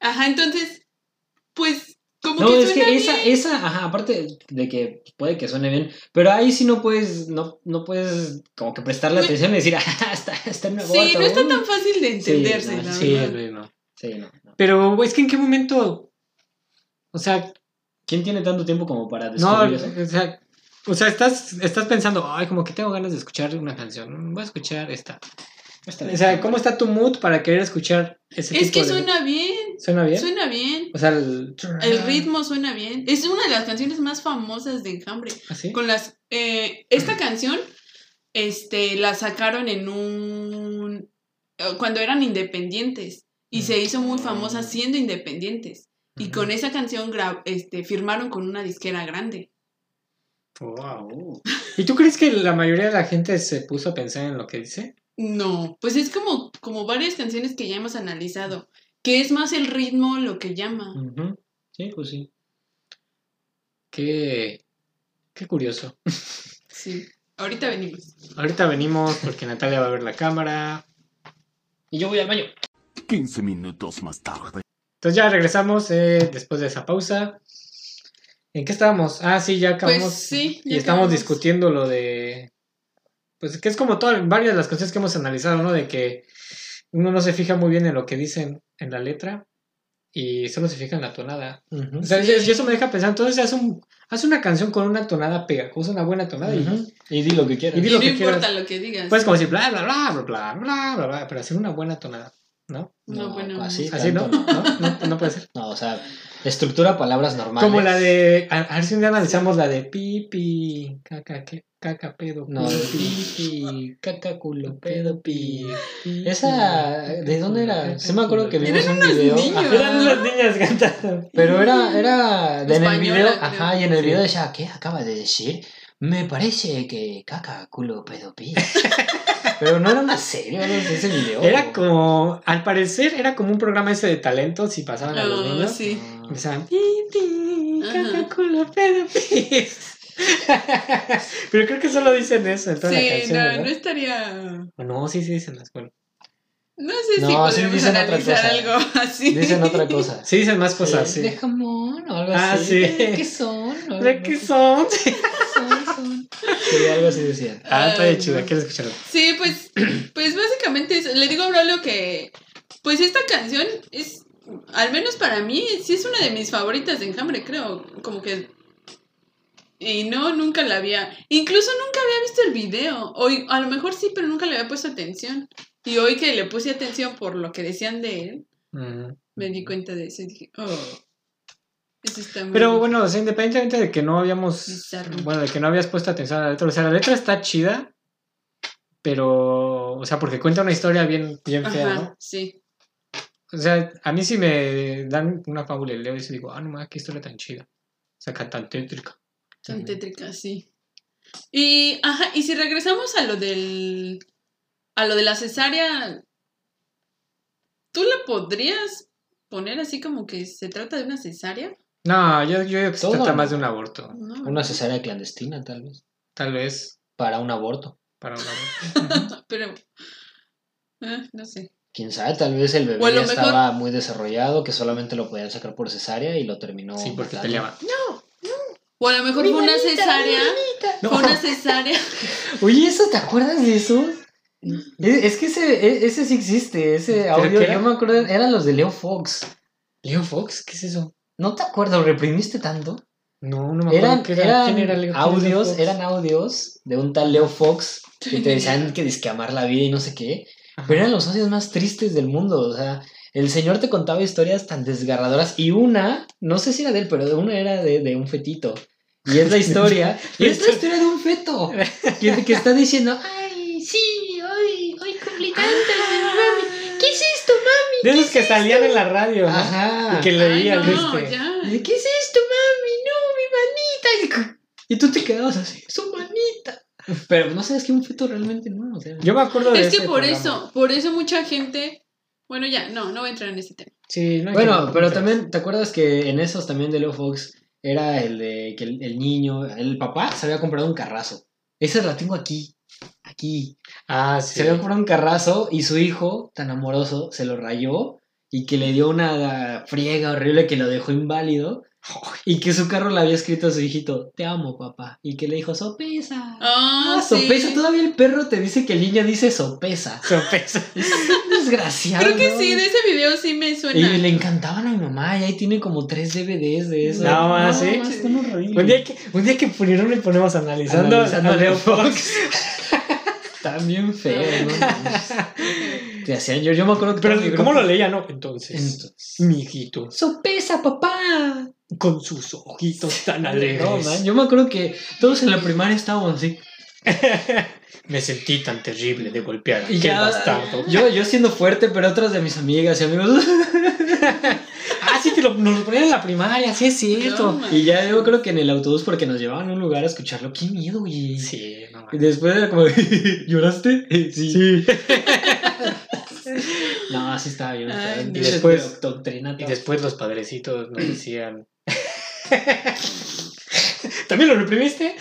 [SPEAKER 3] Ajá, entonces, pues, como
[SPEAKER 8] No,
[SPEAKER 3] que
[SPEAKER 8] es
[SPEAKER 3] suena
[SPEAKER 8] que esa,
[SPEAKER 3] bien.
[SPEAKER 8] esa, ajá, aparte de que puede que suene bien, pero ahí sí no puedes, no, no puedes como que prestarle
[SPEAKER 3] Bueno.
[SPEAKER 8] atención y decir, ah, está, está en aborto.
[SPEAKER 3] Sí, no está
[SPEAKER 8] uh".
[SPEAKER 3] tan fácil de
[SPEAKER 8] Sí,
[SPEAKER 3] entenderse,
[SPEAKER 8] no,
[SPEAKER 3] la
[SPEAKER 2] sí,
[SPEAKER 3] verdad.
[SPEAKER 2] güey, no.
[SPEAKER 8] Sí, no, no.
[SPEAKER 2] Pero es que en qué momento. O sea,
[SPEAKER 8] ¿Quién tiene tanto tiempo como para
[SPEAKER 2] no, eh,
[SPEAKER 8] descubrir eso?
[SPEAKER 2] o sea. O sea, estás, estás pensando, ay, como que tengo ganas de escuchar una canción. Voy a escuchar esta.
[SPEAKER 8] Está bien.
[SPEAKER 2] O sea, ¿cómo está tu mood para querer escuchar ese
[SPEAKER 3] Es
[SPEAKER 2] tipo
[SPEAKER 3] que
[SPEAKER 2] de-
[SPEAKER 3] suena bien,
[SPEAKER 2] ¿Suena bien?
[SPEAKER 3] suena bien.
[SPEAKER 2] O sea, el...
[SPEAKER 3] El ritmo suena bien. Es una de las canciones más famosas de Enjambre.
[SPEAKER 2] ¿Así?
[SPEAKER 3] Con las. eh, esta canción, este, la sacaron en un. eh, cuando eran independientes. Y se hizo muy famosa siendo independientes. Y con esa canción gra- este, firmaron con una disquera grande.
[SPEAKER 2] Wow. ¿Y tú crees que la mayoría de la gente se puso a pensar en lo que dice?
[SPEAKER 3] No, pues es como, como varias canciones que ya hemos analizado. Que es más el ritmo lo que llama.
[SPEAKER 8] Ujú. Sí, pues sí.
[SPEAKER 2] Qué, qué curioso.
[SPEAKER 3] Sí. Ahorita venimos.
[SPEAKER 2] Ahorita venimos porque Natalia va a ver la cámara.
[SPEAKER 8] Y yo voy al baño.
[SPEAKER 6] 15 minutos más tarde.
[SPEAKER 2] Entonces ya regresamos eh, después de esa pausa. ¿En qué estábamos? Ah, sí, ya acabamos.
[SPEAKER 3] Pues sí.
[SPEAKER 2] y
[SPEAKER 3] ya
[SPEAKER 2] estamos
[SPEAKER 3] acabamos.
[SPEAKER 2] discutiendo lo de... Pues que es como todas varias de las cosas que hemos analizado, ¿no? De que uno no se fija muy bien en lo que dicen en la letra y solo se fija en la tonada. O sea, y eso me deja pensar, entonces haz, un, haz una canción con una tonada pegajosa, una buena tonada y
[SPEAKER 8] Ujú. Y di lo que quieras.
[SPEAKER 2] Y
[SPEAKER 3] Y
[SPEAKER 2] di
[SPEAKER 3] no
[SPEAKER 2] lo que
[SPEAKER 3] importa
[SPEAKER 2] quieras.
[SPEAKER 3] lo que digas.
[SPEAKER 2] Pues como si bla bla bla bla bla bla bla bla, pero hacer una buena tonada, ¿no?
[SPEAKER 3] no, bueno.
[SPEAKER 8] Así,
[SPEAKER 2] Así no,
[SPEAKER 8] tanto
[SPEAKER 2] no, no, no puede ser.
[SPEAKER 8] No, o sea, estructura palabras normales.
[SPEAKER 2] Como la de, a, a ver si un día analizamos la de pipi, caca, que- caca, pedo,
[SPEAKER 8] No,
[SPEAKER 2] culo,
[SPEAKER 8] de
[SPEAKER 2] pi,
[SPEAKER 8] pipi, caca, culo, pedo,
[SPEAKER 2] pedo,
[SPEAKER 8] pi.
[SPEAKER 2] pi. pipi,
[SPEAKER 8] Esa,
[SPEAKER 2] caca,
[SPEAKER 8] ¿de dónde
[SPEAKER 2] culo,
[SPEAKER 8] era?
[SPEAKER 2] caca,
[SPEAKER 8] Sí me acuerdo
[SPEAKER 2] culo.
[SPEAKER 8] que vimos
[SPEAKER 3] Eran
[SPEAKER 8] un
[SPEAKER 3] unos
[SPEAKER 8] video.
[SPEAKER 3] niños.
[SPEAKER 8] Ajá,
[SPEAKER 2] Eran las niñas cantando.
[SPEAKER 8] Pero era, era, de- en el
[SPEAKER 3] Española,
[SPEAKER 8] video,
[SPEAKER 3] creo.
[SPEAKER 8] ajá, y en el
[SPEAKER 2] Sí.
[SPEAKER 8] video decía, ¿qué acaba de decir? Me parece que caca, culo, pedo, pi. Pero no era una serie, no sé, ese video. Ah,
[SPEAKER 2] Era como, al parecer, era como un programa ese de talentos y pasaban a los
[SPEAKER 3] Ah,
[SPEAKER 2] niños.
[SPEAKER 3] sí.
[SPEAKER 2] Y
[SPEAKER 8] Ah,
[SPEAKER 2] Empezaban pipi,
[SPEAKER 3] Ajá.
[SPEAKER 2] caca, culo, pedo, pi. Pero creo que solo dicen eso en toda la
[SPEAKER 3] Sí,
[SPEAKER 2] canción,
[SPEAKER 3] no,
[SPEAKER 2] ¿verdad?
[SPEAKER 3] no estaría.
[SPEAKER 2] O No, sí, sí dicen las bueno.
[SPEAKER 3] No sé
[SPEAKER 8] No,
[SPEAKER 3] si
[SPEAKER 8] sí
[SPEAKER 3] podríamos
[SPEAKER 8] dicen otra
[SPEAKER 3] analizar
[SPEAKER 8] cosa.
[SPEAKER 3] algo así.
[SPEAKER 8] Dicen otra cosa.
[SPEAKER 2] Sí dicen más cosas, sí.
[SPEAKER 8] De jamón o algo
[SPEAKER 2] Ah,
[SPEAKER 8] así.
[SPEAKER 2] sí.
[SPEAKER 8] ¿De qué son? O
[SPEAKER 2] ¿De
[SPEAKER 8] algo
[SPEAKER 2] qué
[SPEAKER 8] así.
[SPEAKER 2] son?
[SPEAKER 8] son, son. Sí, algo así decían.
[SPEAKER 2] Ah, está bien
[SPEAKER 3] Ay,
[SPEAKER 2] chido,
[SPEAKER 3] no.
[SPEAKER 2] quiero escucharlo.
[SPEAKER 3] Sí, pues, pues básicamente eso. le digo a Braulio que pues esta canción es, al menos para mí, sí es una de mis favoritas de Enjambre, creo. Como que... Y no, nunca la había... Incluso nunca había visto el video. Hoy, a lo mejor sí, pero nunca le había puesto atención. Y hoy que le puse atención por lo que decían de él,
[SPEAKER 2] Ujú.
[SPEAKER 3] me di cuenta de eso y dije, oh, eso está muy
[SPEAKER 2] Pero bueno, o sea, independientemente de que no habíamos.
[SPEAKER 3] Bizarro.
[SPEAKER 2] Bueno, de que no habías puesto atención a la letra. O sea, la letra está chida, pero. O sea, porque cuenta una historia bien, bien fea,
[SPEAKER 3] Ajá,
[SPEAKER 2] ¿no?
[SPEAKER 3] sí.
[SPEAKER 2] O sea, a mí sí me dan una fábula y leo y sí digo, ah, no mames, qué historia tan chida. O sea, ca- tan tétrica.
[SPEAKER 3] Son
[SPEAKER 2] Ujú.
[SPEAKER 3] tétricas, sí. Y, ajá, y si regresamos a lo del. a lo de la cesárea ¿Tú la podrías poner así como que se trata de una cesárea?
[SPEAKER 2] No, yo, yo creo que se
[SPEAKER 8] Todo,
[SPEAKER 2] trata
[SPEAKER 8] ¿no?
[SPEAKER 2] más de un aborto.
[SPEAKER 3] No.
[SPEAKER 8] Una cesárea clandestina, tal vez.
[SPEAKER 2] Tal vez
[SPEAKER 8] Para un aborto.
[SPEAKER 2] para un aborto.
[SPEAKER 3] Pero. ah, no sé.
[SPEAKER 8] Quién sabe, tal vez el
[SPEAKER 3] O a
[SPEAKER 8] bebé
[SPEAKER 3] lo
[SPEAKER 8] ya
[SPEAKER 3] mejor-
[SPEAKER 8] estaba muy desarrollado, que solamente lo podían sacar por cesárea y lo terminó.
[SPEAKER 4] Oh,
[SPEAKER 2] Sí, porque
[SPEAKER 8] matando.
[SPEAKER 2] peleaba.
[SPEAKER 3] O a lo mejor fue una cesárea. Fue una cesárea.
[SPEAKER 8] Oye, ¿eso te acuerdas de eso? Es, es que ese, e- ese sí existe, ese
[SPEAKER 2] ¿Pero
[SPEAKER 8] audio.
[SPEAKER 2] qué Mm. era?
[SPEAKER 8] Yo me acuerdo, eran los de Leo Fox.
[SPEAKER 2] ¿Leo Fox? ¿Qué es eso?
[SPEAKER 8] ¿No te acuerdas? ¿Reprimiste tanto?
[SPEAKER 2] No, no me acuerdo.
[SPEAKER 8] Eran,
[SPEAKER 2] qué era.
[SPEAKER 8] eran
[SPEAKER 2] ¿Quién era Leo- quién era Leo
[SPEAKER 8] audios,
[SPEAKER 2] Fox?
[SPEAKER 8] eran audios de un tal Leo Fox que te decían que disque amar la vida y no sé qué. Pero eran los audios más tristes del mundo. O sea, el señor te contaba historias tan desgarradoras. Y una, no sé si era de él, pero de una era de, de un fetito. Y es la historia. y es la historia de un feto. Que, que está diciendo, ay, sí, hoy, hoy cumplí tanto, mami. ¿Qué es esto, mami?
[SPEAKER 2] De esos que salían en la radio, ¿no?
[SPEAKER 8] Ajá.
[SPEAKER 2] Y que este leían,
[SPEAKER 3] Ay, no,
[SPEAKER 2] ¿viste?
[SPEAKER 3] ya.
[SPEAKER 8] ¿De ¿Qué es esto, mami? No, mi manita. Y tú te quedabas así, su manita. Pero no sabes que un feto realmente no. O sea,
[SPEAKER 2] Yo me acuerdo de
[SPEAKER 3] Es que
[SPEAKER 2] ese
[SPEAKER 3] por
[SPEAKER 2] programa.
[SPEAKER 3] eso, por eso mucha gente. Bueno, ya, no, no voy a entrar en ese tema.
[SPEAKER 2] Sí, no hay
[SPEAKER 8] bueno,
[SPEAKER 2] que-
[SPEAKER 8] pero también, ¿te acuerdas que en esos también de Leo Fox era el de que el, el niño, el papá se había comprado un carrazo? Esa la tengo aquí. Aquí.
[SPEAKER 2] Ah, sí.
[SPEAKER 8] Se había comprado un carrazo y su hijo, tan amoroso, se lo rayó y que le dio una friega horrible que lo dejó inválido. Y que su carro le había escrito a su hijito, te amo, papá. Y que le dijo, sopesa.
[SPEAKER 3] Ah,
[SPEAKER 8] Ah, sopesa.
[SPEAKER 3] sí.
[SPEAKER 8] Todavía el perro te dice que el niño dice sopesa.
[SPEAKER 2] Sorpresa.
[SPEAKER 8] Desgraciado.
[SPEAKER 3] Creo que
[SPEAKER 8] ¿no?
[SPEAKER 3] sí, de ese video sí me
[SPEAKER 8] Y
[SPEAKER 3] suena.
[SPEAKER 8] le encantaban a mi mamá, y ahí tiene como tres DVDs de eso.
[SPEAKER 2] No, ah, ¿sí?
[SPEAKER 8] están horribles.
[SPEAKER 2] Un día que, un día que pudieron le ponemos analizando,
[SPEAKER 8] Analizando
[SPEAKER 2] a
[SPEAKER 8] a
[SPEAKER 2] Leo
[SPEAKER 8] Leo
[SPEAKER 2] Fox.
[SPEAKER 8] Están bien feos, ¿no? mames. Te hacían yo, yo me acuerdo que
[SPEAKER 2] Pero,
[SPEAKER 8] todo mi
[SPEAKER 2] ¿cómo
[SPEAKER 8] grupo-
[SPEAKER 2] lo leía, no? Entonces, mi hijito,
[SPEAKER 8] ¡Sopesa, papá!
[SPEAKER 2] con sus ojitos tan
[SPEAKER 8] No,
[SPEAKER 2] alegres.
[SPEAKER 8] man, yo me acuerdo que todos en la primaria estábamos así.
[SPEAKER 2] Me sentí tan terrible de golpear a
[SPEAKER 8] Y
[SPEAKER 2] aquel
[SPEAKER 8] ya,
[SPEAKER 2] bastardo.
[SPEAKER 8] yo, yo siendo fuerte, pero otras de mis amigas y amigos.
[SPEAKER 2] Ah, sí, te lo, nos lo ponían en la primaria, sí es
[SPEAKER 3] No,
[SPEAKER 2] cierto.
[SPEAKER 3] man.
[SPEAKER 8] Y ya yo creo que en el autobús, porque nos llevaban a un lugar a escucharlo. ¡Qué miedo, güey!
[SPEAKER 2] Sí, no,
[SPEAKER 8] Y
[SPEAKER 2] man.
[SPEAKER 8] después era como, ¿lloraste? Eh, Sí.
[SPEAKER 2] Sí.
[SPEAKER 8] No, así estaba bien.
[SPEAKER 3] Ay,
[SPEAKER 8] feo.
[SPEAKER 3] no.
[SPEAKER 8] Dices,
[SPEAKER 2] Después-
[SPEAKER 8] "Doc- doctrina.
[SPEAKER 2] Y después los padrecitos nos decían... ¿También lo reprimiste?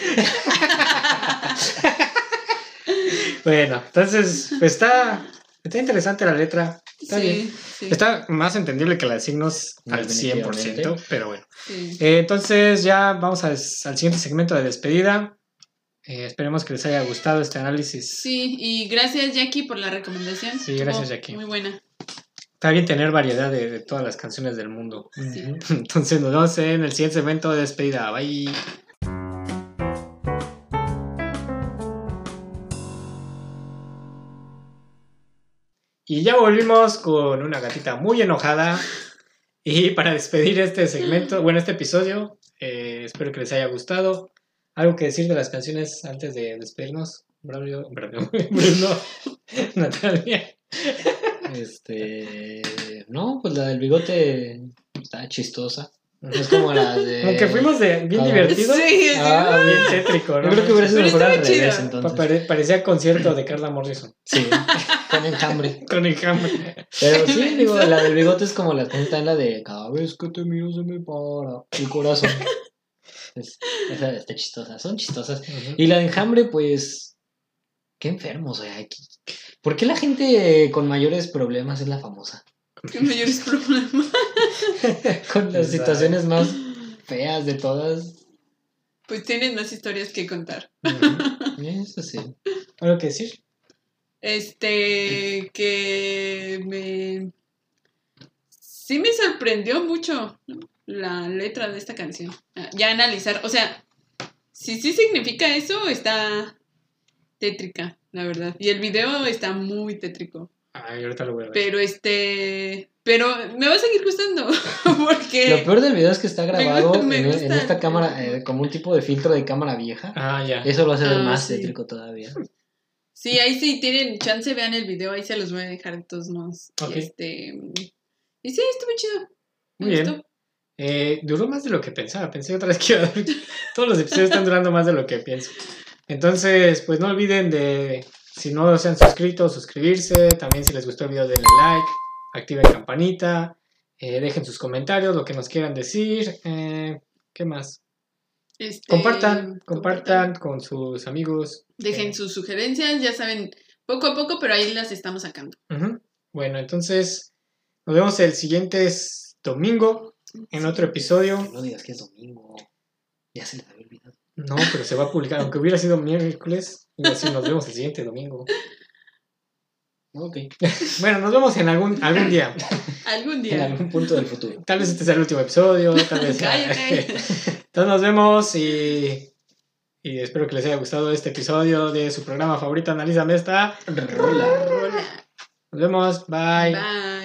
[SPEAKER 2] bueno, entonces pues, está, está interesante la letra. Está bien.
[SPEAKER 3] sí, sí,
[SPEAKER 2] Está más entendible que la de signos al
[SPEAKER 8] Definitivamente.
[SPEAKER 2] 100%, pero bueno.
[SPEAKER 3] sí.
[SPEAKER 2] Eh, entonces ya vamos al, al siguiente segmento de despedida. Eh, esperemos que les haya gustado este análisis.
[SPEAKER 3] Sí, y gracias Jackie por la recomendación.
[SPEAKER 2] Sí, gracias,
[SPEAKER 3] Estuvo
[SPEAKER 2] Jackie.
[SPEAKER 3] Muy buena.
[SPEAKER 2] Está bien tener variedad de, de todas las canciones del mundo.
[SPEAKER 3] Sí.
[SPEAKER 2] Entonces nos vemos en el siguiente segmento de despedida. Bye. Y ya volvimos con una gatita muy enojada. Y para despedir este segmento, bueno, este episodio, eh, espero que les haya gustado. ¿Algo que decir de las canciones antes de despedirnos? Braulio, Braulio, Bruno, Natalia.
[SPEAKER 8] Este. No, pues la del bigote está chistosa. No es como la de.
[SPEAKER 2] Aunque fuimos de bien
[SPEAKER 8] Ah.
[SPEAKER 2] divertidos.
[SPEAKER 3] Sí, sí.
[SPEAKER 2] Ah, bien cétrico,
[SPEAKER 8] Yo
[SPEAKER 2] ¿no?
[SPEAKER 8] creo que hubiera sido
[SPEAKER 3] Pero
[SPEAKER 8] mejor al
[SPEAKER 3] estaba chida.
[SPEAKER 8] revés,
[SPEAKER 2] Pa-
[SPEAKER 8] entonces.
[SPEAKER 2] pare- Parecía concierto de Carla Morrison.
[SPEAKER 8] Sí, con enjambre.
[SPEAKER 2] Con el hambre.
[SPEAKER 8] Pero sí, digo, la del bigote es como la punta en la de cada vez que te miro se me para el corazón. Es- esa está chistosa, son chistosas. Y la de enjambre, pues. Qué enfermos hay aquí. ¿Por qué la gente con mayores problemas es la famosa?
[SPEAKER 3] Mayores problemas.
[SPEAKER 8] Con
[SPEAKER 2] Exacto.
[SPEAKER 8] las situaciones más feas de todas.
[SPEAKER 3] Pues tienen más historias que contar.
[SPEAKER 8] Eso sí.
[SPEAKER 2] ¿Algo que decir?
[SPEAKER 3] Este, que me... Sí me sorprendió mucho la letra de esta canción. Ah, Ya analizar, o sea, si sí significa eso, está tétrica, la verdad. Y el video está muy tétrico.
[SPEAKER 2] Ay, ahorita lo voy a ver.
[SPEAKER 3] Pero este, pero me va a seguir gustando
[SPEAKER 8] Lo
[SPEAKER 3] porque...
[SPEAKER 8] peor del video es que está grabado
[SPEAKER 3] me
[SPEAKER 8] en, en
[SPEAKER 3] gusta.
[SPEAKER 8] esta cámara, eh, como un tipo de filtro de cámara vieja.
[SPEAKER 2] Ah, ya.
[SPEAKER 8] Eso lo hace ver
[SPEAKER 3] Ah,
[SPEAKER 8] más
[SPEAKER 3] sí.
[SPEAKER 8] tétrico todavía.
[SPEAKER 3] Sí, ahí sí tienen chance, vean el video, ahí se los voy a dejar de todos modos. Y,
[SPEAKER 2] Ok.
[SPEAKER 3] Este, y sí, estuvo chido. Me
[SPEAKER 2] Muy bien.
[SPEAKER 3] gustó.
[SPEAKER 2] Eh, duró más de lo que pensaba. Pensé otra vez que iba a durar. Todos los episodios están durando más de lo que pienso. Entonces, pues no olviden de, si no se han suscrito, suscribirse. También si les gustó el video, denle like. activen campanita, eh, dejen sus comentarios, lo que nos quieran decir. eh, ¿Qué más?
[SPEAKER 3] Este,
[SPEAKER 2] Compartan, compartan con sus amigos.
[SPEAKER 3] Dejen sus sugerencias, ya saben, poco a poco, pero ahí las estamos sacando.
[SPEAKER 2] Ujú. Bueno, entonces nos vemos el siguiente s- domingo en otro episodio.
[SPEAKER 4] No digas que es domingo. Ya se les había olvidado.
[SPEAKER 2] No, pero se va a publicar, aunque hubiera sido miércoles. iba a decir, nos vemos el siguiente domingo.
[SPEAKER 4] Ok.
[SPEAKER 2] Bueno, nos vemos en algún, algún día.
[SPEAKER 3] Algún
[SPEAKER 4] En
[SPEAKER 3] día.
[SPEAKER 4] algún punto del futuro.
[SPEAKER 2] Tal vez este sea el último episodio, tal vez sea-
[SPEAKER 3] Cállate.
[SPEAKER 2] Entonces nos vemos y, y espero que les haya gustado este episodio de su programa favorito, Analízame esta.
[SPEAKER 4] Rola.
[SPEAKER 2] Nos vemos, bye.
[SPEAKER 3] Bye.